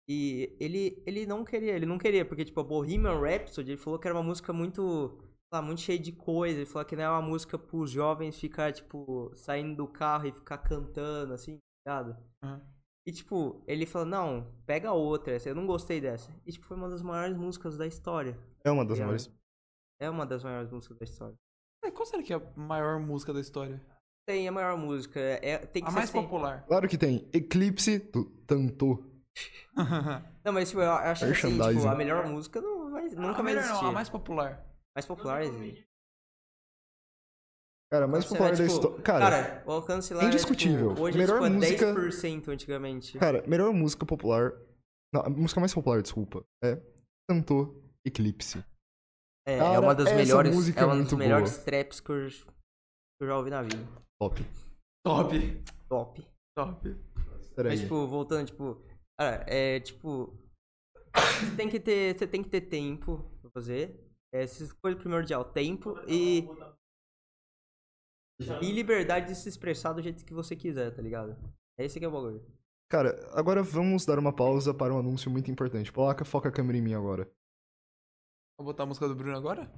[SPEAKER 3] e ele, ele não queria, ele não queria, porque, tipo, a Bohemian Rhapsody, ele falou que era uma música muito, sei lá, muito cheia de coisa, ele falou que não é uma música pros jovens ficar, tipo, saindo do carro e ficar cantando, assim, tá ligado?
[SPEAKER 2] Aham.
[SPEAKER 3] E, tipo, ele falou, não, pega outra, essa, eu não gostei dessa. E, tipo, foi uma das maiores músicas da história.
[SPEAKER 1] É uma das
[SPEAKER 3] tá ligado?
[SPEAKER 1] maiores.
[SPEAKER 3] É uma das maiores músicas da história.
[SPEAKER 2] É, Qual será que é a maior música da história?
[SPEAKER 3] Tem a maior música, é, tem que
[SPEAKER 2] A
[SPEAKER 3] ser
[SPEAKER 2] mais
[SPEAKER 3] sem-
[SPEAKER 2] popular.
[SPEAKER 1] Claro que tem. Eclipse do Tanto.
[SPEAKER 3] Não, mas, tipo, eu acho que, assim, tipo, a
[SPEAKER 1] Merchandising.
[SPEAKER 3] melhor música não vai, nunca
[SPEAKER 2] a
[SPEAKER 3] vai
[SPEAKER 2] Ah, melhor
[SPEAKER 3] existir.
[SPEAKER 2] não, a mais popular.
[SPEAKER 3] mais popular existe.
[SPEAKER 1] Cara, mais
[SPEAKER 3] Você
[SPEAKER 1] popular
[SPEAKER 3] vai,
[SPEAKER 1] da
[SPEAKER 3] tipo,
[SPEAKER 1] história. Cara,
[SPEAKER 3] Cara, o alcance lá
[SPEAKER 1] indiscutível.
[SPEAKER 3] É, tipo, hoje
[SPEAKER 1] Melhor
[SPEAKER 3] é, tipo,
[SPEAKER 1] música-
[SPEAKER 3] 10% antigamente.
[SPEAKER 1] cara, melhor música popular. Não, a música mais popular, desculpa. É Tanto Eclipse.
[SPEAKER 3] É, é
[SPEAKER 1] cara,
[SPEAKER 3] uma das
[SPEAKER 1] essa
[SPEAKER 3] melhores,
[SPEAKER 1] música
[SPEAKER 3] é
[SPEAKER 1] é
[SPEAKER 3] uma dos
[SPEAKER 1] muito
[SPEAKER 3] melhores traps que eu, que eu já ouvi na vida.
[SPEAKER 1] Top.
[SPEAKER 2] Top.
[SPEAKER 3] Top.
[SPEAKER 2] Top.
[SPEAKER 1] Pera aí.
[SPEAKER 3] Mas tipo, voltando, tipo, cara, é tipo você tem que ter, você tem que ter tempo pra fazer. É, essas coisas primordial, tempo e e liberdade de se expressar do jeito que você quiser, tá ligado? É esse que é o bagulho.
[SPEAKER 1] Cara, agora vamos dar uma pausa para um anúncio muito importante. Placa, foca a câmera em mim agora.
[SPEAKER 2] Vou botar a música do Bruno agora?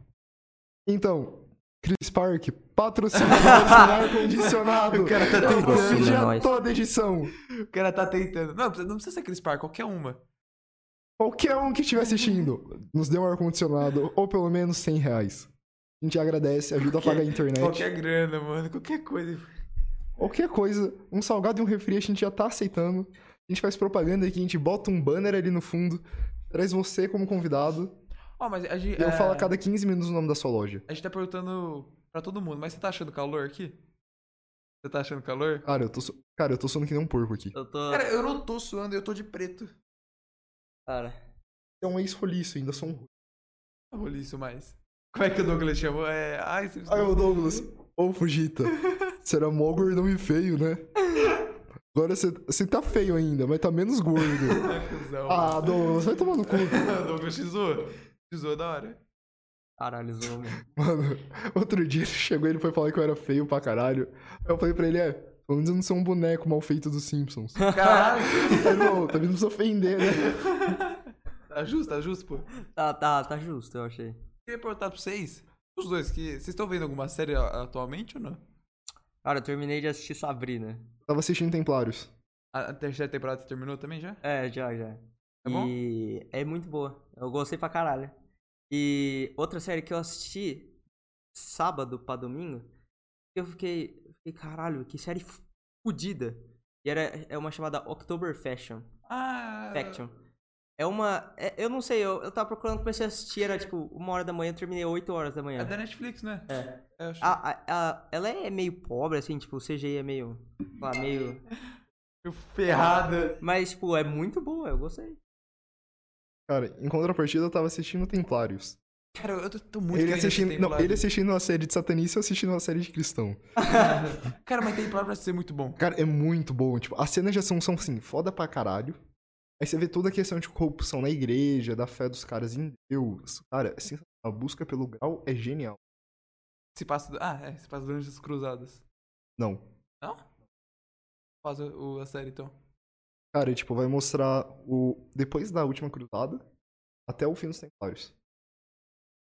[SPEAKER 1] Então, Chris Park, patrocinador do ar-condicionado.
[SPEAKER 2] O cara tá
[SPEAKER 1] Eu vou
[SPEAKER 3] tentando.
[SPEAKER 1] pedir a
[SPEAKER 3] Nós.
[SPEAKER 1] toda edição.
[SPEAKER 2] O cara tá tentando. Não, não precisa ser Chris Park, qualquer uma.
[SPEAKER 1] Qualquer um que estiver assistindo, nos dê um ar-condicionado ou pelo menos 100 reais. A gente agradece, ajuda a pagar a internet.
[SPEAKER 2] Qualquer grana, mano, qualquer coisa.
[SPEAKER 1] Qualquer coisa, um salgado e um refri a gente já tá aceitando. A gente faz propaganda aqui, a gente bota um banner ali no fundo, traz você como convidado.
[SPEAKER 2] Ó, mas a gente.
[SPEAKER 1] E eu
[SPEAKER 2] é,
[SPEAKER 1] falo a cada 15 minutos o nome da sua loja.
[SPEAKER 2] A gente tá perguntando pra todo mundo, mas você tá achando calor aqui? Você tá achando calor?
[SPEAKER 1] Cara, eu tô, su- cara, eu tô suando que nem um porco aqui.
[SPEAKER 3] Eu tô,
[SPEAKER 2] Cara, eu não tô suando, eu tô de preto.
[SPEAKER 3] cara,
[SPEAKER 1] É um ex-roliço, ainda sou um
[SPEAKER 2] Eu vou ler isso mais. Como é que o Douglas chamou? É. Ai, você
[SPEAKER 1] Aí o Douglas, ô Fujita, você era mó gordão e feio, né? Agora você- você tá feio ainda, mas tá menos gordo.
[SPEAKER 2] Cusão.
[SPEAKER 1] Ah, Douglas, vai tomar no cu.
[SPEAKER 2] O Douglas te zoou. Te zoou da hora.
[SPEAKER 3] caralho, zoou, mano.
[SPEAKER 1] Mano, outro dia ele chegou e ele foi falar que eu era feio pra caralho. Aí eu falei pra ele, é, pelo menos eu não sou um boneco mal feito dos Simpsons.
[SPEAKER 2] Caralho.
[SPEAKER 1] Ele falou, também não precisa ofender, né?
[SPEAKER 2] Tá justo, tá justo, pô.
[SPEAKER 3] Tá, tá, tá justo, eu achei.
[SPEAKER 2] queria perguntar pra vocês, os dois, que vocês estão vendo alguma série a- atualmente ou não?
[SPEAKER 3] Cara, eu terminei de assistir né? Sabrina.
[SPEAKER 1] Tava assistindo Templários.
[SPEAKER 2] A, a terceira temporada terminou também já?
[SPEAKER 3] É, já, já.
[SPEAKER 2] É bom?
[SPEAKER 3] E é muito boa. Eu gostei pra caralho. E outra série que eu assisti sábado pra domingo, eu fiquei, fiquei caralho, que série fodida. E era é uma chamada October Fashion.
[SPEAKER 2] Ah,
[SPEAKER 3] Faction. É uma, é- eu não sei, eu, eu tava procurando, comecei a assistir, era tipo uma hora da manhã, eu terminei 8 horas da
[SPEAKER 2] é né?
[SPEAKER 3] manhã.
[SPEAKER 2] da Netflix, né?
[SPEAKER 3] É.
[SPEAKER 2] Eu acho.
[SPEAKER 3] A, a- a- ela é meio pobre, assim, tipo, o CGI é meio, sei lá,
[SPEAKER 2] É.
[SPEAKER 3] meio...
[SPEAKER 2] Meio Ferrada.
[SPEAKER 3] Mas, tipo, é muito boa, eu gostei.
[SPEAKER 1] Cara, em contrapartida eu tava assistindo Templários.
[SPEAKER 2] Cara, eu tô, tô muito
[SPEAKER 1] ele
[SPEAKER 2] querendo
[SPEAKER 1] assistindo,
[SPEAKER 2] assistir
[SPEAKER 1] não,
[SPEAKER 2] Templário.
[SPEAKER 1] ele assistindo uma série de satanista e eu assistindo uma série de cristão.
[SPEAKER 2] Cara, mas tem plano pra ser muito bom.
[SPEAKER 1] Cara, é muito bom. Tipo, as cenas de ação são, assim, foda pra caralho. Aí você vê toda a questão de corrupção na igreja, da fé dos caras em Deus. Cara, assim, a busca pelo grau é genial.
[SPEAKER 2] Se passa. do- Ah, é, se passa durante as cruzadas.
[SPEAKER 1] Não.
[SPEAKER 2] Faz o, o- a série então.
[SPEAKER 1] Cara, tipo, vai mostrar o. Depois da última cruzada, até o fim dos templários.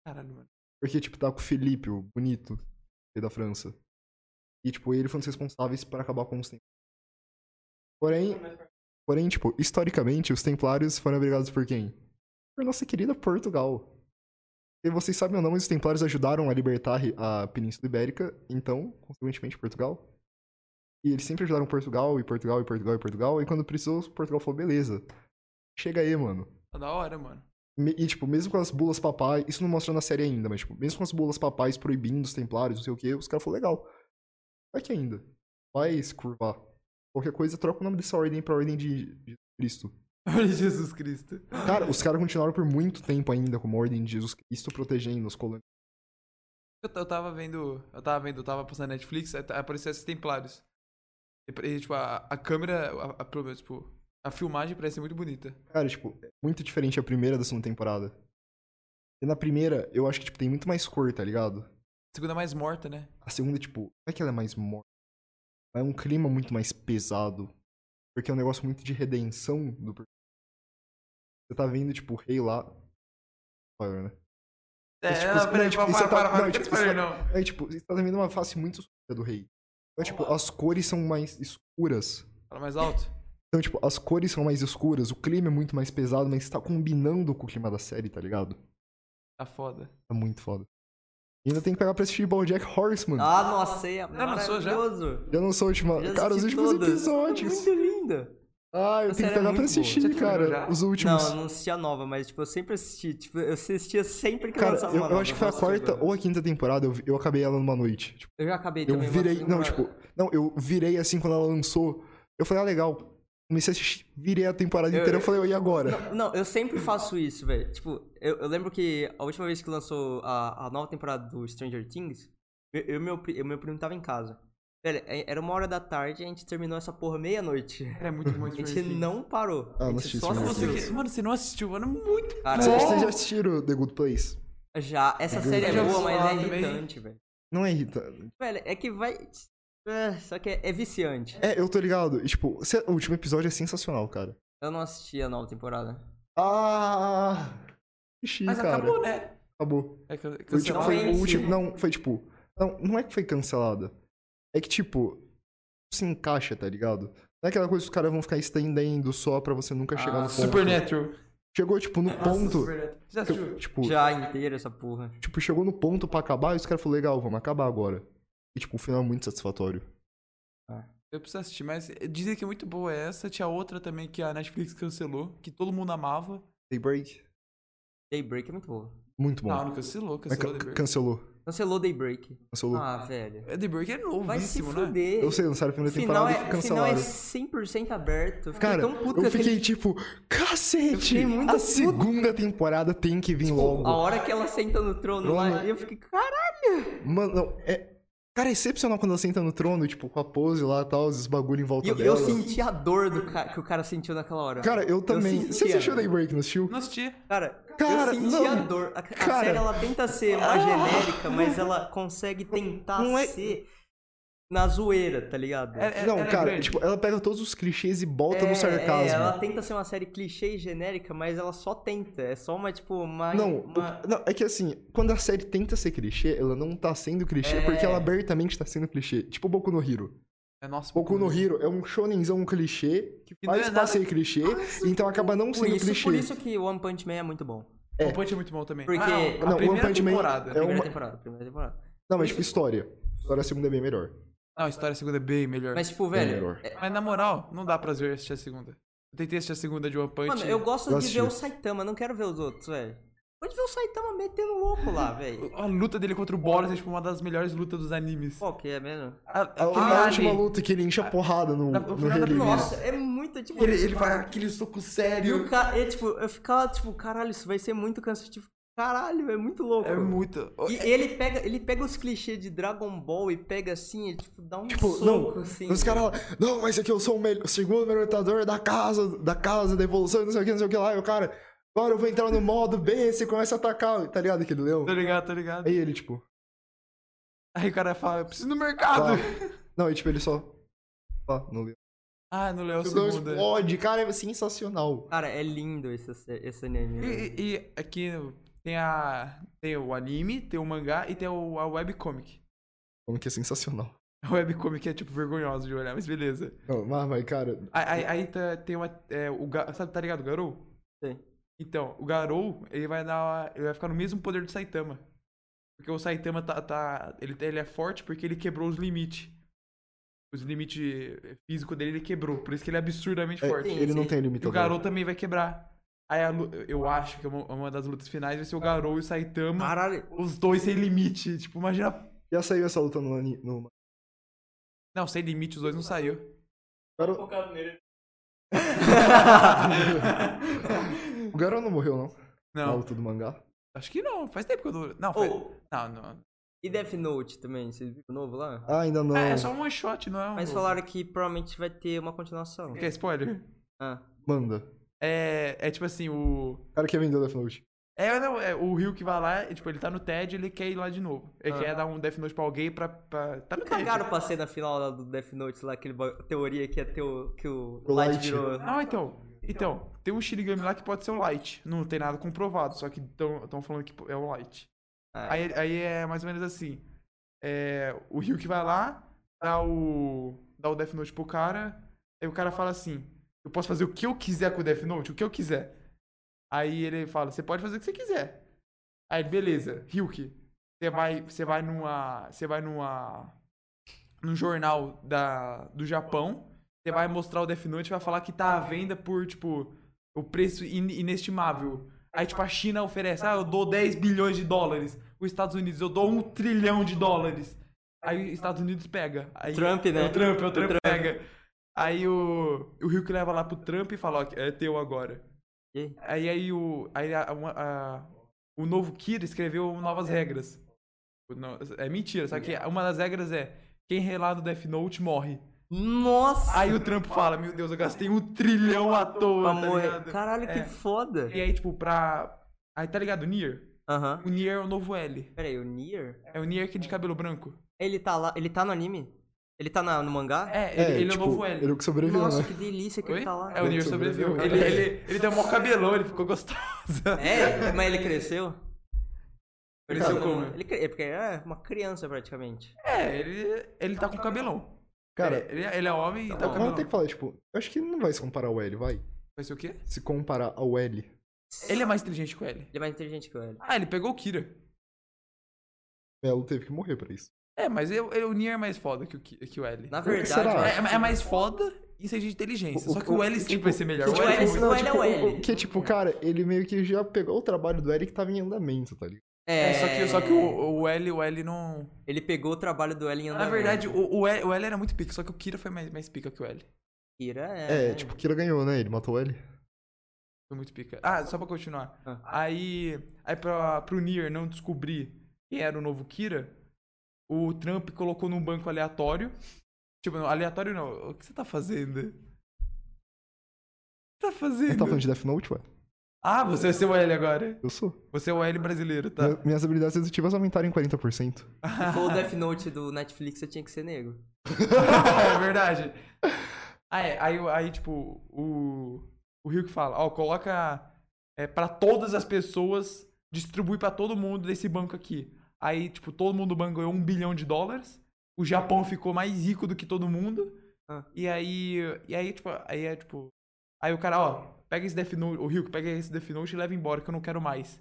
[SPEAKER 2] Caralho, mano.
[SPEAKER 1] Porque, tipo, tá com o Felipe, o bonito, rei da França. E, tipo, ele foi um dos responsáveis por acabar com os templários. Porém. Porém, tipo, historicamente, os templários foram abrigados por quem? Por nossa querida Portugal. E vocês sabem ou não, mas os templários ajudaram a libertar a ri- a Península Ibérica, então, consequentemente, Portugal. E eles sempre ajudaram Portugal, e Portugal, e Portugal, e Portugal. E quando precisou, Portugal falou, beleza. Chega aí, mano.
[SPEAKER 2] Tá da hora, mano.
[SPEAKER 1] Me- E, tipo, mesmo com as bulas papais, isso não mostra na série ainda, mas, tipo, mesmo com as bulas papais proibindo os templários, não sei o que, os caras falaram, legal. Vai que ainda. Vai se curvar. Qualquer coisa, troca o nome dessa ordem pra ordem de, de Cristo.
[SPEAKER 2] Olha Jesus Cristo.
[SPEAKER 1] Cara, os caras continuaram por muito tempo ainda como Ordem de Jesus Cristo protegendo os colônias.
[SPEAKER 2] Eu, t- eu tava vendo, eu tava vendo, eu tava passando Netflix, aí t- apareceu esses templários. E, pra- e, tipo, a, a câmera, a, a- pelo menos, tipo, a filmagem parece muito bonita.
[SPEAKER 1] Cara, tipo, é muito diferente a primeira da segunda temporada. E na primeira, eu acho que, tipo, tem muito mais cor, tá ligado?
[SPEAKER 2] A segunda é mais morta, né?
[SPEAKER 1] A segunda, tipo, não é que ela é mais morta. É um clima muito mais pesado. Porque é um negócio muito de redenção do per- Você tá vendo, tipo, o rei lá. Spoiler, né?
[SPEAKER 2] É,
[SPEAKER 1] tipo,
[SPEAKER 2] não,
[SPEAKER 1] isso-
[SPEAKER 2] peraí,
[SPEAKER 1] não, tipo,
[SPEAKER 2] para,
[SPEAKER 1] isso
[SPEAKER 2] para,
[SPEAKER 1] tá-
[SPEAKER 2] para,
[SPEAKER 1] não,
[SPEAKER 2] para,
[SPEAKER 1] tipo,
[SPEAKER 2] para,
[SPEAKER 1] isso-
[SPEAKER 2] não.
[SPEAKER 1] É, tipo, você tá vendo uma face muito escura do rei. Então, tipo, as cores são mais escuras.
[SPEAKER 2] Fala mais alto.
[SPEAKER 1] Então, tipo, as cores são mais escuras, o clima é muito mais pesado, mas tá combinando com o clima da série, tá ligado?
[SPEAKER 2] Tá foda.
[SPEAKER 1] Tá muito foda. E ainda tem que pegar pra assistir BoJack Horseman.
[SPEAKER 3] Ah, nossa, é
[SPEAKER 2] lançou já?
[SPEAKER 3] maravilhoso.
[SPEAKER 1] Eu não sou a última...
[SPEAKER 3] Já
[SPEAKER 1] Cara, os
[SPEAKER 3] assisti
[SPEAKER 1] últimos
[SPEAKER 3] todos.
[SPEAKER 1] episódios.
[SPEAKER 3] Muito lindo.
[SPEAKER 1] Ah, eu tenho
[SPEAKER 3] A série
[SPEAKER 1] que
[SPEAKER 3] é
[SPEAKER 1] pegar
[SPEAKER 3] muito
[SPEAKER 1] pra
[SPEAKER 3] boa.
[SPEAKER 1] assistir,
[SPEAKER 2] Você terminou
[SPEAKER 1] cara.
[SPEAKER 2] já?
[SPEAKER 1] Os últimos.
[SPEAKER 3] Não, eu não assisti a nova, mas tipo, eu sempre assisti. Tipo, eu assistia sempre que
[SPEAKER 1] Cara,
[SPEAKER 3] lançava
[SPEAKER 1] eu,
[SPEAKER 3] uma
[SPEAKER 1] eu
[SPEAKER 3] nova.
[SPEAKER 1] acho que foi a
[SPEAKER 3] Nossa,
[SPEAKER 1] quarta
[SPEAKER 3] agora.
[SPEAKER 1] ou a quinta temporada, eu, vi- eu acabei ela numa noite. Tipo,
[SPEAKER 3] Eu já acabei
[SPEAKER 1] eu
[SPEAKER 3] também.
[SPEAKER 1] virei.
[SPEAKER 3] mas-
[SPEAKER 1] Não, tipo. Não, eu virei assim quando ela lançou. Eu falei, ah, legal. Comecei a assistir, virei a temporada
[SPEAKER 3] Eu-
[SPEAKER 1] inteira. Eu
[SPEAKER 3] eu-
[SPEAKER 1] falei, oh, e agora?
[SPEAKER 3] Não, não, eu sempre faço isso, velho. Tipo, eu, eu lembro que a última vez que lançou a, a nova temporada do Stranger Things, eu, eu, e meu, pri- eu e meu primo tava em casa. Velho, é- era uma hora da tarde e a gente terminou essa porra meia-noite.
[SPEAKER 2] Cara, é muito bom
[SPEAKER 3] A
[SPEAKER 2] esse
[SPEAKER 3] gente
[SPEAKER 2] Stranger Things.
[SPEAKER 3] não parou.
[SPEAKER 1] Ah,
[SPEAKER 3] a
[SPEAKER 1] não
[SPEAKER 3] gente
[SPEAKER 1] assisti
[SPEAKER 3] só
[SPEAKER 1] Stranger
[SPEAKER 2] Nossa,
[SPEAKER 3] assistiu.
[SPEAKER 1] Things.
[SPEAKER 2] que- mmano, você não assistiu, mano, muito.
[SPEAKER 3] Cara,
[SPEAKER 1] Vocês,
[SPEAKER 2] Bom.
[SPEAKER 1] vocês já assistiram The Good Place?
[SPEAKER 3] já, essa
[SPEAKER 1] Good
[SPEAKER 3] série é
[SPEAKER 1] Place.
[SPEAKER 3] boa, mas é
[SPEAKER 2] Eu também.
[SPEAKER 3] irritante, velho.
[SPEAKER 1] Não é irritante.
[SPEAKER 3] Velho, é que vai. Ah, Só que é, é viciante.
[SPEAKER 1] É, eu tô ligado. E, tipo, se- o último episódio é sensacional, cara.
[SPEAKER 3] Eu não assisti a nova temporada.
[SPEAKER 1] Ah! Xixi,
[SPEAKER 2] Mas
[SPEAKER 1] cara.
[SPEAKER 2] acabou, né?
[SPEAKER 1] Acabou.
[SPEAKER 2] É can-
[SPEAKER 1] Foi, tipo,
[SPEAKER 2] cancelado.
[SPEAKER 1] foi
[SPEAKER 3] Não,
[SPEAKER 1] o
[SPEAKER 3] sim.
[SPEAKER 1] último. Não, foi tipo. Não, não é que foi cancelada. É que, tipo, se encaixa, tá ligado? Não é aquela coisa que os caras vão ficar estendendo só pra você nunca chegar
[SPEAKER 3] Ah,
[SPEAKER 1] no ponto.
[SPEAKER 2] Supernatural.
[SPEAKER 1] Chegou, tipo, no ponto.
[SPEAKER 2] Supernatural. Já
[SPEAKER 1] que-
[SPEAKER 2] assistiu?
[SPEAKER 1] tipo,
[SPEAKER 3] Já inteira essa porra.
[SPEAKER 1] tipo, chegou no ponto pra acabar e os caras falaram, legal, vamos acabar agora. E, tipo, o final é muito satisfatório.
[SPEAKER 2] Eu preciso assistir, mas dizem que é muito boa essa. Tinha outra também que a Netflix cancelou, que todo mundo amava.
[SPEAKER 1] Daybreak.
[SPEAKER 3] Daybreak é muito boa.
[SPEAKER 1] Muito bom.
[SPEAKER 3] Ah,
[SPEAKER 2] Ah,
[SPEAKER 1] É
[SPEAKER 2] Não, não cancelou,
[SPEAKER 1] Mas
[SPEAKER 2] cancelou
[SPEAKER 1] ca-
[SPEAKER 2] The Break.
[SPEAKER 1] cancelou.
[SPEAKER 3] Cancelou Daybreak.
[SPEAKER 1] Cancelou.
[SPEAKER 3] Ah, velho.
[SPEAKER 2] The Break é
[SPEAKER 3] Vai se
[SPEAKER 2] novíssimo, né?
[SPEAKER 3] fuder.
[SPEAKER 1] um Eu sei, lançaram a
[SPEAKER 3] O
[SPEAKER 1] primeira
[SPEAKER 3] final
[SPEAKER 1] temporada
[SPEAKER 3] é,
[SPEAKER 1] e
[SPEAKER 3] o final é
[SPEAKER 1] cancelaram.
[SPEAKER 3] 100% aberto. Eu fiquei
[SPEAKER 1] Cara,
[SPEAKER 3] tão puto com
[SPEAKER 1] eu
[SPEAKER 3] aquele-
[SPEAKER 1] fiquei tipo,
[SPEAKER 3] Eu
[SPEAKER 1] cacete!
[SPEAKER 3] fiquei muito
[SPEAKER 1] a
[SPEAKER 3] puto.
[SPEAKER 1] segunda temporada tem que vir
[SPEAKER 3] Tipo, A
[SPEAKER 1] logo.
[SPEAKER 3] hora que ela senta no trono
[SPEAKER 1] Trono.
[SPEAKER 3] lá, eu fiquei, caralho.
[SPEAKER 1] Mano, não, é. Cara, é excepcional quando ela senta no trono, tipo, com a pose lá e tal, os bagulho em volta
[SPEAKER 3] E eu, eu
[SPEAKER 1] dela.
[SPEAKER 3] senti a dor do ca- que o cara sentiu naquela hora.
[SPEAKER 1] Cara, eu também. Você
[SPEAKER 3] sentia.
[SPEAKER 1] assistiu Daybreak, não assistiu?
[SPEAKER 2] Não assisti.
[SPEAKER 3] Cara,
[SPEAKER 1] Cara,
[SPEAKER 3] eu senti
[SPEAKER 1] não.
[SPEAKER 3] a dor. A, a
[SPEAKER 1] Cara.
[SPEAKER 3] série, ela tenta ser mais genérica, mas ela consegue tentar
[SPEAKER 1] Não é-
[SPEAKER 3] ser na zoeira, tá ligado?
[SPEAKER 2] É- é-
[SPEAKER 1] não,
[SPEAKER 2] ela
[SPEAKER 1] cara,
[SPEAKER 2] grande.
[SPEAKER 1] tipo, ela pega todos os clichês e bota no sarcasmo.
[SPEAKER 3] É, ela tenta ser uma série clichê e genérica, mas ela só tenta. É só uma, tipo, uma.
[SPEAKER 1] Não,
[SPEAKER 3] uma-
[SPEAKER 1] o- não, é que assim, quando a série tenta ser clichê, ela não tá sendo clichê,
[SPEAKER 3] É.
[SPEAKER 1] porque ela abertamente tá sendo clichê. Tipo Boku no Hiro.
[SPEAKER 2] É nossa.
[SPEAKER 1] Boku no Hiro é um shonenzão clichê, que
[SPEAKER 2] Que não
[SPEAKER 1] faz
[SPEAKER 2] é
[SPEAKER 1] pra
[SPEAKER 2] nada-
[SPEAKER 1] ser clichê, então acaba não
[SPEAKER 3] Ah, Por
[SPEAKER 1] sendo
[SPEAKER 3] isso,
[SPEAKER 1] clichê.
[SPEAKER 3] por isso que One Punch Man é muito bom.
[SPEAKER 2] O One Punch é muito bom também.
[SPEAKER 3] Porque-
[SPEAKER 2] Ah, a
[SPEAKER 1] Não,
[SPEAKER 2] primeira
[SPEAKER 1] One Punch Man
[SPEAKER 2] temporada.
[SPEAKER 1] é
[SPEAKER 2] Não,
[SPEAKER 1] um-
[SPEAKER 3] Primeira
[SPEAKER 1] uma-
[SPEAKER 3] temporada, primeira temporada.
[SPEAKER 1] Não, mas tipo, história. História segunda é bem melhor.
[SPEAKER 2] a história segunda é bem melhor.
[SPEAKER 3] Mas,
[SPEAKER 2] Mas,
[SPEAKER 3] tipo, velho.
[SPEAKER 1] melhor.
[SPEAKER 3] é-
[SPEAKER 2] na moral, não dá prazer assistir a segunda. Eu tentei assistir a segunda de One Punch.
[SPEAKER 3] mano, eu gosto
[SPEAKER 1] Eu
[SPEAKER 3] de
[SPEAKER 1] assisti.
[SPEAKER 3] ver o Saitama, não quero ver os outros, velho. Pode ver o Saitama metendo louco lá, velho.
[SPEAKER 2] A luta dele contra o Boros é tipo uma das melhores lutas dos animes.
[SPEAKER 3] Qual que é mesmo?
[SPEAKER 2] A,
[SPEAKER 1] A,
[SPEAKER 2] aquele
[SPEAKER 1] a
[SPEAKER 2] ali,
[SPEAKER 1] última luta que ele enche a porrada no,
[SPEAKER 2] Ah, na-
[SPEAKER 1] no
[SPEAKER 2] no final da
[SPEAKER 1] relevo.
[SPEAKER 3] Nossa, é muito tipo.
[SPEAKER 2] Ele, ele vai aquele soco
[SPEAKER 3] E o
[SPEAKER 2] sério.
[SPEAKER 3] ca... é, tipo, eu ficava, tipo, caralho, isso vai ser muito cansativo. Caralho, é muito louco.
[SPEAKER 2] É muito.
[SPEAKER 3] E ele pega, ele pega os clichês de Dragon Ball e pega assim, e, tipo, dá um
[SPEAKER 1] Tipo,
[SPEAKER 3] soco
[SPEAKER 1] não,
[SPEAKER 3] assim.
[SPEAKER 1] os caras lá, não, mas aqui eu sou o, melhor, o segundo melhor lutador da casa, da casa, da evolução, e não sei o que, não sei o que lá, e o cara, agora eu vou entrar no modo B, você começa a atacar, tá ligado aquele leão?
[SPEAKER 2] Tá ligado, tá ligado?
[SPEAKER 1] Aí ele, tipo,
[SPEAKER 2] Aí o cara fala, eu preciso ir no mercado.
[SPEAKER 1] pá. não, e tipo, ele só, pá, não leu.
[SPEAKER 2] Ah, no Léo
[SPEAKER 1] O leão
[SPEAKER 2] segunda.
[SPEAKER 1] explode, cara, é sensacional.
[SPEAKER 3] Cara, é lindo esse, esse anime. velho.
[SPEAKER 2] E, e- e aqui tem a. Tem o anime, tem o mangá e tem o, a webcomic.
[SPEAKER 1] Como que é sensacional.
[SPEAKER 2] A webcomic é tipo vergonhosa de olhar, mas beleza.
[SPEAKER 1] Não, mas, mas, cara,
[SPEAKER 2] Aí, aí- aí tá- tem uma. é, o, Ga- sabe, tá ligado, o Garou?
[SPEAKER 3] Sim.
[SPEAKER 2] Então, o Garou, ele vai dar. uma- ele vai ficar no mesmo poder do Saitama. Porque o Saitama tá. tá- ele, ele é forte porque ele quebrou os limites. Os limites físicos dele ele quebrou. Por isso que ele é absurdamente
[SPEAKER 1] é,
[SPEAKER 2] forte.
[SPEAKER 1] ele não
[SPEAKER 3] sim.
[SPEAKER 1] tem
[SPEAKER 2] E o
[SPEAKER 1] limitador.
[SPEAKER 2] Garou também vai quebrar. Aí a lu- eu acho que uma, uma das lutas finais vai ser
[SPEAKER 3] Ah.
[SPEAKER 2] o Garou e o Saitama.
[SPEAKER 3] Caralho.
[SPEAKER 2] Os dois sem limite. Tipo, imagina.
[SPEAKER 1] Já saiu essa luta no... ani- no...
[SPEAKER 2] Não, sem limite, os dois não saiu.
[SPEAKER 1] Garou... O Garou não morreu, não? Na
[SPEAKER 2] não,
[SPEAKER 1] luta do mangá.
[SPEAKER 2] acho que não. Faz tempo que eu não. Não, faz...
[SPEAKER 3] Ou,
[SPEAKER 2] não, não.
[SPEAKER 3] e Death Note também, vocês viram o novo lá?
[SPEAKER 1] Ah, ainda não.
[SPEAKER 2] Ah, é só um one shot, não é um.
[SPEAKER 3] Mas falaram que provavelmente vai ter uma continuação.
[SPEAKER 2] Quer spoiler?
[SPEAKER 3] Ah,
[SPEAKER 1] Manda.
[SPEAKER 2] É, é tipo assim, o.
[SPEAKER 1] O cara quer vender o Death Note.
[SPEAKER 2] É, não, é, o Rio que vai lá, e, tipo, ele tá no TED ele quer ir lá de novo. Ele
[SPEAKER 3] Ah.
[SPEAKER 2] quer dar um Death Note pra alguém pra. pra... Tá no TED.
[SPEAKER 3] cagaram pra cena final lá do Death Note, lá, aquele ba- teoria que, é teu, que o
[SPEAKER 1] O
[SPEAKER 3] Light
[SPEAKER 1] Light.
[SPEAKER 3] virou.
[SPEAKER 2] Não, então. Então, tem um Shinigami lá que pode ser o Light. Não tem nada comprovado, só que estão falando que é o Light.
[SPEAKER 3] Ah,
[SPEAKER 2] Aí, aí é mais ou menos assim. É, o Ryuk vai lá, dá o. dá o Death Note pro cara. Aí o cara fala assim: Eu posso fazer o que eu quiser com o Death Note, o que eu quiser. Aí ele fala, você pode fazer o que você quiser. Aí, ele, beleza, Ryuk, você vai, você vai numa. Você vai numa. num jornal da, do Japão. Você vai mostrar o Death Note e vai falar que tá à venda por, tipo, o preço in- inestimável. Aí, tipo, a China oferece, ah, eu dou 10 bilhões de dólares. Os Estados Unidos, eu dou um trilhão de dólares. Aí os Estados Unidos pega. Aí,
[SPEAKER 3] Trump, né?
[SPEAKER 2] É o Trump, é o Trump,
[SPEAKER 3] Trump.
[SPEAKER 2] pega. Aí o, o Rio que leva lá pro Trump e fala, ó, é teu agora.
[SPEAKER 3] e aí?
[SPEAKER 2] Aí, aí, o, aí a- uma- a- o novo Kira escreveu novas regras. Não, é mentira, só que uma das regras é quem relata o Death Note morre.
[SPEAKER 3] Nossa!
[SPEAKER 2] Aí o Trump fala, meu Deus, eu gastei um trilhão à toa,
[SPEAKER 3] pra
[SPEAKER 2] tá
[SPEAKER 3] morrer.
[SPEAKER 2] ligado?
[SPEAKER 3] Caralho,
[SPEAKER 2] É.
[SPEAKER 3] que foda!
[SPEAKER 2] E aí, tipo, pra... Aí, tá ligado, o Nier?
[SPEAKER 3] Aham.
[SPEAKER 2] O Nier é o novo L.
[SPEAKER 3] Pera aí, o Nier?
[SPEAKER 2] É o Nier que é de cabelo branco.
[SPEAKER 3] Ele tá lá. Ele tá no anime? Ele tá na- no mangá?
[SPEAKER 2] É, ele, ele é
[SPEAKER 1] tipo,
[SPEAKER 2] o novo L.
[SPEAKER 1] Ele é o que sobreviveu,
[SPEAKER 3] Nossa,
[SPEAKER 1] né?
[SPEAKER 3] que delícia que
[SPEAKER 2] Oi?
[SPEAKER 3] ele tá lá.
[SPEAKER 2] É, o Nier
[SPEAKER 1] Ele
[SPEAKER 2] sobreviveu. Ele,
[SPEAKER 1] sobreviveu.
[SPEAKER 2] ele, ele tem um maior cabelão, ele ficou gostoso.
[SPEAKER 3] É, mas ele cresceu?
[SPEAKER 2] Cresceu
[SPEAKER 3] Ele-
[SPEAKER 2] como?
[SPEAKER 3] Ele, cre- é porque ele é uma criança praticamente.
[SPEAKER 2] É, ele, ele tá com cabelão.
[SPEAKER 1] Cara,
[SPEAKER 2] ele, ele é homem e tá com
[SPEAKER 1] Mas
[SPEAKER 2] cabelão.
[SPEAKER 1] tem que falar, tipo, eu acho que ele não vai se comparar ao L, vai.
[SPEAKER 2] Vai ser o quê?
[SPEAKER 1] Se comparar ao L.
[SPEAKER 2] Ele é mais inteligente que o L.
[SPEAKER 3] Ele é mais inteligente que o L.
[SPEAKER 2] Ah, ele pegou o Kira.
[SPEAKER 1] Melo teve que morrer pra isso.
[SPEAKER 2] É, mas eu, eu- o Nier é mais foda que o, Ki- que o L.
[SPEAKER 3] Na
[SPEAKER 1] Por que
[SPEAKER 3] verdade,
[SPEAKER 1] será?
[SPEAKER 3] eu acho-
[SPEAKER 2] É, é mais foda e seja de inteligência.
[SPEAKER 1] O- tipo,
[SPEAKER 2] só que o L sempre vai ser melhor.
[SPEAKER 3] o
[SPEAKER 2] O L é
[SPEAKER 3] L-
[SPEAKER 2] muito-
[SPEAKER 3] o L é o L.
[SPEAKER 1] Que, tipo, cara, ele meio que já pegou o trabalho do L que tava em andamento, tá ligado?
[SPEAKER 2] É, só que, só que o, o L, o L não.
[SPEAKER 3] Ele pegou o trabalho do L em
[SPEAKER 2] Na
[SPEAKER 3] andamento.
[SPEAKER 2] verdade, o, o, L, o L era muito pica, só que o Kira foi mais, mais pica que o L.
[SPEAKER 3] Kira é.
[SPEAKER 1] É, tipo, o Kira ganhou, né? Ele matou o L.
[SPEAKER 2] Foi muito pica. Ah, só pra continuar.
[SPEAKER 3] Ah.
[SPEAKER 2] Aí, aí pra, pro Nier não descobrir quem era o novo Kira, o Trump colocou num banco aleatório. Tipo, não, aleatório não. O que você tá fazendo? O que você tá
[SPEAKER 1] Ele tá
[SPEAKER 2] fazendo?
[SPEAKER 1] falando de Death Note, ué?
[SPEAKER 2] Ah, você vai ser o L agora.
[SPEAKER 1] Eu sou.
[SPEAKER 2] Você é o L brasileiro, tá?
[SPEAKER 1] Minha- Minhas habilidades executivas aumentaram em 40%.
[SPEAKER 3] Se for o Death Note do Netflix, eu tinha que ser negro.
[SPEAKER 2] é verdade. Ah, é, aí, aí, tipo, o, o Rio que fala, ó, coloca é, pra todas as pessoas, distribui pra todo mundo desse banco aqui. Aí, tipo, todo mundo do banco ganhou um bilhão de dólares, o Japão ficou mais rico do que todo mundo,
[SPEAKER 3] Ah.
[SPEAKER 2] e aí, e aí, tipo, aí é, tipo, aí o cara, ó, pega esse Death Note, o Rio que pega esse Death Note e leva embora, que eu não quero mais.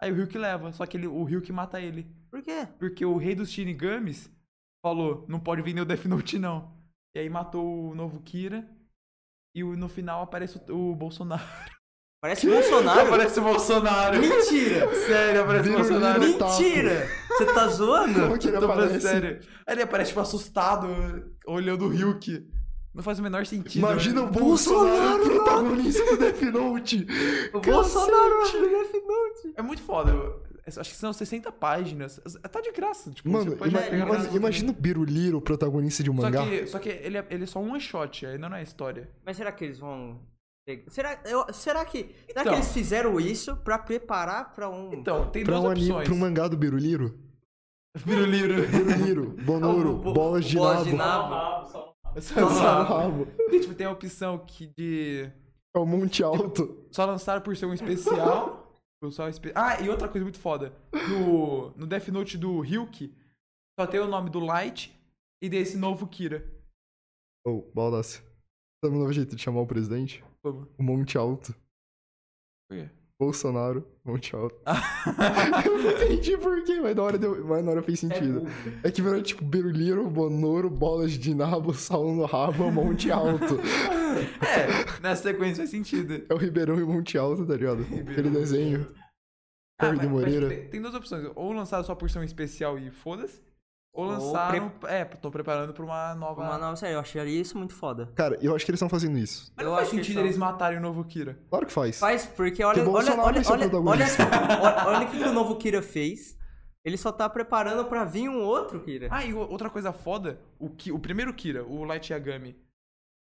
[SPEAKER 2] Aí o Rio que leva, só que ele, o Rio que mata ele.
[SPEAKER 3] Por quê?
[SPEAKER 2] Porque o rei dos Shinigamis falou, não pode vender o Death Note não. E aí matou o novo Kira. E o- no final aparece o, o Bolsonaro.
[SPEAKER 3] Parece Bolsonaro?
[SPEAKER 2] aparece o Bolsonaro.
[SPEAKER 3] Mentira!
[SPEAKER 2] Sério, aparece o
[SPEAKER 1] Vira o
[SPEAKER 2] Bolsonaro.
[SPEAKER 1] Lula.
[SPEAKER 3] Mentira! Você tá zoando?
[SPEAKER 1] Como que ele
[SPEAKER 2] Eu tô falando
[SPEAKER 1] tá, aparece?
[SPEAKER 2] sério. Aí ele aparece, tipo, assustado, olhando o Ryuk. Não faz o menor sentido.
[SPEAKER 1] Imagina
[SPEAKER 2] né?
[SPEAKER 1] o Bolsonaro,
[SPEAKER 3] Bolsonaro,
[SPEAKER 1] protagonista do Death Note.
[SPEAKER 3] O Bolsonaro do Death Note.
[SPEAKER 2] É muito foda. Eu- Acho que são 60 páginas. Tá de graça. Tipo,
[SPEAKER 1] Mano,
[SPEAKER 2] você pode
[SPEAKER 1] ima-
[SPEAKER 2] pegar
[SPEAKER 1] ima-
[SPEAKER 2] graça.
[SPEAKER 1] imagina o Biruliro, protagonista de um
[SPEAKER 2] Só
[SPEAKER 1] mangá.
[SPEAKER 2] que, só que ele, é, ele é só um one shot, ainda não é história.
[SPEAKER 3] Mas será que eles vão. pegar- Será, eu- será que. Será
[SPEAKER 2] Então.
[SPEAKER 3] que eles fizeram isso pra preparar pra um.
[SPEAKER 2] Então, tem
[SPEAKER 1] Pra
[SPEAKER 2] duas
[SPEAKER 1] um, anime,
[SPEAKER 2] opções.
[SPEAKER 1] pra um mangá do Biruliro.
[SPEAKER 2] Piruliro.
[SPEAKER 1] Biruliro, Bonoro,
[SPEAKER 3] Bo-
[SPEAKER 1] Bolas de
[SPEAKER 3] Bolas de
[SPEAKER 1] Nabo.
[SPEAKER 3] Nabo.
[SPEAKER 2] Só
[SPEAKER 1] Só
[SPEAKER 2] lançaram.
[SPEAKER 1] rabo.
[SPEAKER 2] é E, tipo, tem a opção que de.
[SPEAKER 1] É o Monte Alto.
[SPEAKER 2] Só lançaram por ser um especial. por só um espe- Ah, e outra coisa muito foda. No, no Death Note do Ryuk, só tem o nome do Light e desse novo Kira.
[SPEAKER 1] Ô, oh, Baldass. Sabe um novo jeito de chamar o presidente?
[SPEAKER 2] Como?
[SPEAKER 1] O Monte Alto.
[SPEAKER 2] Por quê?
[SPEAKER 1] Bolsonaro, Monte Alto. eu não entendi por quê, mas na hora, deu, mas na hora fez sentido. É, que virou tipo Biruliro, Bonoro, Bolas de Nabo, Saulo no Rabo, Monte Alto.
[SPEAKER 2] É, nessa sequência faz sentido.
[SPEAKER 1] É o Ribeirão e Monte Alto, tá ligado? Aquele desenho.
[SPEAKER 2] Ah,
[SPEAKER 1] Cor de
[SPEAKER 2] mas- mas
[SPEAKER 1] Moreira.
[SPEAKER 2] tem, tem duas opções. Ou lançaram só por ser um especial e foda-se. Ou lançaram. É, estão preparando pra uma nova.
[SPEAKER 3] Uma nova série. Eu acharia isso muito foda.
[SPEAKER 1] Cara, eu acho que eles estão fazendo isso.
[SPEAKER 2] Mas não
[SPEAKER 3] eu
[SPEAKER 2] faz
[SPEAKER 3] acho que
[SPEAKER 2] sentido
[SPEAKER 3] são-
[SPEAKER 2] eles matarem o novo Kira.
[SPEAKER 1] Claro que faz.
[SPEAKER 3] Faz, porque olha,
[SPEAKER 1] Que o
[SPEAKER 3] olha,
[SPEAKER 1] Bolsonaro
[SPEAKER 3] olha,
[SPEAKER 1] vai ser o
[SPEAKER 3] olha, olha,
[SPEAKER 1] protagonista.
[SPEAKER 3] olha, olha o que, que o novo Kira fez. Ele só tá preparando pra vir um outro Kira.
[SPEAKER 2] Ah, e o- outra coisa foda, o, Ki, o primeiro Kira, o Light Yagami,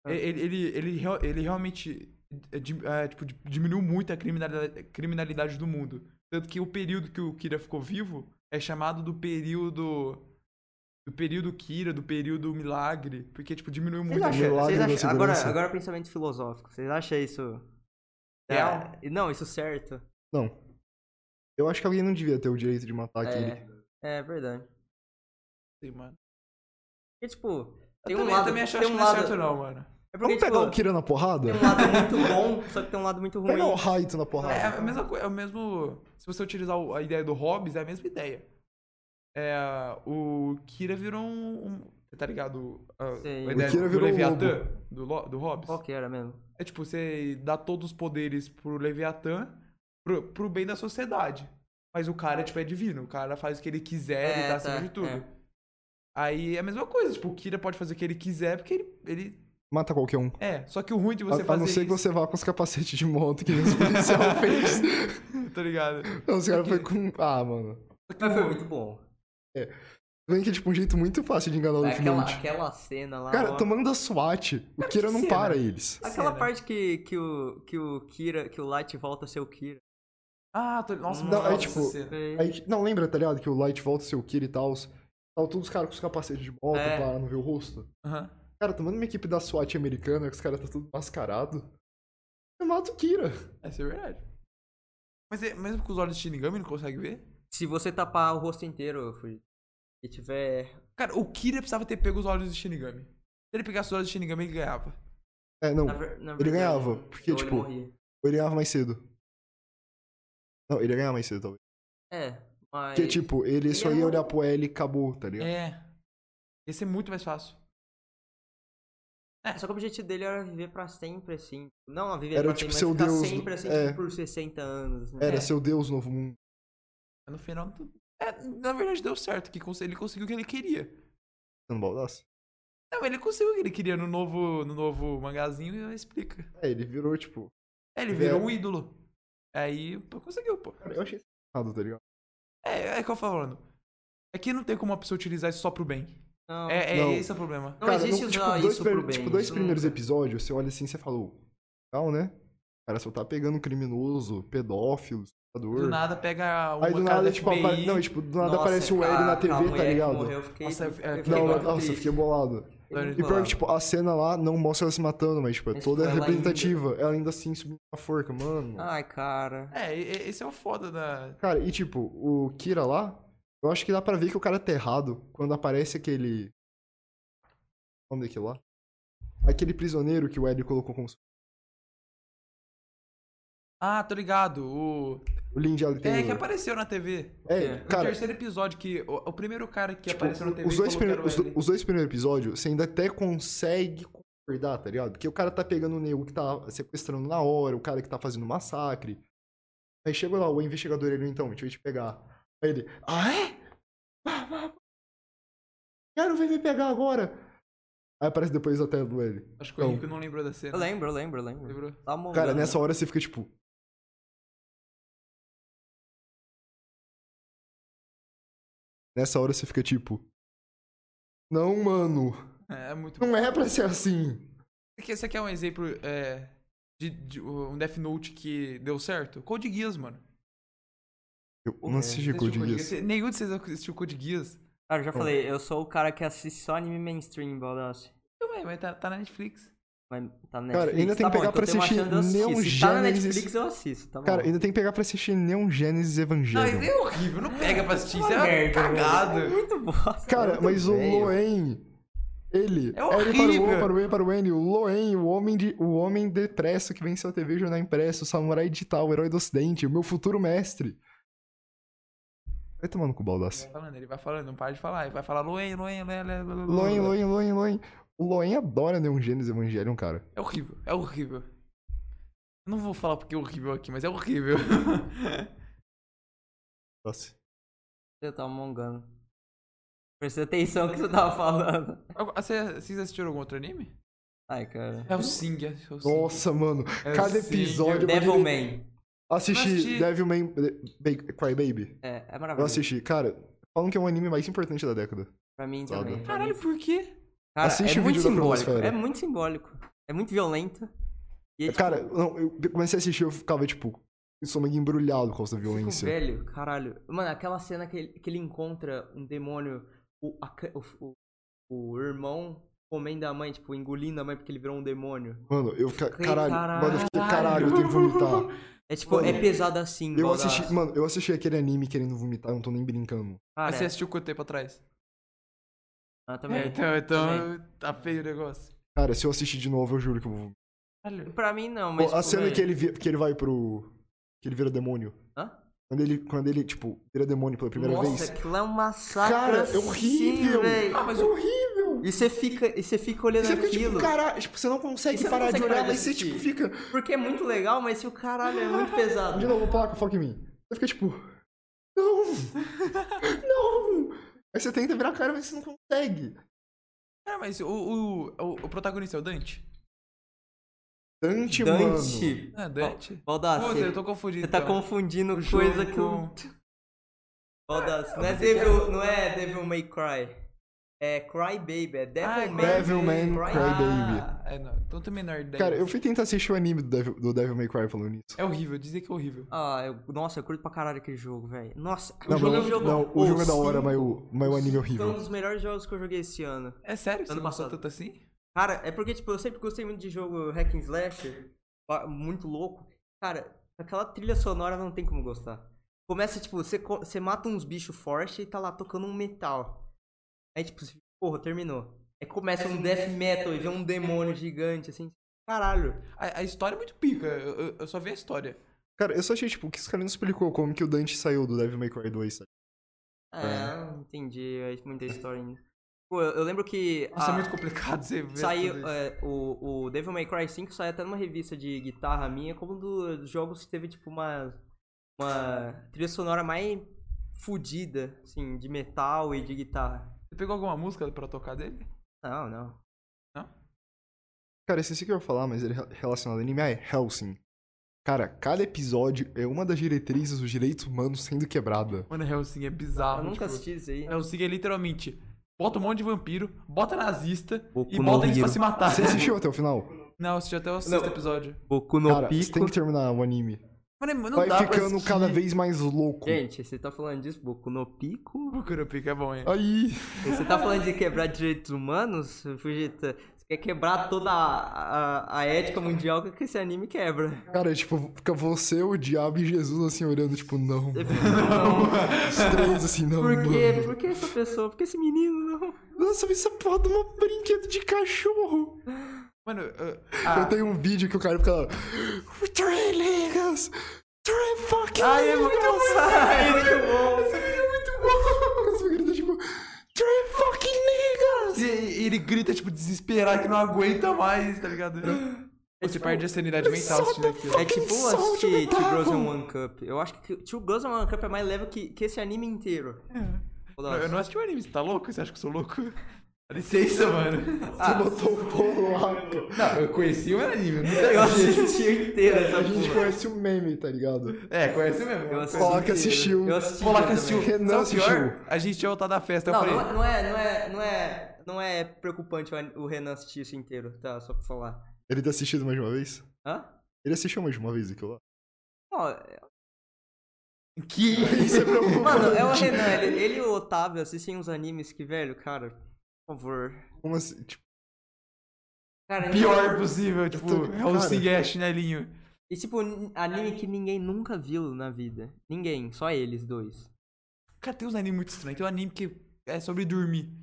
[SPEAKER 3] Ah.
[SPEAKER 2] e- ele, ele, ele, real- ele realmente é, di- é, tipo, di- diminuiu muito a criminalidade, criminalidade do mundo. Tanto que o período que o Kira ficou vivo é chamado do período. Do período Kira, do período Milagre. Porque, tipo, diminuiu
[SPEAKER 3] Vocês
[SPEAKER 2] muito
[SPEAKER 1] acha-
[SPEAKER 3] acham,
[SPEAKER 1] milagre
[SPEAKER 3] vocês
[SPEAKER 1] da
[SPEAKER 3] acham- agora,
[SPEAKER 1] segurança.
[SPEAKER 3] agora pensamento filosófico. Vocês acham isso.
[SPEAKER 2] Real?
[SPEAKER 3] É, não, isso certo.
[SPEAKER 1] Não. Eu acho que alguém não devia ter o direito de matar aquele.
[SPEAKER 3] É, é verdade.
[SPEAKER 2] Sim, mano.
[SPEAKER 3] Porque, tipo, tem
[SPEAKER 2] Eu
[SPEAKER 3] um
[SPEAKER 2] também,
[SPEAKER 3] lado.
[SPEAKER 2] também acho
[SPEAKER 3] tem
[SPEAKER 2] acho
[SPEAKER 3] um
[SPEAKER 2] que não é
[SPEAKER 3] lado,
[SPEAKER 2] certo, não, mano.
[SPEAKER 3] É porque,
[SPEAKER 1] Vamos
[SPEAKER 3] tipo,
[SPEAKER 1] pegar o Kira na porrada?
[SPEAKER 3] tem um lado muito bom, só que tem um lado muito ruim.
[SPEAKER 1] Pega o Raito na
[SPEAKER 2] É, é
[SPEAKER 1] porrada.
[SPEAKER 2] a mesma coisa, é o mesmo. Se você utilizar o- a ideia do Hobbes, é a mesma ideia. É, o Kira virou um. um- tá ligado? A,
[SPEAKER 3] Sei.
[SPEAKER 2] a ideia
[SPEAKER 1] O Kira
[SPEAKER 2] do
[SPEAKER 1] virou um
[SPEAKER 2] Leviatã, do, Lo- do Hobbes.
[SPEAKER 3] Qual que era mesmo?
[SPEAKER 2] É tipo, você dá todos os poderes pro Leviatã pro, pro bem da sociedade. Mas o cara, tipo, é divino. O cara faz o que ele quiser,
[SPEAKER 3] É,
[SPEAKER 2] ele tá acima
[SPEAKER 3] tá,
[SPEAKER 2] de tudo.
[SPEAKER 3] é.
[SPEAKER 2] Aí é a mesma coisa, tipo, o Kira pode fazer o que ele quiser porque ele. ele
[SPEAKER 1] Mata qualquer um.
[SPEAKER 2] é, só que o ruim de
[SPEAKER 1] A,
[SPEAKER 2] você
[SPEAKER 1] a
[SPEAKER 2] fazer
[SPEAKER 1] não ser que
[SPEAKER 2] isso,
[SPEAKER 1] você vá com os capacetes de moto que nem os policial fez.
[SPEAKER 2] tá ligado?
[SPEAKER 1] Não, os caras foi com. Ah, mano.
[SPEAKER 3] Mas foi muito bom. É
[SPEAKER 1] Vem que é tipo um jeito muito fácil de enganar o
[SPEAKER 3] Aquela,
[SPEAKER 1] delinquente.
[SPEAKER 3] aquela cena lá. ó.
[SPEAKER 1] Cara, tomando a SWAT, o Kira não
[SPEAKER 2] Ah. cena.
[SPEAKER 1] para eles.
[SPEAKER 3] Aquela
[SPEAKER 2] Cena.
[SPEAKER 3] parte que, que, o, que o Kira, que o Light volta a ser o Kira.
[SPEAKER 2] Ah, tô... nossa,
[SPEAKER 3] Não,
[SPEAKER 2] mano,
[SPEAKER 1] é
[SPEAKER 2] nossa
[SPEAKER 1] tipo,
[SPEAKER 2] cena.
[SPEAKER 1] Aí, não, lembra, tá ligado? Que o Light volta a ser o Kira e tal. Tava todos os caras com os capacetes de moto,
[SPEAKER 3] É.
[SPEAKER 1] pá, não vê o rosto.
[SPEAKER 2] Aham.
[SPEAKER 1] Cara, tomando uma equipe da SWAT americana, que os caras tá tudo mascarado. Eu mato o Kira.
[SPEAKER 2] Essa é verdade. Mas é- mesmo com os olhos de Shinigami, não consegue ver?
[SPEAKER 3] Se você tapar o rosto inteiro, Fuji, e tiver.
[SPEAKER 2] Cara, o Kira precisava ter pego os olhos de Shinigami. Se ele pegasse os olhos de Shinigami, ele ganhava.
[SPEAKER 1] É, não,
[SPEAKER 3] na ver- na
[SPEAKER 1] ele
[SPEAKER 3] verdade,
[SPEAKER 1] ganhava,
[SPEAKER 3] eu-
[SPEAKER 1] porque,
[SPEAKER 3] eu
[SPEAKER 1] tipo,
[SPEAKER 3] morri.
[SPEAKER 1] ele ganhava mais cedo. Não, ele ia ganhar mais cedo, talvez.
[SPEAKER 3] É, mas.
[SPEAKER 1] Porque, tipo, ele só
[SPEAKER 3] ele é um
[SPEAKER 1] ia
[SPEAKER 3] não-
[SPEAKER 1] olhar pro L e acabou, tá ligado?
[SPEAKER 2] É. Ia ser muito mais fácil.
[SPEAKER 3] É, Só que o objetivo dele era viver pra sempre, assim. Não a viver
[SPEAKER 1] Era,
[SPEAKER 3] pra
[SPEAKER 1] tipo,
[SPEAKER 3] sempre,
[SPEAKER 1] seu
[SPEAKER 3] mas ficar
[SPEAKER 1] Deus do-
[SPEAKER 3] sempre assim,
[SPEAKER 1] é.
[SPEAKER 3] tipo, por 60 anos, né?
[SPEAKER 1] Era
[SPEAKER 2] É.
[SPEAKER 1] seu Deus novo mundo.
[SPEAKER 2] Mas No final, tu- é, na verdade deu certo, que cons- ele conseguiu o que ele queria.
[SPEAKER 1] Tá no baldaço?
[SPEAKER 2] Não, mas ele conseguiu o que ele queria no novo, no novo mangazinho e explica.
[SPEAKER 1] É, ele virou, tipo.
[SPEAKER 2] É, ele
[SPEAKER 1] É.
[SPEAKER 2] virou um ídolo. Aí, pô, conseguiu, pô.
[SPEAKER 1] Cara, eu achei isso errado, tá ligado?
[SPEAKER 2] É, é o que eu tô falando. É que não tem como uma pessoa utilizar isso só pro bem.
[SPEAKER 3] Não,
[SPEAKER 2] É, é
[SPEAKER 1] Não.
[SPEAKER 2] esse é o problema.
[SPEAKER 3] não
[SPEAKER 1] Cara,
[SPEAKER 3] existe
[SPEAKER 1] não-
[SPEAKER 3] usar
[SPEAKER 1] dois
[SPEAKER 3] isso
[SPEAKER 1] prim-
[SPEAKER 3] pro bem.
[SPEAKER 1] Tipo, dois
[SPEAKER 3] isso
[SPEAKER 1] primeiros
[SPEAKER 3] nunca.
[SPEAKER 1] episódios, você olha assim e você falou, legal, né? O cara só tá pegando criminoso, pedófilo, estuprador.
[SPEAKER 2] Do nada pega uma
[SPEAKER 1] Aí do
[SPEAKER 2] cara
[SPEAKER 1] nada,
[SPEAKER 2] da
[SPEAKER 1] tipo,
[SPEAKER 2] FBI.
[SPEAKER 1] apare- não, tipo, do nada
[SPEAKER 3] Nossa,
[SPEAKER 1] aparece o L na
[SPEAKER 3] cara, a
[SPEAKER 1] TV,
[SPEAKER 3] mulher
[SPEAKER 1] tá
[SPEAKER 3] que
[SPEAKER 1] ligado?
[SPEAKER 3] morreu, eu fiquei-
[SPEAKER 2] Nossa, é, eu- eu
[SPEAKER 3] eu
[SPEAKER 2] fiquei
[SPEAKER 3] fiquei
[SPEAKER 1] Não,
[SPEAKER 3] muito
[SPEAKER 1] nossa, eu
[SPEAKER 3] triste.
[SPEAKER 1] fiquei bolado.
[SPEAKER 3] Fiquei muito
[SPEAKER 1] E pior
[SPEAKER 3] bolado.
[SPEAKER 1] que, tipo, a cena lá não mostra ela se matando, mas, tipo, é
[SPEAKER 3] Mas,
[SPEAKER 1] toda
[SPEAKER 3] tipo, ela
[SPEAKER 1] representativa. Ela ainda assim subindo a forca, mano.
[SPEAKER 3] Ai, cara.
[SPEAKER 2] É, e- e- esse é o foda da.
[SPEAKER 1] Cara, e tipo, o Kira lá, eu acho que dá pra ver que o cara tá errado quando aparece aquele. O nome daquilo é lá? Aquele prisioneiro que o L colocou como.
[SPEAKER 2] Ah, tô ligado. O.
[SPEAKER 1] O Lin de Alien.
[SPEAKER 2] É, que apareceu na TV.
[SPEAKER 1] É,
[SPEAKER 2] No
[SPEAKER 1] cara,
[SPEAKER 2] terceiro episódio, que. O, o primeiro cara que
[SPEAKER 1] tipo,
[SPEAKER 2] apareceu na TV
[SPEAKER 1] os, dois
[SPEAKER 2] colocaram
[SPEAKER 1] primeiros, os,
[SPEAKER 2] ele.
[SPEAKER 1] do- os dois primeiros episódios, você ainda até consegue concordar, tá ligado? Porque o cara tá pegando o nego que tá sequestrando na hora, o cara que tá fazendo massacre. Aí chegou lá, o investigador, ele, então, deixa eu te pegar. Aí ele, ah é? Vá, vá, vá. Cara, vem me pegar agora. Aí aparece depois a tela do ele.
[SPEAKER 2] Acho que o
[SPEAKER 1] Não.
[SPEAKER 2] Henrique não lembrou da cena.
[SPEAKER 3] Eu lembro, eu lembro, eu lembro.
[SPEAKER 2] Lembrou?
[SPEAKER 3] Tá bom,
[SPEAKER 1] Cara,
[SPEAKER 3] mano.
[SPEAKER 1] nessa hora você fica tipo. Nessa hora você fica tipo. Não, mano.
[SPEAKER 2] É, é muito bom.
[SPEAKER 1] Não é pra ser assim.
[SPEAKER 2] Esse aqui- Esse aqui é um exemplo é, de, de um Death Note que deu certo? Code Geass, mano.
[SPEAKER 1] Eu
[SPEAKER 3] O
[SPEAKER 1] não
[SPEAKER 3] quê?
[SPEAKER 1] assisti
[SPEAKER 2] Você assistiu
[SPEAKER 1] Code Geass.
[SPEAKER 2] Geass? Nenhum de vocês assistiu Code Geass?
[SPEAKER 3] Cara, eu já falei, eu sou o cara que assiste só anime mainstream, Baldassi.
[SPEAKER 2] Ué, mas tá, tá na Netflix.
[SPEAKER 3] Mas tá na Netflix.
[SPEAKER 1] Cara, ainda tem
[SPEAKER 3] tá
[SPEAKER 1] que pegar
[SPEAKER 3] bom, então
[SPEAKER 1] pra
[SPEAKER 3] tem uma
[SPEAKER 1] assistir
[SPEAKER 3] chance de eu
[SPEAKER 1] Neon
[SPEAKER 3] assistir. Se tá na
[SPEAKER 1] Genesis.
[SPEAKER 3] Netflix, eu assisto, tá bom.
[SPEAKER 1] Cara, ainda tem que pegar pra assistir Neon Genesis
[SPEAKER 2] Não, isso
[SPEAKER 1] Evangelion.
[SPEAKER 2] é horrível. Não pega pra assistir. Isso
[SPEAKER 3] Uma
[SPEAKER 2] é
[SPEAKER 3] merda, velho.
[SPEAKER 2] cagado.
[SPEAKER 3] É Muito bosta.
[SPEAKER 1] Cara,
[SPEAKER 3] muito
[SPEAKER 1] mas o
[SPEAKER 3] feio.
[SPEAKER 1] Loen. Ele.
[SPEAKER 2] É
[SPEAKER 1] ele para o
[SPEAKER 2] horrível.
[SPEAKER 1] Wen, para o Wen, para o Wen. O Loen, o homem, de, o homem depresso que venceu a TV, jornal impresso, o samurai digital, o herói do ocidente, o meu futuro mestre. Vai tomar no cu, Baldassi.
[SPEAKER 2] Ele vai falando, ele vai falando, não para de falar. Ele vai falar Loen, Loen, Loen, Loen,
[SPEAKER 1] Loen,
[SPEAKER 2] Loen.
[SPEAKER 1] Loen, Loen, Loen. O Loen adora Neon Genesis Evangelion, cara.
[SPEAKER 2] É horrível, é horrível. Eu não vou falar porque é horrível aqui, mas é horrível.
[SPEAKER 1] Nossa.
[SPEAKER 3] Eu tava mongando. tá Presta atenção no que você tava falando.
[SPEAKER 2] Ah, Você, vocês assistiram algum outro anime?
[SPEAKER 3] Ai, cara.
[SPEAKER 2] É o Sing, é o Sing.
[SPEAKER 1] Nossa, mano.
[SPEAKER 2] É o
[SPEAKER 1] cada
[SPEAKER 2] Sing.
[SPEAKER 1] episódio-
[SPEAKER 3] Devilman.
[SPEAKER 2] Eu
[SPEAKER 1] Assisti
[SPEAKER 2] assisti.
[SPEAKER 1] Devilman Ba- Crybaby.
[SPEAKER 3] É, é
[SPEAKER 1] Eu
[SPEAKER 3] maravilhoso.
[SPEAKER 1] assisti. Cara, falam que é o anime mais importante da década.
[SPEAKER 3] Pra mim
[SPEAKER 1] Sabe?
[SPEAKER 3] também. pra mim-
[SPEAKER 2] Caralho, por quê?
[SPEAKER 3] Cara,
[SPEAKER 1] Assiste
[SPEAKER 3] é
[SPEAKER 1] o
[SPEAKER 3] muito
[SPEAKER 1] vídeo da
[SPEAKER 3] simbólico.
[SPEAKER 1] Cronosfera.
[SPEAKER 3] É muito simbólico. É muito violento. E é, tipo,
[SPEAKER 1] Cara, não, eu comecei a assistir eu ficava, tipo, estômago embrulhado por causa da
[SPEAKER 3] Fico
[SPEAKER 1] violência.
[SPEAKER 3] velho, caralho. Mano, aquela cena que ele, que ele encontra um demônio, o, a ca- o, o, o irmão comendo a mãe, tipo, engolindo a mãe porque ele virou um demônio.
[SPEAKER 1] Mano, eu fica.
[SPEAKER 3] Fiquei,
[SPEAKER 1] Caralho,
[SPEAKER 3] caralho.
[SPEAKER 1] mano, eu fiquei, caralho, eu tenho que vomitar.
[SPEAKER 3] É tipo,
[SPEAKER 1] Mano,
[SPEAKER 3] é pesado assim,
[SPEAKER 1] Eu
[SPEAKER 3] igual
[SPEAKER 1] assisti,
[SPEAKER 3] da-
[SPEAKER 1] mano, eu assisti aquele anime querendo vomitar, eu não tô nem brincando.
[SPEAKER 3] Cara,
[SPEAKER 2] Mas você assistiu quanto tempo atrás?
[SPEAKER 3] ah, também.
[SPEAKER 2] então, então tá feio o negócio.
[SPEAKER 1] Cara, se eu assistir de novo, eu juro que eu vou vomitar.
[SPEAKER 2] Caralho.
[SPEAKER 3] Pra mim não, mas.
[SPEAKER 1] a
[SPEAKER 3] tipo,
[SPEAKER 1] cena
[SPEAKER 3] velho,
[SPEAKER 1] que ele, vi- que ele vai pro. que ele vira demônio.
[SPEAKER 3] Hã?
[SPEAKER 1] Quando ele, quando ele tipo, vira demônio pela primeira
[SPEAKER 3] Nossa,
[SPEAKER 1] vez.
[SPEAKER 3] aquilo é um massacre.
[SPEAKER 1] Cara,
[SPEAKER 3] assim,
[SPEAKER 1] é horrível!
[SPEAKER 3] velho.
[SPEAKER 2] Ah, mas o
[SPEAKER 1] horrível!
[SPEAKER 3] E você fica, e você fica olhando
[SPEAKER 1] Você fica
[SPEAKER 3] aquilo.
[SPEAKER 1] tipo, caralho, tipo, você não consegue
[SPEAKER 3] Você não
[SPEAKER 1] parar
[SPEAKER 3] consegue
[SPEAKER 1] de olhar,
[SPEAKER 3] parar de
[SPEAKER 1] mas você
[SPEAKER 3] assistir.
[SPEAKER 1] tipo, fica.
[SPEAKER 3] Porque é muito legal, mas se o caralho é muito pesado.
[SPEAKER 1] De novo, placa, foca em mim. Você fica tipo. Não! não! Aí você tenta virar a cara, mas você não consegue.
[SPEAKER 2] Cara, ah, mas o, o, o, o protagonista é o Dante?
[SPEAKER 1] Dante, mano.
[SPEAKER 3] Dante.
[SPEAKER 2] Não é Dante?
[SPEAKER 3] Baldassi,
[SPEAKER 2] Puta, eu tô confundindo.
[SPEAKER 3] Você tá
[SPEAKER 2] então.
[SPEAKER 3] confundindo
[SPEAKER 2] O
[SPEAKER 3] coisa
[SPEAKER 2] jogo
[SPEAKER 3] que o. Foda-se. Não, é Devil- não é Devil May Cry. É Cry Baby. É Devil
[SPEAKER 2] Ah,
[SPEAKER 3] May
[SPEAKER 1] Devil May
[SPEAKER 3] Cry.
[SPEAKER 1] Cry Baby.
[SPEAKER 2] Ah, é, não. Então tem menor ideia.
[SPEAKER 1] Cara, eu fui tentar assistir o anime do Devil, do Devil May Cry falando isso.
[SPEAKER 2] É horrível, dizem que é horrível.
[SPEAKER 3] Ah, eu- nossa, eu curto pra caralho aquele jogo, velho. Nossa,
[SPEAKER 1] Não,
[SPEAKER 3] o jogo, é um
[SPEAKER 1] mas-
[SPEAKER 3] jogo-
[SPEAKER 1] não, o
[SPEAKER 3] Ô,
[SPEAKER 1] jogo é da hora,
[SPEAKER 3] sim,
[SPEAKER 1] mas o, mas o anime é horrível.
[SPEAKER 3] Foi um dos melhores jogos que eu joguei esse ano.
[SPEAKER 2] É sério que você
[SPEAKER 3] Ano
[SPEAKER 2] não gostou
[SPEAKER 3] passado.
[SPEAKER 2] tanto assim?
[SPEAKER 3] Cara, é porque, tipo, eu sempre gostei muito de jogo hack and slash, ba- muito louco. Cara, aquela trilha sonora não tem como gostar. Começa, tipo, você, co- você mata uns bichos fortes e tá lá tocando um metal. Aí, tipo, você fica, porra, terminou. Aí começa um death metal e vê um demônio gigante, assim, caralho.
[SPEAKER 2] A, a história é muito pica, eu, eu- eu só vi a história.
[SPEAKER 1] Cara, eu só achei, tipo, que esse cara não explicou como que o Dante saiu do Devil May Cry 2, sabe?
[SPEAKER 3] É, eu não entendi, é muita história ainda. Pô, eu, eu lembro que
[SPEAKER 2] Nossa, é
[SPEAKER 3] a-
[SPEAKER 2] muito complicado você ver.
[SPEAKER 3] Ah, saiu,
[SPEAKER 2] tudo isso.
[SPEAKER 3] é, o, o Devil May Cry 5 saiu até numa revista de guitarra minha, como um do- dos jogos que teve, tipo, uma, uma trilha sonora mais fodida, assim, de metal e de guitarra.
[SPEAKER 2] Você pegou alguma música pra tocar dele?
[SPEAKER 3] Não, não.
[SPEAKER 1] Cara, esse sim que eu ia falar, mas ele é relacionado ao anime ah, é Hellsing. Cara, cada episódio é uma das diretrizes dos direitos humanos sendo quebrada.
[SPEAKER 2] Mano, Hellsing é bizarro.
[SPEAKER 3] eu nunca
[SPEAKER 2] tipo,
[SPEAKER 3] assisti isso aí.
[SPEAKER 2] Hellsing é literalmente. Bota um monte de vampiro, bota nazista
[SPEAKER 3] Boku
[SPEAKER 2] e
[SPEAKER 3] no
[SPEAKER 2] bota eles pra
[SPEAKER 3] Hero.
[SPEAKER 2] se matar.
[SPEAKER 1] Você assistiu até o final?
[SPEAKER 2] Não, eu assisti até o sexto
[SPEAKER 3] Não.
[SPEAKER 2] episódio.
[SPEAKER 3] Boku no
[SPEAKER 1] Cara, você
[SPEAKER 3] Pico.
[SPEAKER 1] tem que terminar o anime.
[SPEAKER 2] Mano, não
[SPEAKER 1] Vai
[SPEAKER 2] dá pra
[SPEAKER 1] ficando
[SPEAKER 2] assistir.
[SPEAKER 1] cada vez mais louco.
[SPEAKER 3] Gente, você tá falando disso, Boku no Pico?
[SPEAKER 2] O Kuropica é bom, hein?
[SPEAKER 1] Aí.
[SPEAKER 3] Você tá falando de quebrar direitos humanos, Fujita? Você quer quebrar toda a, a, a ética mundial que esse anime quebra.
[SPEAKER 1] Cara, tipo, fica você, o diabo e Jesus assim olhando, tipo, não.
[SPEAKER 3] Não,
[SPEAKER 1] Os três assim, não.
[SPEAKER 3] por quê?
[SPEAKER 1] mano.
[SPEAKER 3] Por que essa pessoa? Por que esse menino não?
[SPEAKER 1] Nossa, essa porra de um brinquedo de cachorro.
[SPEAKER 2] Mano, eu-
[SPEAKER 1] Eu
[SPEAKER 2] ah,
[SPEAKER 1] tenho um vídeo que o cara fica lá. Três ligas! Três fucking
[SPEAKER 2] Ai, é
[SPEAKER 1] ligas!
[SPEAKER 2] muito
[SPEAKER 3] é muito bom.
[SPEAKER 1] Esse vídeo é muito bom! Esse vídeo tá tipo. Três fucking ligas!
[SPEAKER 2] E, e ele grita, tipo, desesperado que não aguenta mais, tá ligado? Você perde a sanidade mental assistindo aquilo.
[SPEAKER 3] É tipo
[SPEAKER 1] Só de
[SPEAKER 3] assistir Two
[SPEAKER 1] metal.
[SPEAKER 3] Girls and One Cup. Eu acho que Two Girls and One Cup é mais leve que, que esse anime inteiro. É.
[SPEAKER 2] Eu, eu não assisti o anime, você tá louco? Você acha que eu sou louco? Dá licença, mano. Ah.
[SPEAKER 1] Você botou o polo lá.
[SPEAKER 2] Não, eu conheci o anime. Não
[SPEAKER 3] Eu
[SPEAKER 2] sei.
[SPEAKER 3] assisti inteiro essa
[SPEAKER 1] É, A gente
[SPEAKER 3] porra.
[SPEAKER 1] conhece o meme, tá ligado?
[SPEAKER 2] É, assim. conheci mesmo.
[SPEAKER 3] Eu assisti
[SPEAKER 1] Coloca
[SPEAKER 3] inteiro.
[SPEAKER 1] assistiu.
[SPEAKER 3] Eu assisti
[SPEAKER 2] Coloca
[SPEAKER 3] inteiro
[SPEAKER 2] assistiu.
[SPEAKER 3] também.
[SPEAKER 1] também.
[SPEAKER 2] Sabe o
[SPEAKER 1] Renan
[SPEAKER 2] pior?
[SPEAKER 1] assistiu.
[SPEAKER 2] A gente ia voltar da festa, eu
[SPEAKER 3] Não,
[SPEAKER 2] falei...
[SPEAKER 3] não, é- não é, não é, não é, não é preocupante o an- o Renan assistir isso inteiro, tá? Só pra falar.
[SPEAKER 1] Ele tá assistindo mais de uma vez?
[SPEAKER 3] Hã?
[SPEAKER 1] Ele assistiu mais de uma vez aquilo lá.
[SPEAKER 3] Não, é-
[SPEAKER 2] Que
[SPEAKER 1] Isso é
[SPEAKER 3] mano, é o
[SPEAKER 1] preocupante.
[SPEAKER 3] Renan. Ele, ele e o Otávio assistem uns animes que, velho, cara, por favor.
[SPEAKER 1] Como assim? Tipo,
[SPEAKER 3] Cara,
[SPEAKER 2] pior possível, tipo,
[SPEAKER 1] tô- cara.
[SPEAKER 2] Hellsing é chinelinho.
[SPEAKER 3] E tipo, n- anime que ninguém nunca viu na vida. Ninguém, só eles dois.
[SPEAKER 2] Cara, tem uns animes muito estranhos. Tem um anime que é sobre dormir.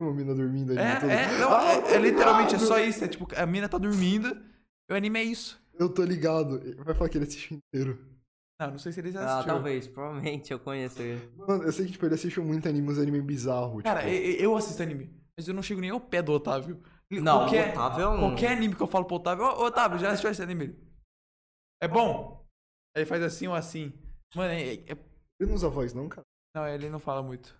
[SPEAKER 1] uma mina dormindo ali.
[SPEAKER 2] É,
[SPEAKER 1] tudo.
[SPEAKER 2] é, não,
[SPEAKER 1] Ah,
[SPEAKER 2] é,
[SPEAKER 1] eu tô
[SPEAKER 2] é literalmente é
[SPEAKER 1] ligado!
[SPEAKER 2] só isso. É tipo, a mina tá dormindo e o anime é isso.
[SPEAKER 1] Eu tô ligado. Ele Vai falar que ele assistiu inteiro.
[SPEAKER 2] Não, não sei se eles
[SPEAKER 3] Ah,
[SPEAKER 2] assistiram.
[SPEAKER 3] talvez, provavelmente eu conheço ele.
[SPEAKER 1] Mano, eu sei que tipo, ele assistiu muito anime, uns anime bizarro.
[SPEAKER 2] Cara,
[SPEAKER 1] tipo,
[SPEAKER 2] eu, eu assisto anime, mas eu não chego nem ao pé do Otávio. Ele-
[SPEAKER 3] Não, o Otávio é um-
[SPEAKER 2] Qualquer anime que eu falo pro Otávio, ô Otávio, já assistiu esse anime? É bom? Aí Ele faz assim ou assim. Mano, é- é-
[SPEAKER 1] ele não usa voz, não, cara.
[SPEAKER 2] não, ele não fala muito.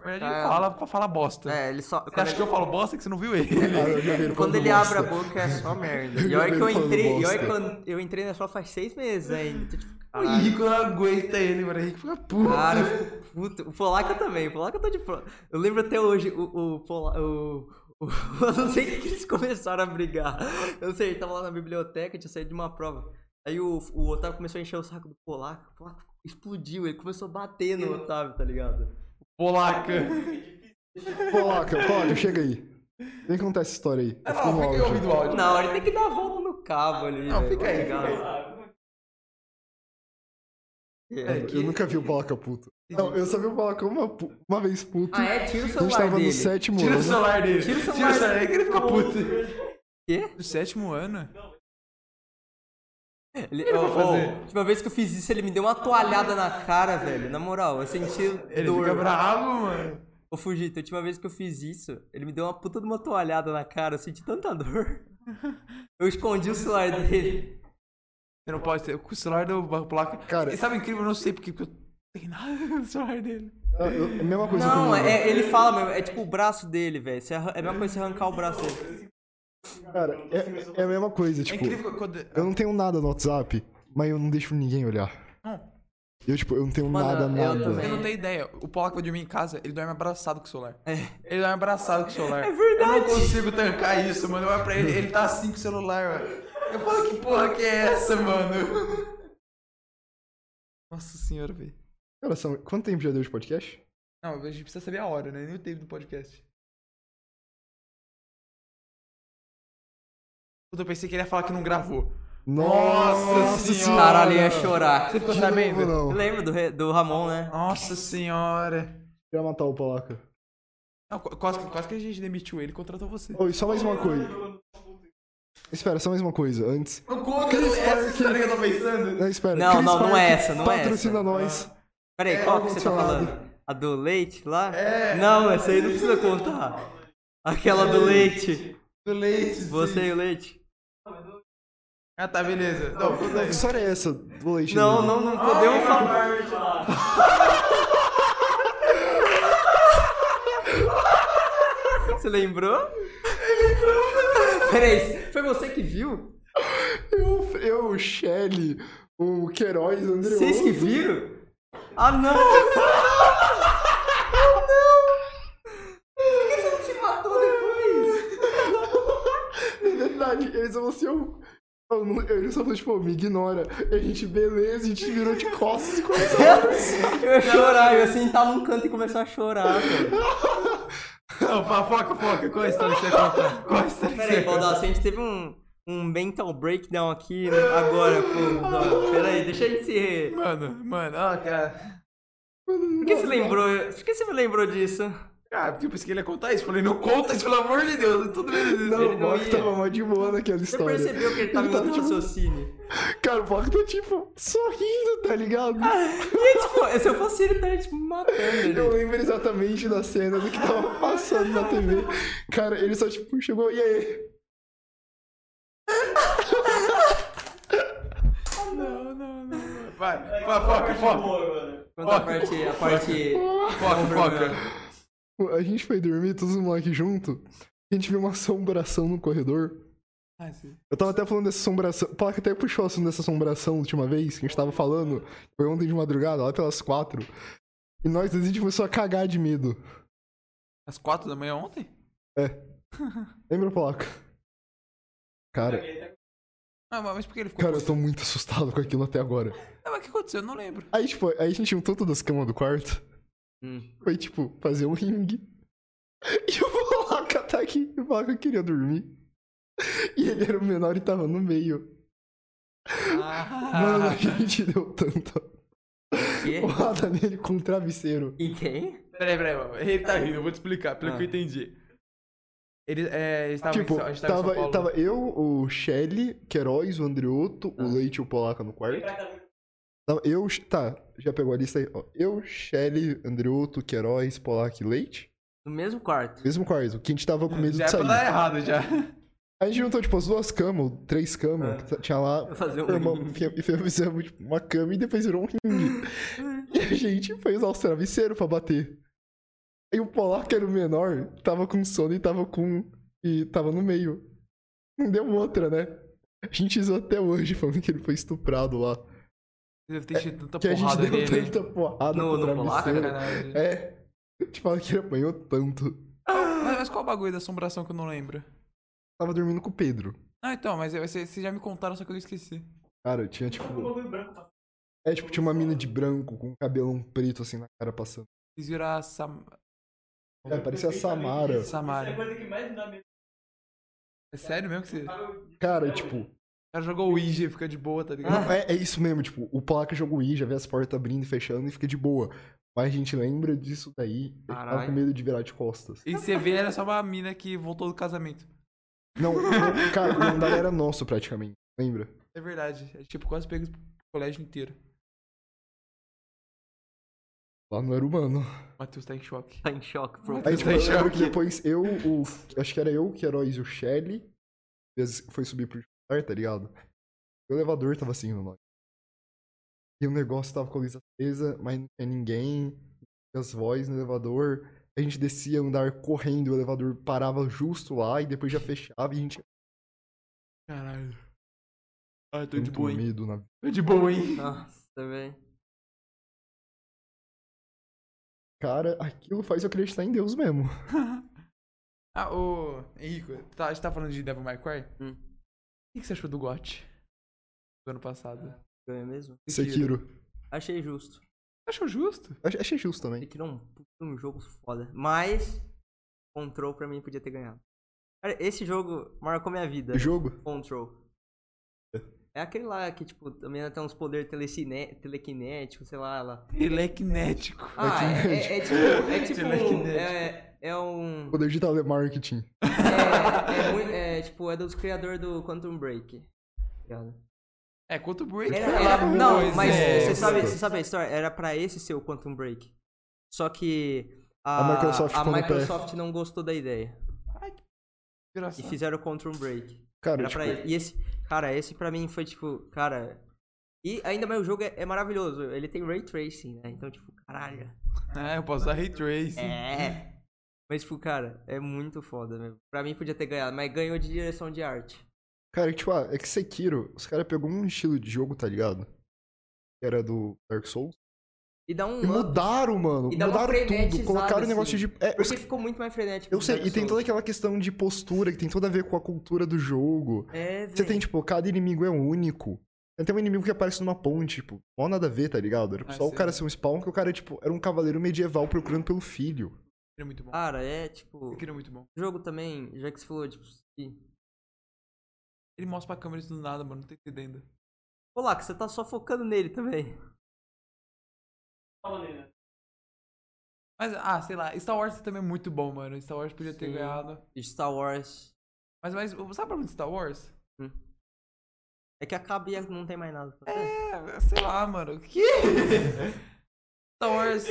[SPEAKER 2] Na verdade, ele
[SPEAKER 3] É.
[SPEAKER 2] fala, fala bosta.
[SPEAKER 3] É, ele só.
[SPEAKER 2] Você acha que eu falo bosta é que você não viu ele?
[SPEAKER 1] Ah, eu já vi ele
[SPEAKER 3] Quando
[SPEAKER 1] falando
[SPEAKER 3] ele
[SPEAKER 1] bosta.
[SPEAKER 3] abre a boca é só merda.
[SPEAKER 1] Eu
[SPEAKER 3] E
[SPEAKER 1] já
[SPEAKER 3] a hora
[SPEAKER 1] vi
[SPEAKER 3] que eu
[SPEAKER 1] ele falando
[SPEAKER 3] entrei, e a hora que
[SPEAKER 1] bosta.
[SPEAKER 3] eu, eu entrei na escola faz seis meses ainda. Tô tipo,
[SPEAKER 2] O
[SPEAKER 3] caralho,
[SPEAKER 2] Rico não aguenta ele, mano. O Rico fica puto.
[SPEAKER 3] cara, eu fico puto. O Polaca também, o Polaca tá de pro- Eu lembro até hoje, o, o Polaca. O, o- eu não sei o que que eles começaram a brigar. Eu não sei, ele tava lá na biblioteca, tinha saído de uma prova. Aí o, o Otávio começou a encher o saco do Polaca, o Polaca explodiu, ele começou a bater no Otávio, tá ligado?
[SPEAKER 2] Polaca.
[SPEAKER 1] Polaca, Polaca, chega aí. Vem contar essa história aí. Eu fico
[SPEAKER 2] Não,
[SPEAKER 1] no
[SPEAKER 2] fica aí
[SPEAKER 1] áudio.
[SPEAKER 2] Ah, ouvindo o áudio.
[SPEAKER 3] Não, ele tem que dar a volta no cabo ali.
[SPEAKER 2] Não,
[SPEAKER 3] velho,
[SPEAKER 2] fica
[SPEAKER 3] tá
[SPEAKER 2] aí,
[SPEAKER 3] ligado?
[SPEAKER 2] fica
[SPEAKER 3] É.
[SPEAKER 2] É,
[SPEAKER 1] Eu nunca vi o Polaca puto. Não, eu só vi o Polaca uma, pu- uma vez puto.
[SPEAKER 3] Ah, é? Tira o
[SPEAKER 1] a gente
[SPEAKER 3] celular
[SPEAKER 1] tava
[SPEAKER 3] dele.
[SPEAKER 1] no sétimo
[SPEAKER 2] Tira o
[SPEAKER 1] ano.
[SPEAKER 2] celular dele.
[SPEAKER 3] Tira o celular
[SPEAKER 2] dele que ele fica puto.
[SPEAKER 3] Quê?
[SPEAKER 2] Do sétimo ano?
[SPEAKER 3] Ele,
[SPEAKER 2] ele vai
[SPEAKER 3] Ô, ô,
[SPEAKER 2] fazer?
[SPEAKER 3] a última vez que eu fiz isso, ele me deu uma toalhada na cara, velho. Na moral, eu senti
[SPEAKER 2] Ele
[SPEAKER 3] dor.
[SPEAKER 2] fica bravo, mano.
[SPEAKER 3] Ô, Fugito, a última vez que eu fiz isso, ele me deu uma puta de uma toalhada na cara. Eu senti tanta dor. Eu escondi o celular dele.
[SPEAKER 2] Você não pode ter. O celular do Polaca.
[SPEAKER 1] Cara-
[SPEAKER 2] E sabe o incrível? Eu não sei porque, porque eu não tenho nada no celular dele.
[SPEAKER 1] Ah, eu- a mesma coisa
[SPEAKER 3] Não,
[SPEAKER 1] comigo. né?
[SPEAKER 3] é, ele fala mesmo. É tipo o braço dele, velho. Você arran- É a mesma coisa que você arrancar o braço dele.
[SPEAKER 1] Cara, é, é a mesma coisa,
[SPEAKER 2] É
[SPEAKER 1] tipo.
[SPEAKER 2] incrível quando.
[SPEAKER 1] Eu não tenho nada no WhatsApp, mas eu não deixo ninguém olhar.
[SPEAKER 2] Não.
[SPEAKER 1] Eu, tipo, eu não tenho
[SPEAKER 3] Mano,
[SPEAKER 1] nada,
[SPEAKER 3] eu
[SPEAKER 1] nada.
[SPEAKER 3] também.
[SPEAKER 2] Eu não tenho ideia. O Polaco vai dormir em casa, ele dorme abraçado com o celular.
[SPEAKER 3] É.
[SPEAKER 2] Ele dorme abraçado com o celular.
[SPEAKER 3] É verdade.
[SPEAKER 2] Eu não consigo tancar isso, mano. Eu olho pra ele, ele tá assim com o celular, mano. Eu falo, que porra que é essa, mano? Nossa senhora, velho.
[SPEAKER 1] Cara, são... quanto tempo já deu de podcast?
[SPEAKER 2] Não, a gente precisa saber a hora, né? Nem o tempo do podcast. Puta, eu pensei que ele ia falar que não gravou. Nossa senhora.
[SPEAKER 3] Caralho, é eu ia chorar.
[SPEAKER 2] Você ficou
[SPEAKER 1] De novo,
[SPEAKER 2] sabendo?
[SPEAKER 1] não.
[SPEAKER 3] Lembra do, re- do Ramon, né?
[SPEAKER 2] Nossa senhora.
[SPEAKER 1] Quer matar o Polaca.
[SPEAKER 2] Não, qu- quase, que- quase que a gente demitiu ele e contratou você.
[SPEAKER 1] Oi, Oh, só mais uma coisa. Espera, só mais uma coisa, antes.
[SPEAKER 2] Não conta essa história que eu tô pensando.
[SPEAKER 1] Não, espera.
[SPEAKER 3] Não,
[SPEAKER 1] Chris
[SPEAKER 3] não, não é
[SPEAKER 1] Park
[SPEAKER 3] essa, não é
[SPEAKER 1] Patrocina
[SPEAKER 3] essa.
[SPEAKER 1] nós.
[SPEAKER 3] Peraí,
[SPEAKER 2] É,
[SPEAKER 3] qual que você tá
[SPEAKER 1] ar-condicionado.
[SPEAKER 3] falando? A do leite lá?
[SPEAKER 2] É.
[SPEAKER 3] Não, essa aí não precisa contar. Aquela do leite.
[SPEAKER 2] Do leite. sim.
[SPEAKER 3] Você e o leite.
[SPEAKER 2] Ah, tá, beleza. Não, conta
[SPEAKER 1] Que
[SPEAKER 2] aí.
[SPEAKER 1] história é essa do leite?
[SPEAKER 3] Não,
[SPEAKER 1] dele?
[SPEAKER 3] não, não
[SPEAKER 2] Ah,
[SPEAKER 3] podemos falar. Você lembrou? Peraí, foi você que viu?
[SPEAKER 1] Eu, eu, o Shelly, o Queiroz, o André
[SPEAKER 3] Vocês que
[SPEAKER 1] Otto.
[SPEAKER 3] viram? Ah, não! Ah, não! Por que você não se matou depois?
[SPEAKER 1] É verdade, eles falam assim, eu... Eu não, eles falam, tipo, me ignora. E a gente, beleza, a gente virou de costas e começou a conversar.
[SPEAKER 3] Eu ia chorar, eu ia sentar num canto e começar a chorar, velho.
[SPEAKER 2] Não, fa- foca, foca. Qual é a história que você ia contar? Qual é a história que você
[SPEAKER 3] Peraí,
[SPEAKER 2] ia contar?
[SPEAKER 3] Baldassi, a gente teve um, um mental breakdown aqui né, agora, pô. Não, Peraí, deixa a gente se.
[SPEAKER 2] Mano, mano, ó, cara.
[SPEAKER 3] Por que você lembrou? Por que você me lembrou disso?
[SPEAKER 2] Cara, porque eu pensei que tipo, ele ia contar isso. Falei, não conta isso, pelo amor de Deus. Tudo bem.
[SPEAKER 1] Não,
[SPEAKER 3] Ele
[SPEAKER 1] o
[SPEAKER 3] não
[SPEAKER 1] Bock
[SPEAKER 3] ia.
[SPEAKER 1] tava mó de boa naquela
[SPEAKER 3] Você
[SPEAKER 1] história.
[SPEAKER 3] percebeu que ele tava em
[SPEAKER 1] tava
[SPEAKER 3] outro
[SPEAKER 1] tipo-
[SPEAKER 3] raciocínio.
[SPEAKER 1] Cara, o Bock tá, tipo, sorrindo, tá ligado?
[SPEAKER 3] E aí, tipo, se eu fosse ele, eu estaria, tipo, me matando ele.
[SPEAKER 1] Eu lembro exatamente da cena do que tava passando na TV. Cara, ele só, tipo, chegou, e aí?
[SPEAKER 2] Não, não, não. Vai, vai, foca, foca.
[SPEAKER 3] Quanto a parte. A parte.
[SPEAKER 2] Foca, foca.
[SPEAKER 1] A gente foi dormir, todos os moleques junto. A gente viu uma assombração no corredor.
[SPEAKER 2] Ah, sim.
[SPEAKER 1] Eu tava até falando dessa assombração. O Placa até puxou o assunto dessa assombração da última vez que a gente tava falando. Foi ontem de madrugada, lá pelas quatro. E nós, a gente começou a cagar de medo.
[SPEAKER 2] Às quatro da manhã ontem?
[SPEAKER 1] Lembra, Placa? Cara,
[SPEAKER 2] Ah, mas por que ele ficou.
[SPEAKER 1] cara, eu tô muito assustado com aquilo até agora.
[SPEAKER 2] Ah, mas o que aconteceu? Eu não lembro.
[SPEAKER 1] Aí, tipo, aí a gente juntou todas as camas do quarto.
[SPEAKER 3] Hum.
[SPEAKER 1] Foi, tipo, fazer um ringue. E o Placa tá aqui. E o Placa queria dormir. E ele era o menor e tava no meio.
[SPEAKER 2] Ah.
[SPEAKER 1] Mano, a gente deu tanta
[SPEAKER 3] Quê?
[SPEAKER 1] porrada nele com o travesseiro.
[SPEAKER 3] E quem?
[SPEAKER 2] Peraí, peraí, mano. Ele tá rindo, eu vou te explicar, pelo
[SPEAKER 3] Ah.
[SPEAKER 2] que eu entendi. Ele, é, eles estavam
[SPEAKER 1] Tipo,
[SPEAKER 2] em, São- a gente tava, em São
[SPEAKER 1] tava,
[SPEAKER 2] Paulo.
[SPEAKER 1] tava eu, o Shelly, Queiroz, o Andrioto,
[SPEAKER 2] Ah.
[SPEAKER 1] o Leite e o Polaca no quarto. Tava eu, tá, já pegou a lista aí. ó. Eu, Shelly, Andrioto, Queiroz, Polaca e Leite.
[SPEAKER 3] No mesmo quarto.
[SPEAKER 1] Mesmo quarto, que a gente tava com medo
[SPEAKER 2] Já
[SPEAKER 1] de
[SPEAKER 2] é pra dar
[SPEAKER 1] sair.
[SPEAKER 2] errado já.
[SPEAKER 1] A gente juntou, tipo, as duas camas, ou três camas, que t- tinha lá.
[SPEAKER 3] Fazer um
[SPEAKER 2] Tá
[SPEAKER 1] formamos- fi- E fizemos tipo, uma cama e depois virou um ringue. e a gente foi usar os travesseiros pra bater. E o Polar, que era o menor, tava com sono e tava com. E tava no meio. Não deu outra, né? A gente usou até hoje falando que ele foi estuprado lá.
[SPEAKER 2] Deve ter tido tanta
[SPEAKER 1] Que a gente
[SPEAKER 2] porrada
[SPEAKER 1] deu
[SPEAKER 2] nele.
[SPEAKER 1] tanta porrada
[SPEAKER 3] No-
[SPEAKER 1] no,
[SPEAKER 3] no Polar,
[SPEAKER 1] travesseiro.
[SPEAKER 2] Sacanagem.
[SPEAKER 1] É. Te falo que ele apanhou tanto.
[SPEAKER 2] Mas, mas qual o bagulho da assombração que eu não lembro?
[SPEAKER 1] Tava dormindo com o Pedro.
[SPEAKER 2] Ah, então, mas eu- vocês vocês já me contaram, só que eu esqueci.
[SPEAKER 1] Cara, tinha tipo. É, tipo, tinha uma mina de branco com um cabelão preto assim na cara passando.
[SPEAKER 2] Vocês viram a Sam...
[SPEAKER 1] É, parecia a Samara.
[SPEAKER 2] Samara.
[SPEAKER 4] Isso é a coisa que mais me dá medo.
[SPEAKER 2] É sério mesmo que você... O
[SPEAKER 1] Cara, tipo.
[SPEAKER 2] cara jogou o Ouija e fica de boa, tá ligado?
[SPEAKER 1] Não, é, é isso mesmo, tipo, o placa joga o I, já vê as portas abrindo e fechando e fica de boa. Mas a gente lembra disso daí. Eu tava com
[SPEAKER 3] Caralho.
[SPEAKER 1] medo de virar de costas.
[SPEAKER 2] E você vê, era só uma mina que voltou do casamento.
[SPEAKER 1] Não, o- cara, o andar era nosso praticamente. Lembra?
[SPEAKER 2] É verdade. É tipo, quase pego o colégio inteiro.
[SPEAKER 1] Lá não era humano.
[SPEAKER 2] O Matheus tá em choque.
[SPEAKER 3] Tá em choque, bro.
[SPEAKER 1] Aí,
[SPEAKER 2] Você
[SPEAKER 1] tipo,
[SPEAKER 2] tá em
[SPEAKER 1] eu lembro que
[SPEAKER 2] choque.
[SPEAKER 1] depois eu, o. Acho que era eu, que era o Shelley, vezes foi subir pro jantar, tá ligado? E O elevador tava assim no nós. E o negócio tava com a luz acesa, mas não tinha ninguém. Tinha as vozes no elevador. A gente descia andar correndo, o elevador parava justo lá e depois já fechava e a gente
[SPEAKER 2] Caralho. Ah, tô
[SPEAKER 1] tinha
[SPEAKER 2] de boa, hein?
[SPEAKER 1] medo na
[SPEAKER 2] Tô de boa, hein?
[SPEAKER 3] Nossa, velho.
[SPEAKER 1] cara. Aquilo faz eu acreditar em Deus mesmo.
[SPEAKER 2] Ah, ô... Henrico, tá, a gente tá falando de Devil May Cry?
[SPEAKER 3] Hum.
[SPEAKER 2] O que que você achou do GOT? Do ano passado.
[SPEAKER 3] Ganha é mesmo?
[SPEAKER 1] Sekiro.
[SPEAKER 3] Achei justo.
[SPEAKER 2] Você achou justo?
[SPEAKER 1] Achei achei justo
[SPEAKER 3] Ele
[SPEAKER 1] também.
[SPEAKER 3] criou um, puta um jogo foda. Mas, Control pra mim podia ter ganhado. Cara, esse jogo marcou minha vida.
[SPEAKER 1] O jogo?
[SPEAKER 3] Control. É aquele lá que, tipo, também tem uns poderes telecine... telequinéticos, sei lá, lá.
[SPEAKER 2] Telekinético.
[SPEAKER 3] Ah, é, é- é tipo. É tipo. um-
[SPEAKER 2] Telequinético.
[SPEAKER 3] É, é um.
[SPEAKER 1] Poder de telemarketing.
[SPEAKER 3] É, é, mui- é, tipo, é dos criadores do Quantum Break. Obrigado.
[SPEAKER 2] É, quanto o Break
[SPEAKER 3] Era-
[SPEAKER 2] foi
[SPEAKER 3] era-
[SPEAKER 2] lá,
[SPEAKER 3] não,
[SPEAKER 2] pois
[SPEAKER 3] mas
[SPEAKER 1] né?
[SPEAKER 2] é.
[SPEAKER 3] você, sabe,
[SPEAKER 1] puta.
[SPEAKER 3] você sabe a história? Era pra esse ser o Quantum Break. Só que a,
[SPEAKER 1] A Microsoft
[SPEAKER 3] a
[SPEAKER 1] ficou no pé.
[SPEAKER 3] Microsoft não gostou da ideia. E
[SPEAKER 2] Engraçado.
[SPEAKER 3] fizeram o Quantum Break.
[SPEAKER 1] Cara,
[SPEAKER 3] Era
[SPEAKER 1] tipo,
[SPEAKER 3] pra ele. E esse, cara, esse pra mim foi tipo, cara. E ainda mais o jogo é, é maravilhoso. Ele tem ray tracing, né? Então, tipo, caralho.
[SPEAKER 2] Ah, eu posso usar Ray Tracing.
[SPEAKER 3] É. Mas, tipo, cara, é muito foda mesmo. Pra mim podia ter ganhado, mas ganhou de direção de arte.
[SPEAKER 1] Cara, tipo, ah, é que Sekiro, os caras pegou um estilo de jogo, tá ligado? Que era do Dark Souls.
[SPEAKER 3] E dá um.
[SPEAKER 1] E mudaram, mano.
[SPEAKER 3] e dá uma
[SPEAKER 1] mudaram tudo.
[SPEAKER 3] frenétizada,
[SPEAKER 1] Colocaram o negócio
[SPEAKER 3] assim.
[SPEAKER 1] de. É, eu,
[SPEAKER 3] Porque
[SPEAKER 1] sei-
[SPEAKER 3] ficou muito mais frenético.
[SPEAKER 1] eu sei, e tem toda aquela questão de postura que tem tudo a ver com a cultura do jogo.
[SPEAKER 3] É,
[SPEAKER 1] Você tem,
[SPEAKER 3] velho.
[SPEAKER 1] tipo, cada inimigo é único. Tem um inimigo que aparece numa ponte, tipo, mó nada a ver, tá ligado? Era
[SPEAKER 2] Ah,
[SPEAKER 1] só o
[SPEAKER 2] sei.
[SPEAKER 1] cara ser um spawn que o cara, tipo, era um cavaleiro medieval procurando pelo filho.
[SPEAKER 2] Era muito bom.
[SPEAKER 3] Cara, é tipo.
[SPEAKER 2] Sekiro é muito bom.
[SPEAKER 3] O jogo também, já que você falou, tipo. se-
[SPEAKER 2] Ele mostra pra câmera isso do nada, mano. Não tô entendendo.
[SPEAKER 3] Ô, Lax, você tá só focando nele também.
[SPEAKER 4] Fala, Lena.
[SPEAKER 2] Mas, ah, sei lá. Star Wars também é muito bom, mano. Star Wars podia ter
[SPEAKER 3] Sim.
[SPEAKER 2] ganhado.
[SPEAKER 3] E Star Wars.
[SPEAKER 2] Mas, mas sabe o problema de Star Wars?
[SPEAKER 3] É que acaba e não tem mais nada. pra fazer.
[SPEAKER 2] É, sei lá, mano. O que? Star Wars.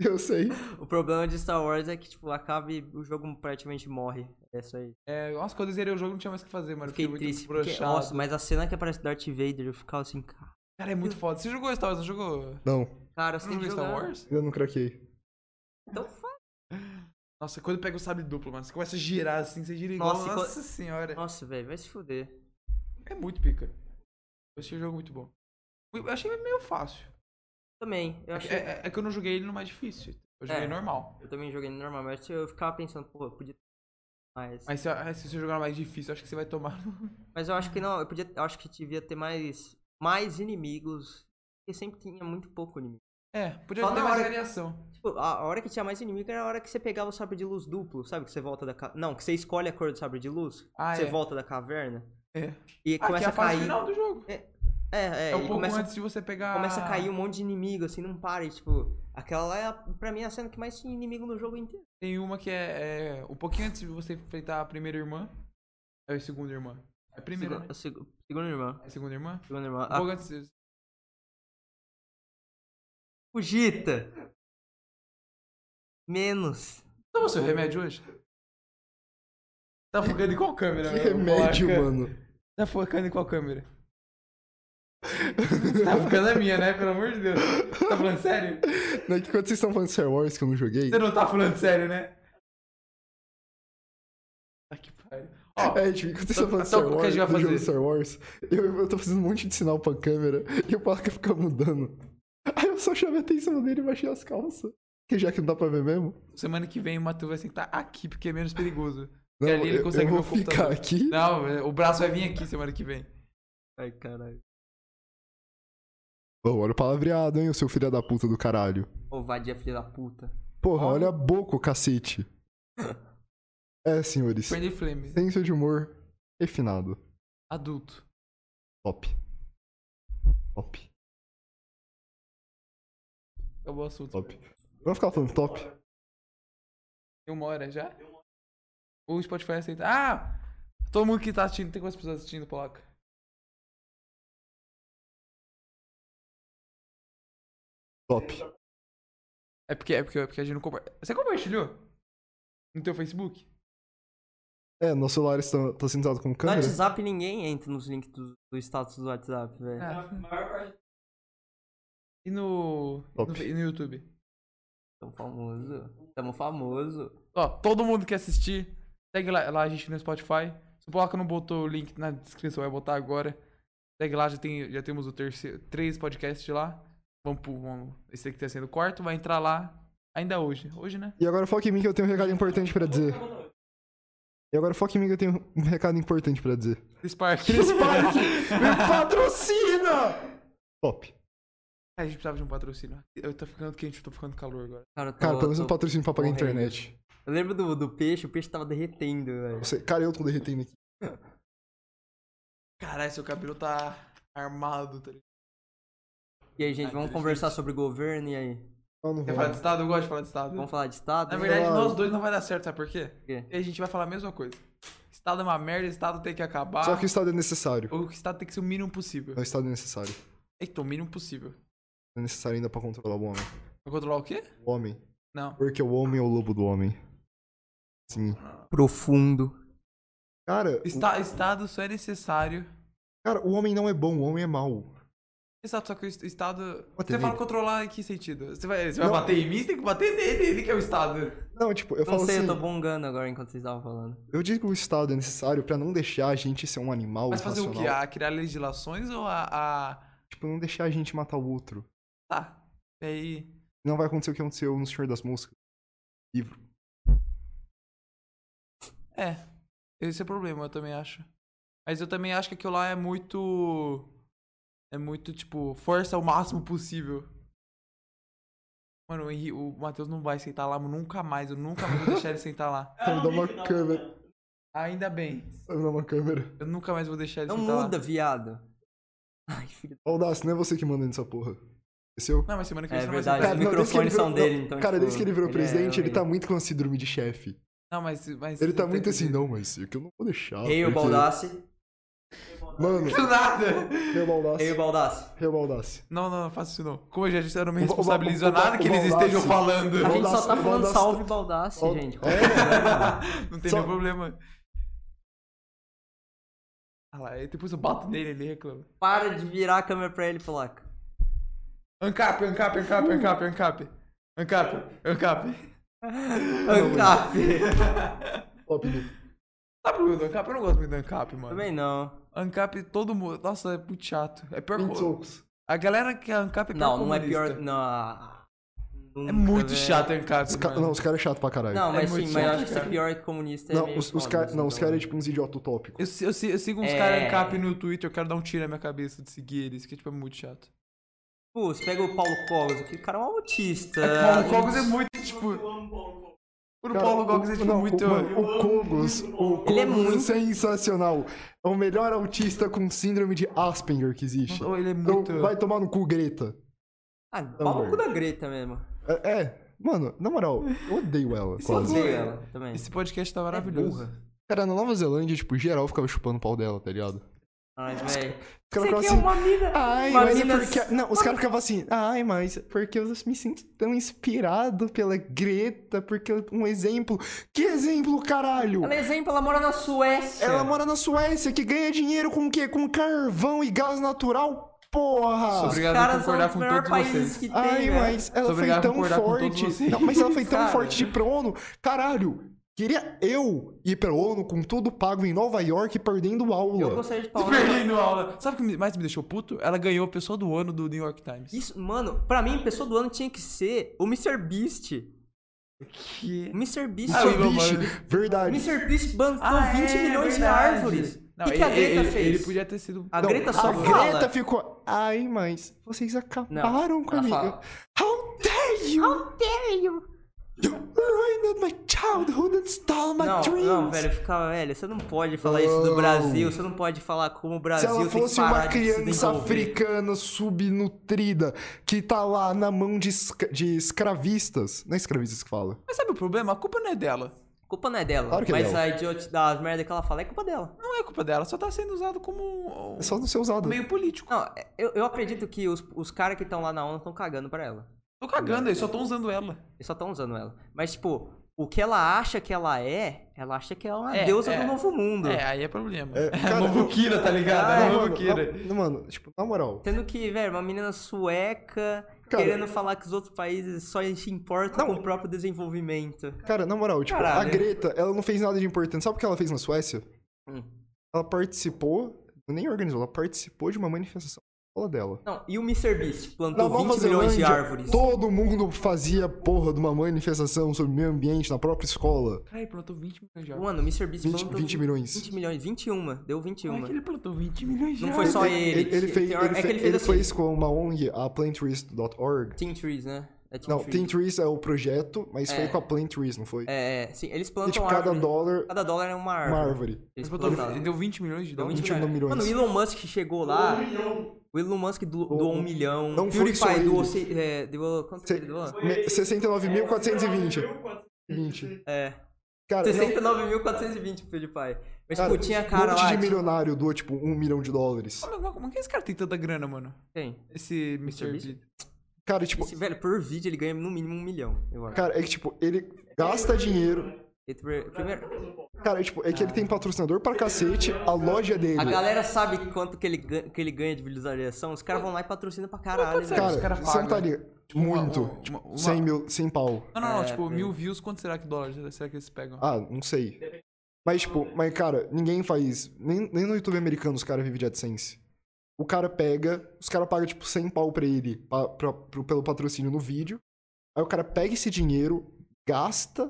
[SPEAKER 1] Eu sei.
[SPEAKER 3] O problema de Star Wars é que, tipo, acaba e o jogo praticamente morre. É isso aí.
[SPEAKER 2] É, nossa, quando eu zerei o jogo não tinha mais o que fazer, mano. Eu
[SPEAKER 3] Fiquei
[SPEAKER 2] muito
[SPEAKER 3] triste. Porque,
[SPEAKER 2] broxado.
[SPEAKER 3] nossa, mas a cena que aparece Darth Vader, eu ficava assim, cara.
[SPEAKER 2] Cara, é muito foda. Você jogou Star Wars, não jogou?
[SPEAKER 1] Não,
[SPEAKER 3] Cara,
[SPEAKER 2] Você
[SPEAKER 3] você
[SPEAKER 2] não
[SPEAKER 3] tem
[SPEAKER 2] jogou
[SPEAKER 3] que
[SPEAKER 2] Star
[SPEAKER 3] jogar.
[SPEAKER 2] Wars?
[SPEAKER 1] eu não craquei.
[SPEAKER 3] Então faz.
[SPEAKER 2] Nossa, quando pega o sabre duplo, mano, você começa a girar assim, você gira igual.
[SPEAKER 3] Nossa, e
[SPEAKER 2] Nossa,
[SPEAKER 3] quando-
[SPEAKER 2] senhora.
[SPEAKER 3] Nossa, velho, vai se fuder.
[SPEAKER 2] É muito pica. Eu achei o jogo muito bom. Eu achei meio fácil.
[SPEAKER 3] Também. Eu
[SPEAKER 2] É, que-
[SPEAKER 3] achei.
[SPEAKER 2] é- é que eu não joguei ele no mais difícil. Eu joguei
[SPEAKER 3] É.
[SPEAKER 2] normal.
[SPEAKER 3] Eu também joguei no normal, mas eu ficava pensando, pô, eu podia. Mas,
[SPEAKER 2] Mas se, ah, se você jogar no mais difícil, eu acho que você vai tomar.
[SPEAKER 3] mas eu acho que não, eu podia. Eu acho que devia ter mais. Mais inimigos. Porque sempre tinha muito pouco inimigo.
[SPEAKER 2] É, podia
[SPEAKER 3] Só
[SPEAKER 2] ter
[SPEAKER 3] na
[SPEAKER 2] mais
[SPEAKER 3] hora-
[SPEAKER 2] variação.
[SPEAKER 3] Tipo, a a hora que tinha mais inimigo era a hora que você pegava o sabre de luz duplo, sabe? Que você volta da caverna. Não, que você escolhe a cor do sabre de luz.
[SPEAKER 2] Ah,
[SPEAKER 3] você
[SPEAKER 2] é.
[SPEAKER 3] volta da caverna.
[SPEAKER 2] É.
[SPEAKER 3] E
[SPEAKER 2] Ah, que é
[SPEAKER 3] começa
[SPEAKER 2] a
[SPEAKER 3] a
[SPEAKER 2] fase
[SPEAKER 3] cair.
[SPEAKER 2] final do jogo.
[SPEAKER 3] É, é,
[SPEAKER 2] É um
[SPEAKER 3] e
[SPEAKER 2] pouco
[SPEAKER 3] começa,
[SPEAKER 2] antes de você pegar.
[SPEAKER 3] começa a cair um monte de inimigo, assim, não para. E, tipo, aquela lá é, a- pra mim, é a cena que mais tinha inimigo no jogo inteiro.
[SPEAKER 2] Tem uma que é, é, um pouquinho antes de você enfrentar a primeira irmã. É a segunda irmã. É a primeira, né?
[SPEAKER 3] Segunda, Ah. seg- segunda irmã.
[SPEAKER 2] É a segunda irmã?
[SPEAKER 3] Segunda irmã.
[SPEAKER 2] Um pouco
[SPEAKER 3] A
[SPEAKER 2] antes de-
[SPEAKER 3] fugita! Menos.
[SPEAKER 2] Toma seu remédio hoje? Tá focando em qual câmera?
[SPEAKER 1] Que
[SPEAKER 2] mano? é-
[SPEAKER 1] remédio,
[SPEAKER 2] Placa.
[SPEAKER 1] mano.
[SPEAKER 2] Tá focando em qual câmera? Tá ficando a minha, né? Pelo amor de Deus. Tá falando sério?
[SPEAKER 1] Não, é que quando vocês estão falando de Star Wars que eu não joguei.
[SPEAKER 2] Você não tá falando sério, né? Tá que pariu. Ó,
[SPEAKER 1] É, tipo, quando vocês
[SPEAKER 2] Então-
[SPEAKER 1] estão falando de Star
[SPEAKER 2] então, o que a
[SPEAKER 1] Wars,
[SPEAKER 2] gente vai
[SPEAKER 1] do jogo
[SPEAKER 2] fazer?
[SPEAKER 1] Star Wars, eu, eu tô fazendo um monte de sinal pra câmera e o placa fica mudando. Aí eu só chamei a atenção dele e baixei as calças. Que já que não dá pra ver mesmo.
[SPEAKER 2] semana que vem o Matheus vai sentar aqui porque é menos perigoso.
[SPEAKER 1] Não,
[SPEAKER 2] ali ele
[SPEAKER 1] eu,
[SPEAKER 2] consegue
[SPEAKER 1] eu
[SPEAKER 2] ver
[SPEAKER 1] vou
[SPEAKER 2] o computador.
[SPEAKER 1] ficar aqui.
[SPEAKER 2] Não, o braço vai vir aqui semana que vem.
[SPEAKER 3] Ai, caralho.
[SPEAKER 1] Ô, olha o palavreado, hein, o seu filho da puta do caralho.
[SPEAKER 3] Ô, vadia, filha da puta.
[SPEAKER 1] Porra,
[SPEAKER 2] Olha.
[SPEAKER 1] olha a boca, o cacete. É, senhores.
[SPEAKER 2] Friendly Flames.
[SPEAKER 1] Senso de humor refinado.
[SPEAKER 2] Adulto.
[SPEAKER 1] Top. Top.
[SPEAKER 2] Acabou o assunto.
[SPEAKER 1] Top. Vamos ficar falando top?
[SPEAKER 2] Tem uma hora já? O Spotify aceita. Ah! Todo mundo que tá assistindo, tem quantas pessoas assistindo, Polaca?
[SPEAKER 1] Top.
[SPEAKER 2] É porque, é porque, é porque a gente não compartilhou. Você compartilhou? No teu Facebook?
[SPEAKER 1] É, nosso celular está tá sintonizado com
[SPEAKER 3] No
[SPEAKER 1] câmera.
[SPEAKER 3] WhatsApp ninguém entra nos links do, do status do WhatsApp,
[SPEAKER 1] É.
[SPEAKER 3] velho.
[SPEAKER 2] Ah. E no.
[SPEAKER 1] Top.
[SPEAKER 2] no fe- E no YouTube?
[SPEAKER 3] Tamo famoso. Tamo famoso.
[SPEAKER 2] Ó, todo mundo que assistir, segue lá, lá a gente no Spotify. Se o Polaca não botou o link na descrição, vai botar agora. Segue lá, já, tem, já temos o terceiro, três podcasts lá. Vamos pro. Vamos, esse aqui tá sendo o quarto, vai entrar lá ainda hoje. Hoje, né?
[SPEAKER 1] E agora foca em mim que eu tenho um recado importante pra dizer. E agora foca em mim que eu tenho um recado importante pra dizer.
[SPEAKER 2] Chris Park.
[SPEAKER 1] Chris Park! Me patrocina! Top.
[SPEAKER 2] a gente precisava de um patrocínio. Eu tô ficando quente, eu tô ficando calor agora.
[SPEAKER 3] Cara, eu tô,
[SPEAKER 1] Cara, pelo menos
[SPEAKER 3] tô-
[SPEAKER 1] um patrocínio pra pagar a
[SPEAKER 3] morrendo.
[SPEAKER 1] internet.
[SPEAKER 3] Eu lembro do, do peixe, o peixe tava derretendo, velho.
[SPEAKER 1] Você- Cara, eu tô derretendo aqui.
[SPEAKER 2] Caralho, seu cabelo tá armado, tá ligado?
[SPEAKER 3] E aí, gente,
[SPEAKER 2] Ah,
[SPEAKER 3] vamos
[SPEAKER 2] interessante.
[SPEAKER 3] conversar sobre o governo e aí?
[SPEAKER 1] Eu não
[SPEAKER 2] Quer
[SPEAKER 1] vou.
[SPEAKER 2] falar de estado? Eu gosto de falar de estado.
[SPEAKER 3] Vamos falar de Estado?
[SPEAKER 2] Na verdade,
[SPEAKER 1] Claro.
[SPEAKER 2] nós dois não vai dar certo, sabe por quê?
[SPEAKER 3] quê?
[SPEAKER 2] E a gente vai falar a mesma coisa. Estado é uma merda, Estado tem que acabar.
[SPEAKER 1] Só que o estado é necessário.
[SPEAKER 2] O Estado tem que ser o mínimo possível.
[SPEAKER 1] É o estado é necessário.
[SPEAKER 2] Eita, o mínimo possível.
[SPEAKER 1] É necessário ainda pra controlar o homem.
[SPEAKER 2] Vai controlar o quê?
[SPEAKER 1] O homem.
[SPEAKER 2] Não.
[SPEAKER 1] Porque o homem é o lobo do homem. Sim.
[SPEAKER 3] Profundo.
[SPEAKER 1] Cara, o,
[SPEAKER 2] Esta- Estado só é necessário.
[SPEAKER 1] cara, o homem não é bom, o homem é mau.
[SPEAKER 2] Exato, só que o est- Estado.
[SPEAKER 1] Pô,
[SPEAKER 2] Você
[SPEAKER 1] tem
[SPEAKER 2] fala
[SPEAKER 1] medo.
[SPEAKER 2] controlar em que sentido? Você vai, você vai
[SPEAKER 1] Não.
[SPEAKER 2] bater em mim, você tem que bater nele, ele que é o Estado.
[SPEAKER 1] Não, tipo, eu
[SPEAKER 3] Não
[SPEAKER 1] falo
[SPEAKER 3] sei,
[SPEAKER 1] assim,
[SPEAKER 3] eu tô bongando agora enquanto vocês estavam falando.
[SPEAKER 1] eu digo que o estado é necessário pra não deixar a gente ser um animal
[SPEAKER 2] Mas fazer o
[SPEAKER 1] irracional.
[SPEAKER 2] quê? A criar legislações ou a. a...
[SPEAKER 1] Tipo, não deixar a gente matar o outro.
[SPEAKER 2] Tá. E aí.
[SPEAKER 1] Não vai acontecer o que aconteceu no Senhor das Moscas. Livro.
[SPEAKER 2] É. Esse é o problema, eu também acho. Mas eu também acho que aquilo lá é muito. É muito, tipo, força o máximo possível. Mano, o, Henri- o Matheus não vai sentar lá nunca mais. Eu nunca mais vou deixar ele sentar lá.
[SPEAKER 1] Só me dá uma câmera.
[SPEAKER 2] Ainda bem.
[SPEAKER 1] Só me dá Tá uma câmera.
[SPEAKER 2] Eu nunca mais vou deixar ele
[SPEAKER 3] Não
[SPEAKER 2] sentar
[SPEAKER 3] muda,
[SPEAKER 2] lá.
[SPEAKER 3] viado. Ai, filho.
[SPEAKER 1] Audácio, não é você que manda nessa porra. Esqueceu?
[SPEAKER 2] Não, mas semana que vem
[SPEAKER 3] É
[SPEAKER 2] você não vai
[SPEAKER 3] verdade,
[SPEAKER 2] sentar.
[SPEAKER 1] não, desde que
[SPEAKER 3] os
[SPEAKER 1] ele
[SPEAKER 3] microfones
[SPEAKER 1] virou-
[SPEAKER 3] são
[SPEAKER 1] não,
[SPEAKER 3] dele, então.
[SPEAKER 1] Cara,
[SPEAKER 3] tipo,
[SPEAKER 1] desde que ele virou
[SPEAKER 3] é
[SPEAKER 1] presidente, ele tá
[SPEAKER 3] ruim.
[SPEAKER 1] muito com esse síndrome de chefe.
[SPEAKER 2] Não, mas, mas.
[SPEAKER 1] Ele tá
[SPEAKER 2] você
[SPEAKER 1] muito
[SPEAKER 2] tem
[SPEAKER 1] assim,
[SPEAKER 2] que-
[SPEAKER 1] não, mas é que eu não vou deixar.
[SPEAKER 3] Ei, o
[SPEAKER 1] porque-
[SPEAKER 3] Baldassi.
[SPEAKER 1] Mano,
[SPEAKER 2] Do nada!
[SPEAKER 1] rei o
[SPEAKER 3] Ei, o
[SPEAKER 1] Baldassi.
[SPEAKER 3] Baldassi.
[SPEAKER 1] Rei o Baldassi.
[SPEAKER 2] Não, não, não faço isso não. Como eu já disse, eu não me
[SPEAKER 1] O Ba- o Ba-
[SPEAKER 2] responsabilizo a
[SPEAKER 1] o Ba-
[SPEAKER 2] nada que
[SPEAKER 1] o
[SPEAKER 2] eles
[SPEAKER 1] Baldassi-
[SPEAKER 2] estejam falando.
[SPEAKER 3] A gente
[SPEAKER 1] Baldassi-
[SPEAKER 3] só tá falando
[SPEAKER 1] Baldassi- É?
[SPEAKER 3] salve, Baldassi, gente.
[SPEAKER 2] Não tem
[SPEAKER 1] Só-
[SPEAKER 2] nenhum problema. Ah lá, aí depois eu bato nele, ele reclama.
[SPEAKER 3] Para de virar a câmera pra ele, Polaca.
[SPEAKER 2] Ancap, ancap, ancap, ancap, ancap. Ancap, ancap.
[SPEAKER 3] Ancap.
[SPEAKER 1] Top, Nico.
[SPEAKER 2] Tá bom, do ancap, eu não gosto muito do ancap, mano.
[SPEAKER 3] Também não.
[SPEAKER 2] Ancap, todo mundo... Nossa, é muito chato. É pior...
[SPEAKER 1] 20
[SPEAKER 2] Co...
[SPEAKER 1] socos.
[SPEAKER 2] A galera que é ancap é pior
[SPEAKER 3] Não, não é
[SPEAKER 2] comunista.
[SPEAKER 3] pior. Não.
[SPEAKER 2] É
[SPEAKER 3] Nunca, né?
[SPEAKER 2] muito
[SPEAKER 3] velho.
[SPEAKER 2] chato ancap,
[SPEAKER 1] Os ca-
[SPEAKER 2] mano.
[SPEAKER 1] Não, os caras é chato pra caralho.
[SPEAKER 3] Não, mas
[SPEAKER 2] É muito
[SPEAKER 3] sim, mas eu
[SPEAKER 2] chato,
[SPEAKER 3] acho que
[SPEAKER 2] cara.
[SPEAKER 3] ser pior que comunista é
[SPEAKER 1] Não,
[SPEAKER 3] meio
[SPEAKER 1] os, os
[SPEAKER 3] foda,
[SPEAKER 1] caras
[SPEAKER 3] assim,
[SPEAKER 1] não, os
[SPEAKER 3] então.
[SPEAKER 1] caras é tipo uns idiota utópico.
[SPEAKER 2] Eu, si- eu, si- eu sigo uns
[SPEAKER 3] É.
[SPEAKER 2] caras ancap no Twitter, eu quero dar um tiro na minha cabeça de seguir eles, que tipo, é muito chato.
[SPEAKER 3] Pô, você pega o Paulo Cogos, aquele cara é um autista.
[SPEAKER 2] Paulo Cogos é muito, tipo... O
[SPEAKER 1] Cara,
[SPEAKER 2] Paulo Cogos é,
[SPEAKER 1] o-
[SPEAKER 2] tipo,
[SPEAKER 1] não,
[SPEAKER 2] muito...
[SPEAKER 1] O, mano, o Cogos, o
[SPEAKER 3] Ele é
[SPEAKER 1] Cogos
[SPEAKER 3] muito-
[SPEAKER 1] sensacional. É o melhor autista com síndrome de Asperger que existe.
[SPEAKER 2] Ele é
[SPEAKER 1] Então,
[SPEAKER 2] muito...
[SPEAKER 1] vai tomar no cu, Greta.
[SPEAKER 3] Ah, pau no cu da Greta mesmo.
[SPEAKER 1] É, é. mano, na moral, eu odeio ela.
[SPEAKER 2] Isso é
[SPEAKER 1] quase.
[SPEAKER 3] Odeio ela é também.
[SPEAKER 2] Esse podcast tá maravilhoso.
[SPEAKER 1] Cara, na Nova Zelândia, tipo, geral ficava chupando o pau dela, tá ligado? Os
[SPEAKER 3] Ai, velho.
[SPEAKER 1] caras ficavam
[SPEAKER 3] Você
[SPEAKER 1] assim,
[SPEAKER 3] quer uma mina?
[SPEAKER 1] Ai,
[SPEAKER 3] uma
[SPEAKER 1] mas é
[SPEAKER 3] mina-
[SPEAKER 1] porque. Não, os caras ficavam assim, ai, mas porque eu me sinto tão inspirado pela Greta, porque eu- um exemplo. Que exemplo, caralho?
[SPEAKER 3] Ela é exemplo, ela mora na Suécia.
[SPEAKER 1] Ela mora na Suécia, que ganha dinheiro com o quê? Com carvão e gás natural? Porra!
[SPEAKER 2] Sobre- Obrigado por
[SPEAKER 3] Os caras são
[SPEAKER 2] concordar
[SPEAKER 3] os
[SPEAKER 2] com
[SPEAKER 3] melhores
[SPEAKER 2] todos
[SPEAKER 3] países
[SPEAKER 2] vocês.
[SPEAKER 3] que tem, né?
[SPEAKER 1] Ai,
[SPEAKER 3] velho.
[SPEAKER 1] mas ela
[SPEAKER 2] né? Sou
[SPEAKER 1] foi
[SPEAKER 2] obrigado a
[SPEAKER 1] tão
[SPEAKER 2] concordar com todos
[SPEAKER 1] forte.
[SPEAKER 2] vocês.
[SPEAKER 1] Não, mas ela foi tão
[SPEAKER 3] Cara.
[SPEAKER 1] forte de ir pra ONU. Caralho, queria eu ir pra ONU com tudo pago em Nova York perdendo
[SPEAKER 3] Eu
[SPEAKER 1] aula.
[SPEAKER 3] gostaria de falar.
[SPEAKER 2] Perdendo aula. Sabe o que me- mais me deixou puto? Ela ganhou a pessoa do ano do New York Times.
[SPEAKER 3] Isso, mano, pra mim, pessoa do ano tinha que ser o Mr. Beast.
[SPEAKER 2] Que...
[SPEAKER 3] O Mr. Beast.
[SPEAKER 2] Ah,
[SPEAKER 1] Seu
[SPEAKER 2] eu
[SPEAKER 3] o
[SPEAKER 2] Elon
[SPEAKER 1] é bicho,
[SPEAKER 2] Musk.
[SPEAKER 1] verdade.
[SPEAKER 3] Mr. Beast bantou
[SPEAKER 2] Ah,
[SPEAKER 3] 20
[SPEAKER 2] é, verdade.
[SPEAKER 3] milhões de árvores.
[SPEAKER 2] Não,
[SPEAKER 3] o que, que
[SPEAKER 2] ele-
[SPEAKER 3] a Greta
[SPEAKER 2] ele-
[SPEAKER 3] fez?
[SPEAKER 2] Ele podia ter sido.
[SPEAKER 3] A Greta só
[SPEAKER 1] a
[SPEAKER 3] fala.
[SPEAKER 1] Greta ficou. Ai, mas vocês acabaram com a
[SPEAKER 3] ela
[SPEAKER 1] minha.
[SPEAKER 3] fala.
[SPEAKER 1] How dare you! How dare you! You ruined my childhood and stole my
[SPEAKER 3] não,
[SPEAKER 1] dreams!
[SPEAKER 3] não, velho, ficava, velho, você não pode falar isso do
[SPEAKER 1] Não.
[SPEAKER 3] Brasil, você não pode falar como o
[SPEAKER 1] Se
[SPEAKER 3] Brasil
[SPEAKER 1] ela
[SPEAKER 3] tem que
[SPEAKER 1] fosse
[SPEAKER 3] parar
[SPEAKER 1] uma
[SPEAKER 3] de se
[SPEAKER 1] criança
[SPEAKER 3] desenvolver.
[SPEAKER 1] africana subnutrida que tá lá na mão de, esca- de escravistas. Não é escravistas que fala.
[SPEAKER 2] Mas sabe o problema? A culpa não é dela.
[SPEAKER 3] A culpa não é dela,
[SPEAKER 1] Claro que é
[SPEAKER 3] mas
[SPEAKER 1] dela.
[SPEAKER 3] a idiota das merda que ela fala é culpa dela.
[SPEAKER 2] Não é culpa dela, só tá sendo usado como um,
[SPEAKER 1] É só não ser usado.
[SPEAKER 2] um meio político.
[SPEAKER 3] Não, eu, eu acredito que os, os caras que estão lá na ONU estão cagando pra ela.
[SPEAKER 2] Tô cagando, eles só tão usando ela.
[SPEAKER 3] Eles só estão usando ela. Mas, tipo, o que ela acha que ela é, ela acha que ela é uma
[SPEAKER 2] É,
[SPEAKER 3] deusa
[SPEAKER 2] é.
[SPEAKER 3] do novo mundo.
[SPEAKER 2] É, aí é problema.
[SPEAKER 1] É,
[SPEAKER 2] É,
[SPEAKER 1] cara,
[SPEAKER 2] novo Kira, tá ligado?
[SPEAKER 3] Ah,
[SPEAKER 2] É
[SPEAKER 1] Não,
[SPEAKER 2] novo
[SPEAKER 1] mano,
[SPEAKER 2] Kira.
[SPEAKER 1] na- mano, tipo, na moral.
[SPEAKER 3] Sendo que, velho, uma menina sueca
[SPEAKER 1] Cara-
[SPEAKER 3] querendo falar que os outros países só se importam com o próprio desenvolvimento.
[SPEAKER 1] Cara, na moral, tipo,
[SPEAKER 3] Caralho.
[SPEAKER 1] a Greta, ela não fez nada de importante. Sabe o que ela fez na Suécia?
[SPEAKER 3] Hum.
[SPEAKER 1] Ela participou, nem organizou, ela participou de uma manifestação na escola dela.
[SPEAKER 3] Não, e o Mr. Beast
[SPEAKER 1] Na
[SPEAKER 3] plantou
[SPEAKER 1] Nova
[SPEAKER 3] 20 milhões de
[SPEAKER 1] Zelândia,
[SPEAKER 3] árvores.
[SPEAKER 1] todo mundo fazia porra de uma manifestação sobre o meio ambiente na própria escola.
[SPEAKER 2] Cara, ele plantou 20 milhões de árvores.
[SPEAKER 3] Mano, o Mr. Beast
[SPEAKER 1] 20
[SPEAKER 3] plantou
[SPEAKER 1] 20 milhões.
[SPEAKER 3] 20 milhões, 21. Deu
[SPEAKER 2] Como
[SPEAKER 3] 21.
[SPEAKER 2] é que ele plantou 20 milhões de
[SPEAKER 3] Não foi
[SPEAKER 2] árvores?
[SPEAKER 3] só ele.
[SPEAKER 1] Ele, ele fez, ele
[SPEAKER 3] tem- é que
[SPEAKER 1] fe-
[SPEAKER 3] ele fez
[SPEAKER 1] ele
[SPEAKER 3] assim.
[SPEAKER 1] fez com uma ONG, a planttrees.org.
[SPEAKER 3] Team Trees, né? É Team
[SPEAKER 1] Não, Team Trees é o projeto, mas
[SPEAKER 3] É.
[SPEAKER 1] foi com a Planttrees, não foi?
[SPEAKER 3] É, é, sim, eles
[SPEAKER 1] E,
[SPEAKER 3] plantam
[SPEAKER 1] tipo, cada
[SPEAKER 3] árvore.
[SPEAKER 1] dólar,
[SPEAKER 3] Cada dólar é uma árvore.
[SPEAKER 1] uma árvore.
[SPEAKER 3] Eles
[SPEAKER 2] Ele plantou-
[SPEAKER 3] plantaram.
[SPEAKER 2] ele deu 20 milhões de
[SPEAKER 3] Deu
[SPEAKER 2] dólares.
[SPEAKER 3] 20
[SPEAKER 1] 21 milhões. Um
[SPEAKER 3] Mano, o Elon Musk chegou lá. o Elon Musk do- doou um milhão.
[SPEAKER 1] Não foi
[SPEAKER 3] PewDiePie
[SPEAKER 1] só ele.
[SPEAKER 3] doou. se- É, doou quanto que ele doou?
[SPEAKER 1] Me- 69.420. 20.
[SPEAKER 3] É.
[SPEAKER 1] Cara, não,
[SPEAKER 3] 69.420 pro PewDiePie. Mas,
[SPEAKER 1] cara,
[SPEAKER 3] tipo, tinha cara
[SPEAKER 1] um monte
[SPEAKER 3] lá.
[SPEAKER 1] de
[SPEAKER 3] tipo,
[SPEAKER 1] milionário doou, tipo, um milhão de dólares.
[SPEAKER 2] Como, como- como que esse cara tem tanta grana, mano?
[SPEAKER 3] Tem.
[SPEAKER 2] Esse Mr.
[SPEAKER 3] Beast?
[SPEAKER 2] Beast.
[SPEAKER 1] Cara, tipo,
[SPEAKER 3] Esse, velho, por vídeo ele ganha no mínimo um milhão, eu acho.
[SPEAKER 1] cara, é que, tipo, ele gasta dinheiro.
[SPEAKER 3] Ele pr- primeiro,
[SPEAKER 1] Cara, é, tipo, é que ele tem patrocinador pra cacete, a loja dele.
[SPEAKER 3] Ah. a galera sabe quanto que ele, ganha, que ele ganha de visualização, os caras vão lá e patrocinam pra caralho. velho.
[SPEAKER 2] os
[SPEAKER 1] Cara,
[SPEAKER 2] cara
[SPEAKER 1] você não tá
[SPEAKER 2] paga,
[SPEAKER 1] ali.
[SPEAKER 2] uma-
[SPEAKER 1] Muito.
[SPEAKER 2] uma-
[SPEAKER 1] Tipo,
[SPEAKER 2] uma-
[SPEAKER 1] 100 mil, 100 pau.
[SPEAKER 2] Não, não, não,
[SPEAKER 3] É,
[SPEAKER 2] tipo,
[SPEAKER 3] velho.
[SPEAKER 2] mil views, quanto será que dólares será que eles pegam?
[SPEAKER 1] Ah, não sei. Mas, tipo, mas, cara, ninguém faz. Nem, nem no YouTube americano os caras vivem de AdSense. O cara pega, os caras pagam, tipo, 100 pau pra ele, pa- pra- pro- pelo patrocínio no vídeo. Aí o cara pega esse dinheiro, gasta,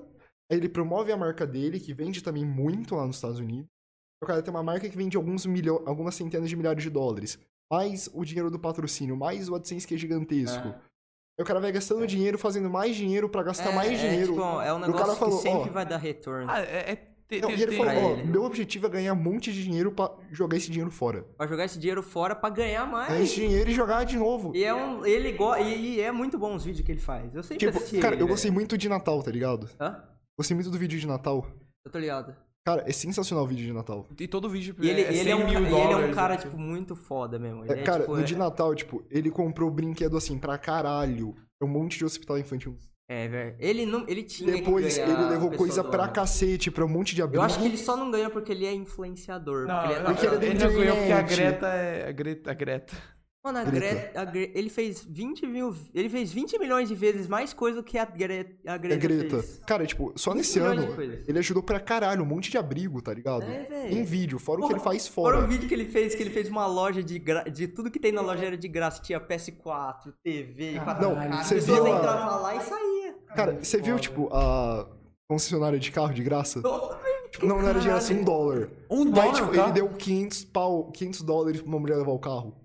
[SPEAKER 1] aí ele promove a marca dele, que vende também muito lá nos Estados Unidos. O cara tem uma marca que vende alguns milho... algumas centenas de milhares de dólares. Mais o dinheiro do patrocínio, mais o AdSense que é gigantesco. Aí o cara vai gastando dinheiro, fazendo mais dinheiro pra gastar
[SPEAKER 3] É,
[SPEAKER 1] mais
[SPEAKER 3] é,
[SPEAKER 1] dinheiro.
[SPEAKER 3] tipo, é um
[SPEAKER 1] E o
[SPEAKER 3] negócio
[SPEAKER 1] cara falou,
[SPEAKER 3] que sempre
[SPEAKER 1] ó,
[SPEAKER 3] vai dar retorno.
[SPEAKER 2] Ah, é. é te-
[SPEAKER 1] não,
[SPEAKER 2] te-
[SPEAKER 1] e ele
[SPEAKER 2] te-
[SPEAKER 1] falou,
[SPEAKER 3] pra
[SPEAKER 1] ó,
[SPEAKER 3] ele.
[SPEAKER 1] meu objetivo é ganhar um monte de dinheiro pra jogar esse dinheiro fora.
[SPEAKER 3] Pra jogar esse dinheiro fora pra ganhar
[SPEAKER 1] Ganhar
[SPEAKER 3] mais.
[SPEAKER 1] esse dinheiro e jogar de novo.
[SPEAKER 3] E é um. Ele go... e, e é muito bom os vídeos que ele faz. Eu sempre
[SPEAKER 1] Tipo,
[SPEAKER 3] assisti
[SPEAKER 1] cara,
[SPEAKER 3] ele,
[SPEAKER 1] eu
[SPEAKER 3] velho.
[SPEAKER 1] gostei muito de Natal, tá ligado?
[SPEAKER 3] Hã?
[SPEAKER 1] Gostei muito do vídeo de Natal.
[SPEAKER 3] Eu tô ligado.
[SPEAKER 1] Cara, é sensacional o vídeo de Natal.
[SPEAKER 2] E todo vídeo
[SPEAKER 3] E ele
[SPEAKER 2] é,
[SPEAKER 3] ele é,
[SPEAKER 2] 100
[SPEAKER 3] um,
[SPEAKER 2] mil
[SPEAKER 3] ca- e ele é um
[SPEAKER 2] dólares. né?
[SPEAKER 3] cara, tipo, muito foda mesmo. Ele
[SPEAKER 1] É, cara,
[SPEAKER 3] tipo,
[SPEAKER 1] no de Natal, tipo, ele comprou brinquedo assim pra caralho. É um monte de hospital infantil.
[SPEAKER 3] É, velho. Ele, não, ele tinha. que
[SPEAKER 1] Depois
[SPEAKER 3] ganhar
[SPEAKER 1] ele
[SPEAKER 3] a
[SPEAKER 1] levou
[SPEAKER 3] pessoa
[SPEAKER 1] coisa
[SPEAKER 3] do
[SPEAKER 1] pra
[SPEAKER 3] ano.
[SPEAKER 1] cacete, pra um monte de abrigo.
[SPEAKER 3] Eu acho que ele só não ganha porque ele é influenciador.
[SPEAKER 2] Não,
[SPEAKER 3] porque ele é-
[SPEAKER 2] não,
[SPEAKER 1] Porque ele é da
[SPEAKER 2] ele não ganhou porque a
[SPEAKER 1] internet.
[SPEAKER 2] Greta é. A Greta. A Greta.
[SPEAKER 3] Mano, a
[SPEAKER 1] Greta.
[SPEAKER 3] Greta. a Gre- ele fez 20 mil. Ele fez 20 milhões de vezes mais coisa do que a, Gre, a Greta.
[SPEAKER 1] É Greta.
[SPEAKER 3] Fez.
[SPEAKER 1] Cara, tipo, só nesse
[SPEAKER 3] milhões de
[SPEAKER 1] ano,
[SPEAKER 3] coisas.
[SPEAKER 1] ele ajudou pra caralho um monte de abrigo, tá ligado?
[SPEAKER 3] É, velho.
[SPEAKER 1] em vídeo, fora o que
[SPEAKER 3] Porra,
[SPEAKER 1] ele faz fora.
[SPEAKER 3] Fora o vídeo que ele fez, que ele fez uma loja de gra... de tudo que tem na loja era de graça. Tinha PS4, TV, 4K.
[SPEAKER 1] Não,
[SPEAKER 3] As
[SPEAKER 1] você
[SPEAKER 3] pessoas
[SPEAKER 1] viu a-
[SPEAKER 3] entravam lá e saía.
[SPEAKER 1] Cara, você viu, tipo, a concessionária de carro de graça? Tipo, não, não era de graça, um dólar.
[SPEAKER 2] Um
[SPEAKER 1] Daí,
[SPEAKER 2] dólar,
[SPEAKER 1] tipo,
[SPEAKER 2] cara?
[SPEAKER 1] ele deu 500, pau, 500 dólares pra uma mulher levar o carro.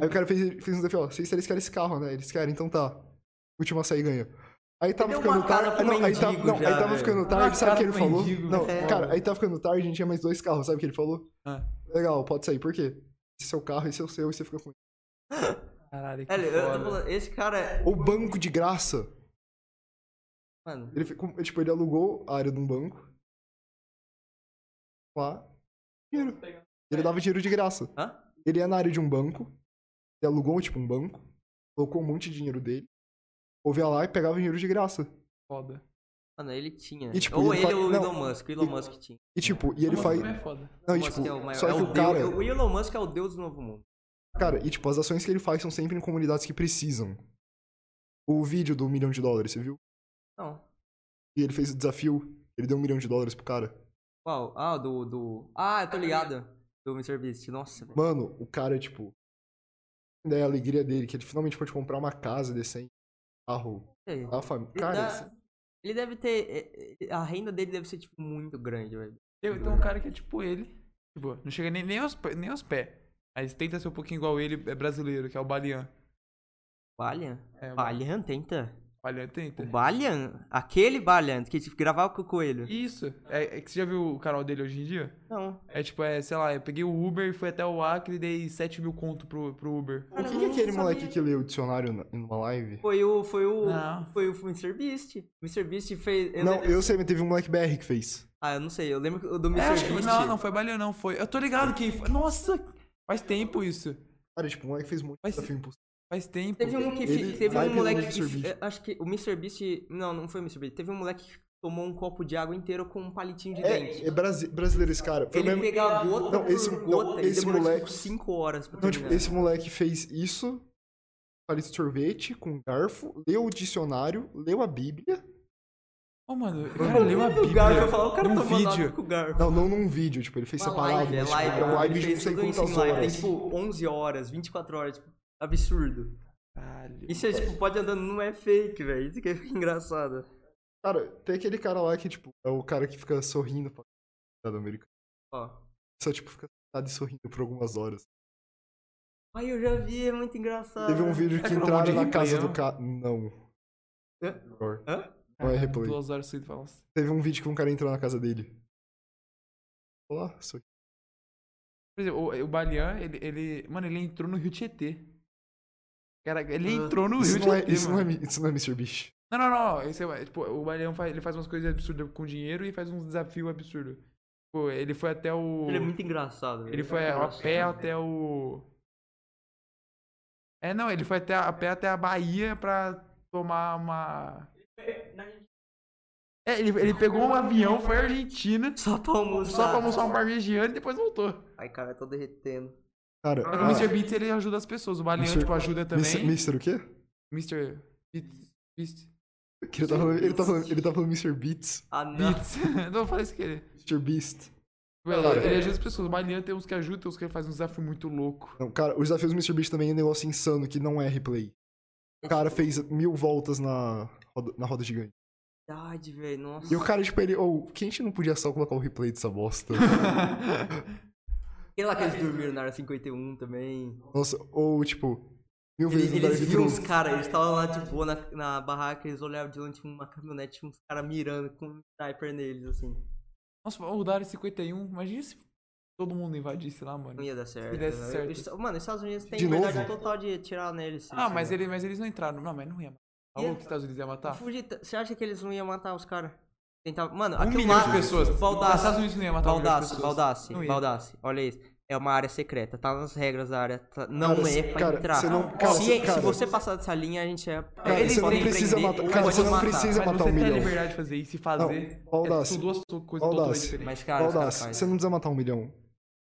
[SPEAKER 1] Aí o cara fez, fez um desafio, ó, vocês três querem esse carro, né? Eles querem, então tá. Última a sair ganha. Aí tava
[SPEAKER 3] Deu uma
[SPEAKER 1] ficando
[SPEAKER 3] cara
[SPEAKER 1] tarde.
[SPEAKER 2] um
[SPEAKER 3] pro
[SPEAKER 1] não, aí tava,
[SPEAKER 3] mendigo
[SPEAKER 1] não,
[SPEAKER 3] já,
[SPEAKER 1] aí tava
[SPEAKER 3] velho.
[SPEAKER 1] ficando
[SPEAKER 2] Deu
[SPEAKER 1] tarde,
[SPEAKER 2] uma
[SPEAKER 1] sabe o que
[SPEAKER 2] cara
[SPEAKER 1] ele
[SPEAKER 2] pro
[SPEAKER 1] falou?
[SPEAKER 2] mendigo,
[SPEAKER 1] não,
[SPEAKER 2] velho.
[SPEAKER 1] cara, aí tava ficando tarde, a gente tinha mais dois carros, sabe o que ele falou?
[SPEAKER 2] Ah.
[SPEAKER 1] Legal, pode sair, por quê? Esse é seu carro, esse é o seu, e você fica com ele.
[SPEAKER 2] Caralho, que
[SPEAKER 3] Velho, eu tô
[SPEAKER 2] foda.
[SPEAKER 3] falando, esse cara.
[SPEAKER 1] O banco de graça.
[SPEAKER 3] Mano,
[SPEAKER 1] Ele, ficou- tipo, ele alugou a área de um banco. Lá. Dinheiro. Ele dava dinheiro de graça.
[SPEAKER 3] hã?
[SPEAKER 1] Ele ia na área de um banco. Ele alugou, tipo, um banco. Colocou um monte de dinheiro dele. Ou via lá e pegava dinheiro de graça.
[SPEAKER 2] Foda.
[SPEAKER 3] Mano, ele tinha.
[SPEAKER 1] E, tipo,
[SPEAKER 3] ou
[SPEAKER 1] ele
[SPEAKER 3] ele,
[SPEAKER 1] fa-
[SPEAKER 3] ou o
[SPEAKER 1] não,
[SPEAKER 3] Elon Musk. O Elon
[SPEAKER 1] e-
[SPEAKER 3] Musk tinha.
[SPEAKER 1] E, tipo, e ele
[SPEAKER 2] Mas
[SPEAKER 1] faz.
[SPEAKER 2] também É foda.
[SPEAKER 1] Não, e,
[SPEAKER 3] Elon
[SPEAKER 1] tipo,
[SPEAKER 3] Musk assim? é o maior.
[SPEAKER 1] só
[SPEAKER 3] é
[SPEAKER 1] que
[SPEAKER 3] o
[SPEAKER 1] o
[SPEAKER 3] deus-
[SPEAKER 1] cara.
[SPEAKER 3] o Elon Musk é o deus do novo mundo.
[SPEAKER 1] Cara, e tipo, as ações que ele faz são sempre em comunidades que precisam. O vídeo do milhão de dólares, você viu?
[SPEAKER 3] Não.
[SPEAKER 1] E ele fez o desafio, ele deu um milhão de dólares pro cara.
[SPEAKER 3] Qual? Ah, do. do... Ah, eu tô ligado. Do MrBeast. Nossa, velho.
[SPEAKER 1] Mano, o cara, tipo. Daí a alegria dele, que ele finalmente pode comprar uma casa decente, carro,
[SPEAKER 3] Ele,
[SPEAKER 1] a família. Cara,
[SPEAKER 3] dá- ele deve ter. é, é, A renda dele deve ser, tipo, muito grande, velho.
[SPEAKER 2] Eu, então um cara que é tipo ele. Tipo, não chega nem, nem, aos, pé- nem aos pés. Mas tenta ser um pouquinho igual ele, é brasileiro, que é o Balian.
[SPEAKER 3] Valiant?
[SPEAKER 2] É, o
[SPEAKER 3] Valiant, tenta.
[SPEAKER 2] Balian tenta.
[SPEAKER 3] O Valiant? Aquele Valiant que tipo, gravava com o coelho.
[SPEAKER 2] Isso. É, é que você já viu o canal dele hoje em dia?
[SPEAKER 3] Não.
[SPEAKER 2] É tipo, é, sei lá, eu peguei o Uber e fui até o Acre e dei 7 mil conto pro, pro Uber.
[SPEAKER 1] o que, que é aquele moleque que leu o dicionário na- numa live?
[SPEAKER 3] Foi o. Foi o.
[SPEAKER 2] Não.
[SPEAKER 3] Foi o MrBeast. O MrBeast fez. eu
[SPEAKER 1] não,
[SPEAKER 3] lembro-
[SPEAKER 1] eu sei, mas teve um moleque BR que fez.
[SPEAKER 3] Ah, eu não sei. Eu lembro que o do
[SPEAKER 2] É, acho
[SPEAKER 3] MrBeast.
[SPEAKER 2] que- não, não foi Balian, não, foi. Eu tô ligado quem foi. Nossa! Faz tempo isso.
[SPEAKER 1] Cara, tipo, o moleque fez muito
[SPEAKER 2] Mas-
[SPEAKER 1] desafio impossível.
[SPEAKER 2] Faz tempo.
[SPEAKER 3] Teve um que. fi-
[SPEAKER 1] Ele-
[SPEAKER 3] teve
[SPEAKER 1] vai
[SPEAKER 3] um
[SPEAKER 1] pelo
[SPEAKER 3] moleque
[SPEAKER 1] Mr.
[SPEAKER 3] que. fi-
[SPEAKER 1] Beast.
[SPEAKER 3] eu Acho que o MrBeast. Não, não foi o MrBeast. Teve um moleque que tomou um copo de água inteiro com um palitinho de dente.
[SPEAKER 1] É, é brasi- brasileiro esse cara. Foi o
[SPEAKER 3] Ele
[SPEAKER 1] mesmo-
[SPEAKER 3] pegava gota
[SPEAKER 1] Não, esse-
[SPEAKER 3] por
[SPEAKER 1] não,
[SPEAKER 3] gota e
[SPEAKER 1] esse
[SPEAKER 3] demorou
[SPEAKER 1] moleque-
[SPEAKER 3] tipo 5 horas pra
[SPEAKER 1] Não, tipo,
[SPEAKER 3] terminar.
[SPEAKER 1] esse moleque fez isso, palito de sorvete com garfo, leu o dicionário, leu a Bíblia.
[SPEAKER 2] Ô, mano, o cara leu a
[SPEAKER 3] O garfo, um eu
[SPEAKER 2] Bíblia
[SPEAKER 3] falo, o cara
[SPEAKER 2] num
[SPEAKER 3] tomando água
[SPEAKER 2] vídeo.
[SPEAKER 3] com o garfo.
[SPEAKER 1] Não, não num vídeo, tipo, ele fez
[SPEAKER 3] Uma
[SPEAKER 1] separado.
[SPEAKER 3] live, é
[SPEAKER 1] mas, tipo,
[SPEAKER 3] live,
[SPEAKER 1] é
[SPEAKER 3] né?
[SPEAKER 1] live de
[SPEAKER 3] Ele
[SPEAKER 1] não
[SPEAKER 3] fez
[SPEAKER 1] sei
[SPEAKER 3] tudo isso
[SPEAKER 1] quantas
[SPEAKER 3] em live,
[SPEAKER 1] horas.
[SPEAKER 3] Tem tipo 11 horas, 24 horas, tipo, absurdo.
[SPEAKER 2] Caralho.
[SPEAKER 3] Isso é tipo, pode andando, não é fake, velho. Isso que é engraçado.
[SPEAKER 1] Cara, tem aquele cara lá que, tipo, é o cara que fica sorrindo pra do americano.
[SPEAKER 3] Ó.
[SPEAKER 1] Só, tipo, fica sentado e sorrindo por algumas horas.
[SPEAKER 3] Ai, eu já vi, é muito engraçado.
[SPEAKER 1] Teve um vídeo
[SPEAKER 2] É
[SPEAKER 1] que
[SPEAKER 2] que não
[SPEAKER 1] entraram
[SPEAKER 2] pode
[SPEAKER 1] na
[SPEAKER 2] replay,
[SPEAKER 1] casa do
[SPEAKER 2] não?
[SPEAKER 1] cara. Não.
[SPEAKER 3] Hã?
[SPEAKER 1] Pior.
[SPEAKER 3] Hã?
[SPEAKER 1] Não é replay.
[SPEAKER 2] Duas horas seguidas falando assim.
[SPEAKER 1] Teve um vídeo que um cara entrou na casa dele. Olá, sou
[SPEAKER 2] Por exemplo, o, o Balian, ele, ele. Mano, ele entrou no Rio Tietê. Cara, ele
[SPEAKER 3] Ah.
[SPEAKER 2] entrou no
[SPEAKER 1] Isso
[SPEAKER 2] Rio
[SPEAKER 1] não, é,
[SPEAKER 2] Tietê.
[SPEAKER 1] isso, não
[SPEAKER 2] mano.
[SPEAKER 1] é, mi- isso não é Mr. Beast.
[SPEAKER 2] Não, não, não. Esse é, tipo, o Baleão faz, ele faz umas coisas absurdas com dinheiro e faz uns desafios absurdos. Tipo, ele foi até o.
[SPEAKER 3] Ele é muito engraçado, velho.
[SPEAKER 2] ele foi a, a pé até o. É, não, ele foi até, a a pé até a Bahia pra tomar uma. É, ele, ele pegou um avião, foi à Argentina,
[SPEAKER 3] Só pra almoçar.
[SPEAKER 2] só pra almoçar um parmegiano e depois voltou.
[SPEAKER 3] Ai, cara, eu tô derretendo.
[SPEAKER 1] Cara,
[SPEAKER 2] O Mr. Beats, ele ajuda as pessoas. O Baleão,
[SPEAKER 1] Mr.
[SPEAKER 2] tipo,
[SPEAKER 1] Mr.
[SPEAKER 2] ajuda Ah, também.
[SPEAKER 1] Mr. o quê?
[SPEAKER 2] Mr. Beats. Beats.
[SPEAKER 1] Que ele, tá falando, ele, tá falando, ele tá falando Mr. Beats.
[SPEAKER 3] Ah, não.
[SPEAKER 2] Beats. Não, eu falei sem querer.
[SPEAKER 1] Mr. Beast.
[SPEAKER 2] Velho,
[SPEAKER 1] Cara,
[SPEAKER 2] ele
[SPEAKER 1] é.
[SPEAKER 2] ajuda as pessoas. O Malian tem uns que ajudam, tem uns que fazem um desafio muito louco.
[SPEAKER 1] Não, cara, os desafios do Mr. Beast também é um negócio insano, que não é replay. O cara fez mil voltas na roda, na roda gigante.
[SPEAKER 3] Verdade, velho. Nossa.
[SPEAKER 1] E o cara, tipo, ele... Ou, quem a gente não podia só colocar o replay dessa bosta?
[SPEAKER 3] Sei lá que eles dormiram na área 51 também.
[SPEAKER 1] Nossa, ou, tipo... Mil vezes
[SPEAKER 3] Eles,
[SPEAKER 2] um
[SPEAKER 1] no
[SPEAKER 3] eles viram uns
[SPEAKER 1] drive-thru.
[SPEAKER 3] caras, eles estavam lá de boa na, na barraca, eles olhavam de longe, tinha uma caminhonete, tinha uns caras mirando com um sniper neles, assim.
[SPEAKER 2] Nossa, o Dario 51, imagina se todo mundo invadisse lá, mano.
[SPEAKER 3] Não ia dar certo.
[SPEAKER 2] Se desse
[SPEAKER 3] né?
[SPEAKER 2] certo.
[SPEAKER 3] Eles- mano, os Estados Unidos têm
[SPEAKER 1] De
[SPEAKER 3] liberdade
[SPEAKER 1] novo?
[SPEAKER 3] total de tirar neles.
[SPEAKER 2] Ah,
[SPEAKER 3] assim,
[SPEAKER 2] mas,
[SPEAKER 3] né?
[SPEAKER 2] ele, tá. mas eles não entraram. Não, mas não ia matar. Falou
[SPEAKER 3] Ia-
[SPEAKER 2] que os Estados Unidos ia matar?
[SPEAKER 3] Fugir, t- você acha que eles não iam matar os caras? Tentava... Mano,
[SPEAKER 2] Um
[SPEAKER 3] aquilo
[SPEAKER 2] milhão
[SPEAKER 3] lá...
[SPEAKER 2] de pessoas. Os Estados
[SPEAKER 3] Baldaço,
[SPEAKER 2] Unidos não ia matar um milhão de
[SPEAKER 3] Baldaço,
[SPEAKER 2] pessoas.
[SPEAKER 3] Baldaço,
[SPEAKER 2] Não ia.
[SPEAKER 3] Baldaço. Olha isso. É uma área secreta, tá nas regras da área. tá- Não
[SPEAKER 1] Cara,
[SPEAKER 3] é pra
[SPEAKER 1] cara,
[SPEAKER 3] entrar.
[SPEAKER 1] você não- cara,
[SPEAKER 3] se,
[SPEAKER 1] você-
[SPEAKER 3] se
[SPEAKER 1] cara-
[SPEAKER 3] você passar dessa linha, a gente é.
[SPEAKER 1] Cara,
[SPEAKER 2] Eles
[SPEAKER 1] você não
[SPEAKER 2] podem
[SPEAKER 1] precisa
[SPEAKER 2] prender
[SPEAKER 3] um
[SPEAKER 1] matar...
[SPEAKER 2] ou
[SPEAKER 1] Cara,
[SPEAKER 2] pode
[SPEAKER 1] você não
[SPEAKER 2] matar.
[SPEAKER 1] precisa
[SPEAKER 2] Mas
[SPEAKER 1] matar
[SPEAKER 2] você
[SPEAKER 1] um
[SPEAKER 2] tem a
[SPEAKER 1] milhão.
[SPEAKER 2] liberdade de fazer isso e fazer.
[SPEAKER 1] Não, Baldaço.
[SPEAKER 2] É tudo duas coisas totalmente
[SPEAKER 1] Baldaço.
[SPEAKER 2] diferentes.
[SPEAKER 3] Mas, cara, os caras
[SPEAKER 1] Baldaço,
[SPEAKER 3] fazem.
[SPEAKER 1] você não precisa matar um milhão.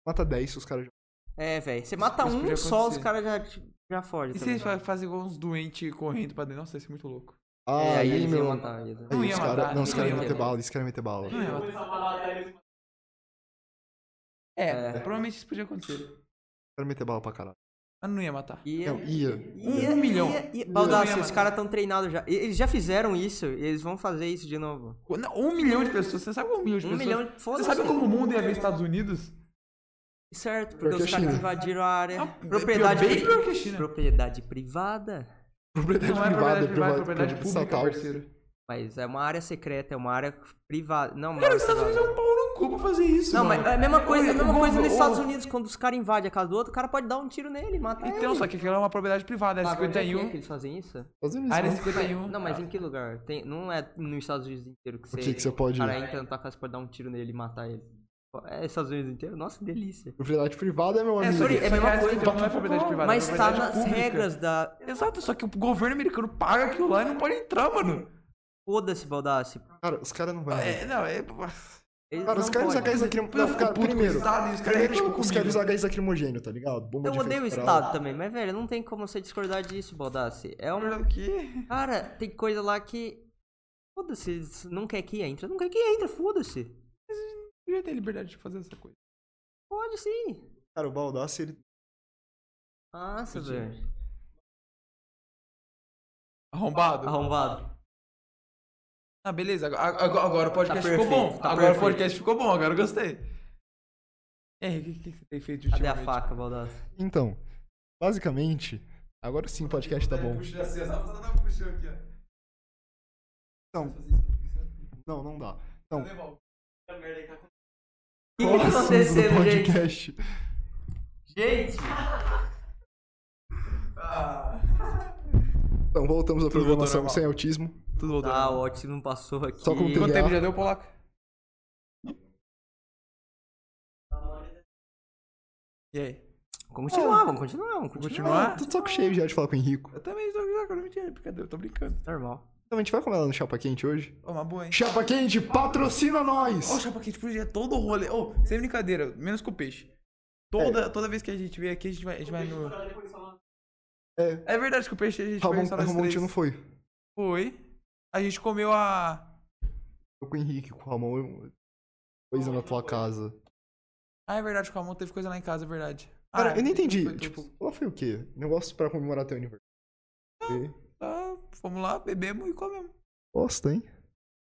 [SPEAKER 1] Mata 10, os caras já...
[SPEAKER 3] É, velho. Você mata
[SPEAKER 2] isso
[SPEAKER 3] um
[SPEAKER 2] podia
[SPEAKER 3] só, os
[SPEAKER 2] acontecer.
[SPEAKER 3] caras já, te- já tá fogem.
[SPEAKER 2] E se
[SPEAKER 3] também.
[SPEAKER 2] eles fa- fazem igual uns doentes correndo pra dentro? Nossa, isso é muito louco.
[SPEAKER 1] Ah,
[SPEAKER 3] É, aí
[SPEAKER 1] aí,
[SPEAKER 3] eles iam
[SPEAKER 1] meu...
[SPEAKER 3] matar. eles.
[SPEAKER 1] Aí,
[SPEAKER 2] Não ia
[SPEAKER 1] os
[SPEAKER 2] matar,
[SPEAKER 1] cara, não, os
[SPEAKER 2] não
[SPEAKER 1] caras
[SPEAKER 2] ia
[SPEAKER 1] iam meter
[SPEAKER 2] matar.
[SPEAKER 1] bala, os caras iam meter bala.
[SPEAKER 2] Não ia matar. É,
[SPEAKER 3] É.
[SPEAKER 2] provavelmente isso podia acontecer.
[SPEAKER 1] Os caras meter bala pra caralho.
[SPEAKER 2] Mas não ia matar.
[SPEAKER 3] Ia,
[SPEAKER 1] Não, ia.
[SPEAKER 3] ia,
[SPEAKER 2] Um milhão.
[SPEAKER 3] ia- ia-
[SPEAKER 1] Um
[SPEAKER 3] Baldaço,
[SPEAKER 2] milhão.
[SPEAKER 3] os caras estão treinados já. E- Eles já fizeram isso, e eles vão fazer isso de novo.
[SPEAKER 2] Não, um milhão de pessoas. Você sabe um milhão de
[SPEAKER 3] Um
[SPEAKER 2] pessoas?
[SPEAKER 3] milhão de.
[SPEAKER 2] Você
[SPEAKER 3] Foda-se.
[SPEAKER 2] sabe como o mundo ia ver Estados Unidos?
[SPEAKER 3] Certo,
[SPEAKER 1] Pior
[SPEAKER 3] porque
[SPEAKER 1] que
[SPEAKER 3] os
[SPEAKER 1] a
[SPEAKER 3] caras
[SPEAKER 1] China.
[SPEAKER 3] invadiram a área.
[SPEAKER 2] Ah,
[SPEAKER 3] É. propriedade
[SPEAKER 2] bem assim, pior que a
[SPEAKER 3] pri-
[SPEAKER 2] China.
[SPEAKER 3] Propriedade privada.
[SPEAKER 1] Propriedade
[SPEAKER 2] Não é
[SPEAKER 1] privada,
[SPEAKER 2] propriedade
[SPEAKER 1] é
[SPEAKER 2] privada, é
[SPEAKER 1] privada,
[SPEAKER 2] propriedade pública,
[SPEAKER 1] estatal.
[SPEAKER 2] parceiro.
[SPEAKER 3] Mas é uma área secreta, é uma área privada. Não, uma
[SPEAKER 2] Cara,
[SPEAKER 3] área
[SPEAKER 2] os Estados Unidos
[SPEAKER 3] privada.
[SPEAKER 2] é um pau no cu pra fazer isso,
[SPEAKER 3] Não,
[SPEAKER 2] mano.
[SPEAKER 3] mas é a mesma coisa, é a mesma
[SPEAKER 2] Ô,
[SPEAKER 3] coisa nos
[SPEAKER 2] ô,
[SPEAKER 3] Estados
[SPEAKER 2] ô,
[SPEAKER 3] Unidos. Quando os caras invadem a casa do outro, o cara pode dar um tiro nele, matar
[SPEAKER 2] Então,
[SPEAKER 3] ele.
[SPEAKER 2] só que aquilo é uma propriedade privada, é
[SPEAKER 3] Ah, onde é que, é
[SPEAKER 2] 51.
[SPEAKER 3] que eles fazem isso?
[SPEAKER 1] Estados Unidos,
[SPEAKER 2] Área
[SPEAKER 1] né?
[SPEAKER 2] 51.
[SPEAKER 3] Não, mas é em que lugar? Tem- não é nos Estados Unidos inteiro que você.
[SPEAKER 1] que que você pode-
[SPEAKER 3] O cara entra na tua casa e pode dar um tiro nele e matar ele. É Estados Unidos inteiro? Nossa, que delícia.
[SPEAKER 1] Propriedade privada, meu amigo.
[SPEAKER 2] sorry,
[SPEAKER 3] é a
[SPEAKER 2] só que
[SPEAKER 3] mesma
[SPEAKER 2] a área
[SPEAKER 3] coisa.
[SPEAKER 2] 51 não é propriedade privada. é
[SPEAKER 3] Mas tá
[SPEAKER 2] propriedade
[SPEAKER 3] nas
[SPEAKER 2] pública.
[SPEAKER 3] regras da.
[SPEAKER 2] Exato, só que o governo americano paga aquilo lá e não pode entrar, mano.
[SPEAKER 3] Foda-se, Baldassi.
[SPEAKER 1] Cara, os caras não vão.
[SPEAKER 2] É, não, é.
[SPEAKER 3] Eles
[SPEAKER 1] Cara, os
[SPEAKER 3] não
[SPEAKER 1] caras usam
[SPEAKER 3] podem.
[SPEAKER 1] gás lacrimogêneo.
[SPEAKER 2] Eu fico
[SPEAKER 1] Cara,
[SPEAKER 2] puto com tá? o
[SPEAKER 1] primeiro.
[SPEAKER 2] Estado e os caras
[SPEAKER 1] Primeiro,
[SPEAKER 2] reclamam
[SPEAKER 1] tipo, os caras
[SPEAKER 2] comigo.
[SPEAKER 1] usam gás lacrimogênio, tá ligado? Bomba
[SPEAKER 3] Eu
[SPEAKER 1] de né?
[SPEAKER 3] odeio o
[SPEAKER 1] efeito estoral.
[SPEAKER 3] Estado também, mas, velho, não tem como você discordar disso, Baldassi. É um.
[SPEAKER 2] O quê?
[SPEAKER 3] Cara, tem coisa lá que. Foda-se, se não quer que entra. Não quer que entra, foda-se.
[SPEAKER 2] Devia ter liberdade de fazer essa coisa.
[SPEAKER 3] Pode sim.
[SPEAKER 1] Cara, o Baldassi, ele.
[SPEAKER 3] Nossa,
[SPEAKER 2] Mentira.
[SPEAKER 3] velho.
[SPEAKER 2] Arrombado.
[SPEAKER 3] Arrombado.
[SPEAKER 2] Ah, beleza. Agora, agora- agora o podcast
[SPEAKER 3] Tá
[SPEAKER 2] ficou
[SPEAKER 3] perfeito,
[SPEAKER 2] bom.
[SPEAKER 3] tá
[SPEAKER 2] agora
[SPEAKER 3] perfeito.
[SPEAKER 2] o podcast ficou bom, agora eu gostei. É, o que, que você tem feito
[SPEAKER 3] Cadê a
[SPEAKER 2] ultimamente?
[SPEAKER 1] tipo,
[SPEAKER 3] faca, Baldassi?
[SPEAKER 1] Então, basicamente. Agora sim o podcast tá bom.
[SPEAKER 2] Puxa assim, só só dá um puxão aqui, ó.
[SPEAKER 1] Não, Então, não, não dá. Não.
[SPEAKER 2] tá Não.
[SPEAKER 3] O que, que
[SPEAKER 1] Próximo do
[SPEAKER 3] aconteceu, gente?
[SPEAKER 1] podcast.
[SPEAKER 3] Gente!
[SPEAKER 2] Ah,
[SPEAKER 1] Então, voltamos à
[SPEAKER 2] Tudo voltou ao
[SPEAKER 1] programação
[SPEAKER 2] normal.
[SPEAKER 1] sem autismo.
[SPEAKER 2] tudo voltou.
[SPEAKER 3] Ah, o ótimo passou aqui.
[SPEAKER 1] Só com
[SPEAKER 2] Tá Quanto
[SPEAKER 1] trilha.
[SPEAKER 2] tempo já deu, Polaco? E aí?
[SPEAKER 3] Vamos continuar, vamos continuar, vamos
[SPEAKER 2] Vou
[SPEAKER 3] continuar.
[SPEAKER 2] continuar?
[SPEAKER 1] Ah, tô de saco cheio já de falar com o Henrico.
[SPEAKER 2] Eu também estou agora, mentira, brincadeira, eu tô brincando.
[SPEAKER 3] Normal.
[SPEAKER 1] Então, a gente vai comer lá no Chapa Quente hoje?
[SPEAKER 2] Ó, uma boa, hein?
[SPEAKER 1] Chapa Quente, patrocina
[SPEAKER 2] Ó, o
[SPEAKER 1] nós!
[SPEAKER 2] chapa quente podia todo o rolê. Ô, sem brincadeira, menos com o peixe. Toda, toda vez que a gente vem aqui, a gente vai, a gente vai no.
[SPEAKER 1] É,
[SPEAKER 2] É verdade que o peixe a gente
[SPEAKER 1] Ramon,
[SPEAKER 2] foi só nós
[SPEAKER 1] Ramon
[SPEAKER 2] três.
[SPEAKER 1] não foi.
[SPEAKER 2] Foi. A gente comeu a.
[SPEAKER 1] Eu com o Henrique, com o Ramon. eu- Coisa na tua casa.
[SPEAKER 2] Ah, é verdade, com a mão teve coisa lá em casa, é verdade.
[SPEAKER 1] Cara,
[SPEAKER 2] ah,
[SPEAKER 1] eu não entendi.
[SPEAKER 2] foi tudo.
[SPEAKER 1] Tipo, lá foi o quê? Negócio pra comemorar teu aniversário. E-
[SPEAKER 2] Ah, fomos lá, bebemos e comemos.
[SPEAKER 1] Bosta, hein?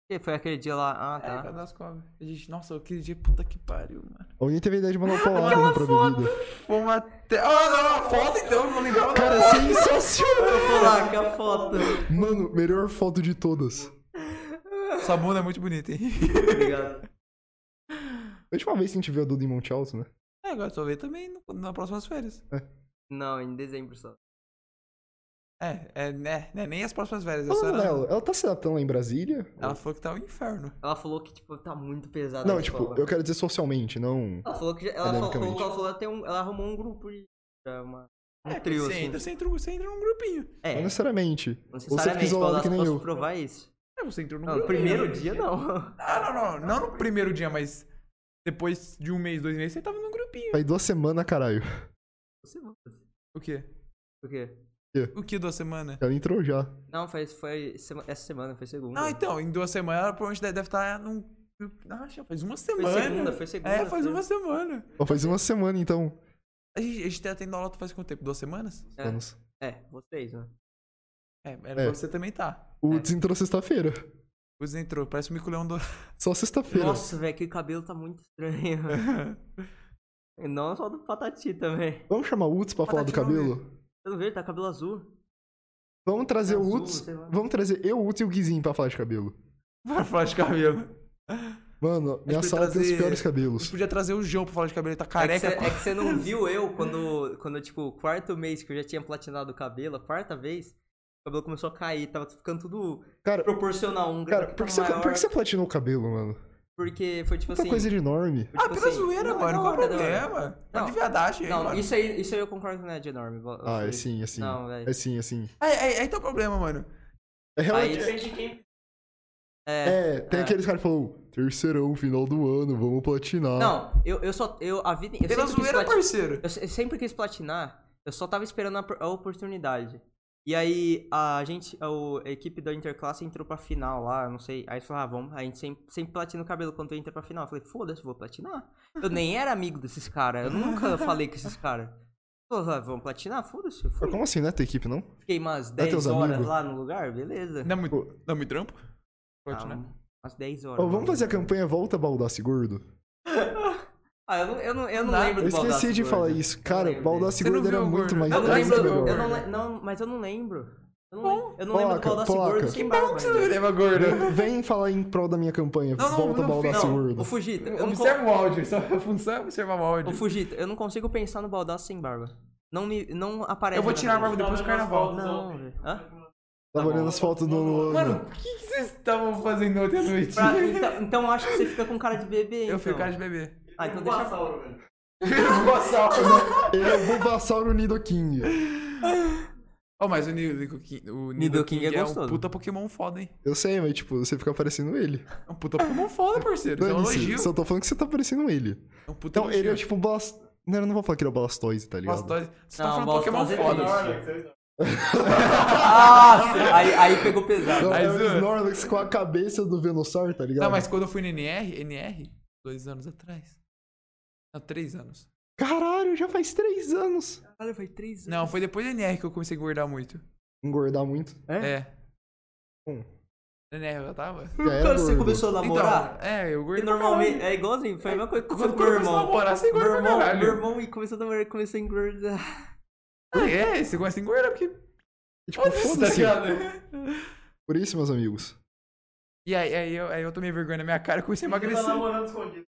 [SPEAKER 3] E Foi aquele dia lá. Ah,
[SPEAKER 2] É,
[SPEAKER 3] tá.
[SPEAKER 2] cadê as cobras? A gente, nossa, aquele dia, puta que pariu, mano.
[SPEAKER 1] Alguém teve a ideia de mandar uma palavra pra bebida.
[SPEAKER 2] Fomos até. Ah, não, a foto então, vou lembrar.
[SPEAKER 1] Cara, é sensacional!
[SPEAKER 3] Olha lá, a foto.
[SPEAKER 1] Mano, melhor foto de todas.
[SPEAKER 2] Essa bunda é muito bonita, hein?
[SPEAKER 3] Obrigado.
[SPEAKER 1] A última vez que a gente viu a Duda em Monte Alto, né?
[SPEAKER 2] É, agora só vê também no, nas próximas férias.
[SPEAKER 3] Não, em dezembro só.
[SPEAKER 2] É, é, né? né, Nem as próximas férias, é só
[SPEAKER 1] Falando
[SPEAKER 2] era-
[SPEAKER 1] dela, ela tá se adaptando lá em Brasília?
[SPEAKER 2] Ela falou que tá um inferno.
[SPEAKER 3] Ela falou que, tipo, tá muito
[SPEAKER 2] Ah,
[SPEAKER 3] pesado.
[SPEAKER 1] Não, tipo, eu quero dizer socialmente, não.
[SPEAKER 3] Ela falou que. já- Ela falou,
[SPEAKER 1] Academicamente.
[SPEAKER 3] ela falou até um. Ela arrumou um grupo de. é, Uma, um
[SPEAKER 2] é,
[SPEAKER 3] trio,
[SPEAKER 2] você,
[SPEAKER 3] assim.
[SPEAKER 2] entra, você, entra, você entra num grupinho.
[SPEAKER 1] Não
[SPEAKER 3] É,
[SPEAKER 1] necessariamente.
[SPEAKER 3] não
[SPEAKER 1] Você fica
[SPEAKER 3] necessariamente,
[SPEAKER 1] isolado
[SPEAKER 3] Baldassi,
[SPEAKER 1] que nem
[SPEAKER 3] posso
[SPEAKER 1] eu.
[SPEAKER 3] provar isso.
[SPEAKER 2] É, você entrou num
[SPEAKER 3] Não, no
[SPEAKER 2] grupinho.
[SPEAKER 3] primeiro dia não.
[SPEAKER 2] Ah, não, não. Não no primeiro dia, mas depois de um mês, dois meses, você tava num grupinho.
[SPEAKER 1] Faz duas semanas, caralho.
[SPEAKER 3] Você
[SPEAKER 2] O quê?
[SPEAKER 3] O quê?
[SPEAKER 2] O que duas semanas?
[SPEAKER 1] Ela entrou já.
[SPEAKER 3] Não, foi, foi sema- essa semana, foi segunda.
[SPEAKER 2] Não, então, em duas semanas ela provavelmente deve estar num. Ah, já faz uma
[SPEAKER 3] Foi
[SPEAKER 2] semana.
[SPEAKER 3] segunda, foi segunda.
[SPEAKER 2] É, faz
[SPEAKER 3] foi-
[SPEAKER 2] uma semana.
[SPEAKER 1] Ó, faz uma semana, então.
[SPEAKER 2] A gente, a gente tá tendo aula faz quanto tempo? Duas semanas?
[SPEAKER 3] É.
[SPEAKER 1] Anos.
[SPEAKER 3] É, vocês, né?
[SPEAKER 2] É, era
[SPEAKER 1] É.
[SPEAKER 2] pra você também tá.
[SPEAKER 1] O
[SPEAKER 2] É.
[SPEAKER 1] desentrou sexta-feira.
[SPEAKER 2] Os entrou, parece um mico-leão do.
[SPEAKER 1] Só sexta-feira.
[SPEAKER 3] Nossa, velho, que cabelo tá muito estranho. E não só do Patati também.
[SPEAKER 1] Vamos chamar o Uts pra falar do
[SPEAKER 2] Patati não
[SPEAKER 1] cabelo?
[SPEAKER 3] Você não vê, tá cabelo azul.
[SPEAKER 1] Vamos trazer o
[SPEAKER 3] Azul,
[SPEAKER 1] Uts.
[SPEAKER 3] sei lá.
[SPEAKER 1] Vamos trazer eu, o Uts e o Guizinho pra falar de cabelo.
[SPEAKER 2] Vai falar de cabelo.
[SPEAKER 1] Mano, minha
[SPEAKER 2] podia
[SPEAKER 1] sala tem
[SPEAKER 2] trazer-
[SPEAKER 1] os piores
[SPEAKER 2] A
[SPEAKER 3] um
[SPEAKER 2] gente
[SPEAKER 1] cabelos.
[SPEAKER 2] podia trazer o João pra falar de cabelo, ele tá
[SPEAKER 3] É que
[SPEAKER 2] careca.
[SPEAKER 3] cê- É que você não viu eu quando, quando, tipo, quarto mês que eu já tinha platinado o cabelo, a quarta vez, o cabelo começou a cair, tava ficando tudo
[SPEAKER 1] Cara,
[SPEAKER 3] proporcional, um grau
[SPEAKER 1] cara, por que, você,
[SPEAKER 3] maior,
[SPEAKER 1] por que você platinou o cabelo, mano?
[SPEAKER 3] Porque foi tipo
[SPEAKER 1] Tanta
[SPEAKER 3] assim...
[SPEAKER 1] coisa enorme.
[SPEAKER 3] foi,
[SPEAKER 2] Ah,
[SPEAKER 3] tipo
[SPEAKER 2] pela
[SPEAKER 3] assim,
[SPEAKER 2] zoeira,
[SPEAKER 3] não, é
[SPEAKER 2] mano,
[SPEAKER 3] da
[SPEAKER 2] qual o
[SPEAKER 3] hora, da hora.
[SPEAKER 2] problema? Tá
[SPEAKER 3] Não,
[SPEAKER 2] de verdade, aí,
[SPEAKER 3] Não,
[SPEAKER 2] mano.
[SPEAKER 3] isso aí, isso aí eu concordo que não é de enorme. eu
[SPEAKER 1] Ah, é
[SPEAKER 3] falei.
[SPEAKER 1] sim, é sim.
[SPEAKER 3] Não, velho.
[SPEAKER 1] É sim, é sim.
[SPEAKER 2] Aí, aí, aí tá o problema, mano.
[SPEAKER 1] É
[SPEAKER 3] Aí
[SPEAKER 1] realmente.
[SPEAKER 3] depende de quem... É,
[SPEAKER 1] É, tem
[SPEAKER 3] é.
[SPEAKER 1] aqueles caras que falam, terceirão, final do ano, vamos platinar.
[SPEAKER 3] não, eu, eu só... Eu, a vida, eu,
[SPEAKER 2] Pela
[SPEAKER 3] sempre quis
[SPEAKER 2] zoeira,
[SPEAKER 3] platinar,
[SPEAKER 2] parceiro.
[SPEAKER 3] eu, se- eu sempre quis platinar, eu só tava esperando a, por- a oportunidade. E aí, a gente, a, o- a equipe da Interclasse entrou pra final lá, eu não sei. Aí falou, ah, vamos. A gente sempre, sempre platina o cabelo quando entra pra final. Eu falei, foda-se, vou platinar. Eu nem era amigo desses caras, eu nunca falei com esses caras. Falou, ah, vamos platinar? Foda-se, eu
[SPEAKER 1] Mas
[SPEAKER 3] fui.
[SPEAKER 1] Como assim, né? Ter equipe, não?
[SPEAKER 3] Fiquei umas
[SPEAKER 1] Vai ter
[SPEAKER 3] 10
[SPEAKER 1] os
[SPEAKER 3] horas
[SPEAKER 1] amigos?
[SPEAKER 3] lá no lugar, beleza.
[SPEAKER 2] Dá é muito, dá muito trampo? Pode, né?
[SPEAKER 3] Ah, umas 10 horas.
[SPEAKER 1] Ó, vamos fazer a campanha Volta Baldassi Gordo?
[SPEAKER 3] Ah, eu não, eu não, eu não
[SPEAKER 2] Dá.
[SPEAKER 3] lembro
[SPEAKER 1] Eu
[SPEAKER 3] do
[SPEAKER 1] esqueci
[SPEAKER 3] Baldassi
[SPEAKER 1] de falar
[SPEAKER 3] Gordo.
[SPEAKER 1] isso. Cara,
[SPEAKER 3] lembro
[SPEAKER 1] Baldassi
[SPEAKER 2] dele.
[SPEAKER 1] Gordo
[SPEAKER 2] Você não
[SPEAKER 1] era
[SPEAKER 2] viu o
[SPEAKER 1] muito
[SPEAKER 2] Gordo?
[SPEAKER 1] mais
[SPEAKER 3] né? Eu não
[SPEAKER 1] era muito
[SPEAKER 3] lembro, eu
[SPEAKER 1] é melhor.
[SPEAKER 3] não, le- não, mas eu não lembro. Eu não, lembro- eu não
[SPEAKER 1] Polaca,
[SPEAKER 3] lembro do Baldassi
[SPEAKER 1] polaca.
[SPEAKER 3] Gordo sem
[SPEAKER 1] Que
[SPEAKER 3] barba.
[SPEAKER 2] Você não me leva gordo.
[SPEAKER 1] Vem falar em prol da minha campanha.
[SPEAKER 2] Não, não,
[SPEAKER 1] Volta
[SPEAKER 2] não,
[SPEAKER 1] Baldassi
[SPEAKER 2] não.
[SPEAKER 1] Gordo.
[SPEAKER 3] O Fujita, eu não, con-
[SPEAKER 2] Observa o áudio. Só a função é observar o
[SPEAKER 3] o
[SPEAKER 2] áudio.
[SPEAKER 3] Fujita, eu não consigo pensar no Baldassi sem barba. Não me, não aparece.
[SPEAKER 2] Eu vou
[SPEAKER 3] na
[SPEAKER 2] tirar a barba
[SPEAKER 3] minha
[SPEAKER 2] depois do carnaval.
[SPEAKER 3] mente. Não, velho. Hã?
[SPEAKER 1] Tava
[SPEAKER 3] tá
[SPEAKER 1] olhando as fotos do
[SPEAKER 2] Mano, o que que vocês estavam fazendo ontem à noite?
[SPEAKER 3] Pra- então, então eu acho que você fica com cara de bebê, então.
[SPEAKER 2] Eu fui cara de bebê.
[SPEAKER 3] Ah, então deixa eu
[SPEAKER 2] Eu vou assar.
[SPEAKER 1] Ele é o Bulbasauro Nidoking.
[SPEAKER 2] Oh, mas o Nidoking, o
[SPEAKER 3] Nidoking
[SPEAKER 2] Nidoking
[SPEAKER 3] é
[SPEAKER 2] é, um
[SPEAKER 3] gostoso.
[SPEAKER 2] puta Pokémon foda, hein?
[SPEAKER 1] Eu sei, mas tipo, você fica parecendo ele.
[SPEAKER 2] É um puta Pokémon foda, parceiro. Isso é um
[SPEAKER 1] Dane-se,
[SPEAKER 2] elogio.
[SPEAKER 1] Só tô falando que você tá parecendo ele.
[SPEAKER 2] É um puta
[SPEAKER 1] Então, ele é
[SPEAKER 2] elogio.
[SPEAKER 1] tipo Blast... Não, eu não vou falar que ele é o Blastoise, tá ligado?
[SPEAKER 2] Blastoise. Você
[SPEAKER 3] Não,
[SPEAKER 2] tá falando Pokémon
[SPEAKER 3] Blastoise é
[SPEAKER 2] foda. Tá,
[SPEAKER 3] triste. Ah, sim, aí, aí pegou pesado.
[SPEAKER 1] Não,
[SPEAKER 2] Aí
[SPEAKER 1] é o
[SPEAKER 2] zoa.
[SPEAKER 1] Snorlax com a cabeça do Venusaur, tá ligado?
[SPEAKER 2] uh, Não, mas quando eu fui no NR, NR, dois anos atrás. Não, três anos.
[SPEAKER 1] Caralho, já faz três anos.
[SPEAKER 3] Caralho, foi três
[SPEAKER 2] Não, foi depois do NR que eu comecei a engordar muito.
[SPEAKER 1] Engordar muito.
[SPEAKER 3] É?
[SPEAKER 2] É.
[SPEAKER 1] Hum.
[SPEAKER 2] No NR eu já tava?
[SPEAKER 1] Já é
[SPEAKER 3] Quando você
[SPEAKER 1] gordo.
[SPEAKER 3] começou a namorar?
[SPEAKER 2] Então, é, eu
[SPEAKER 3] Porque
[SPEAKER 2] engordei.
[SPEAKER 3] normalmente é igualzinho, foi a mesma coisa que aconteceu
[SPEAKER 2] Quando
[SPEAKER 3] com o meu
[SPEAKER 2] começou a
[SPEAKER 3] irmão.
[SPEAKER 2] namorar, você
[SPEAKER 3] Meu
[SPEAKER 2] engorda pra
[SPEAKER 3] irmão, meu
[SPEAKER 2] caralho.
[SPEAKER 3] irmão e começou a namorar, começou a engordar.
[SPEAKER 2] Ah, é, você começa a engordar porque.
[SPEAKER 1] Tipo, foda-se.
[SPEAKER 2] tá ligado?
[SPEAKER 1] Por isso, meus amigos.
[SPEAKER 2] E aí, aí, eu, aí eu tomei vergonha na minha cara e comecei a emagrecer.
[SPEAKER 4] Tá namorando escondido.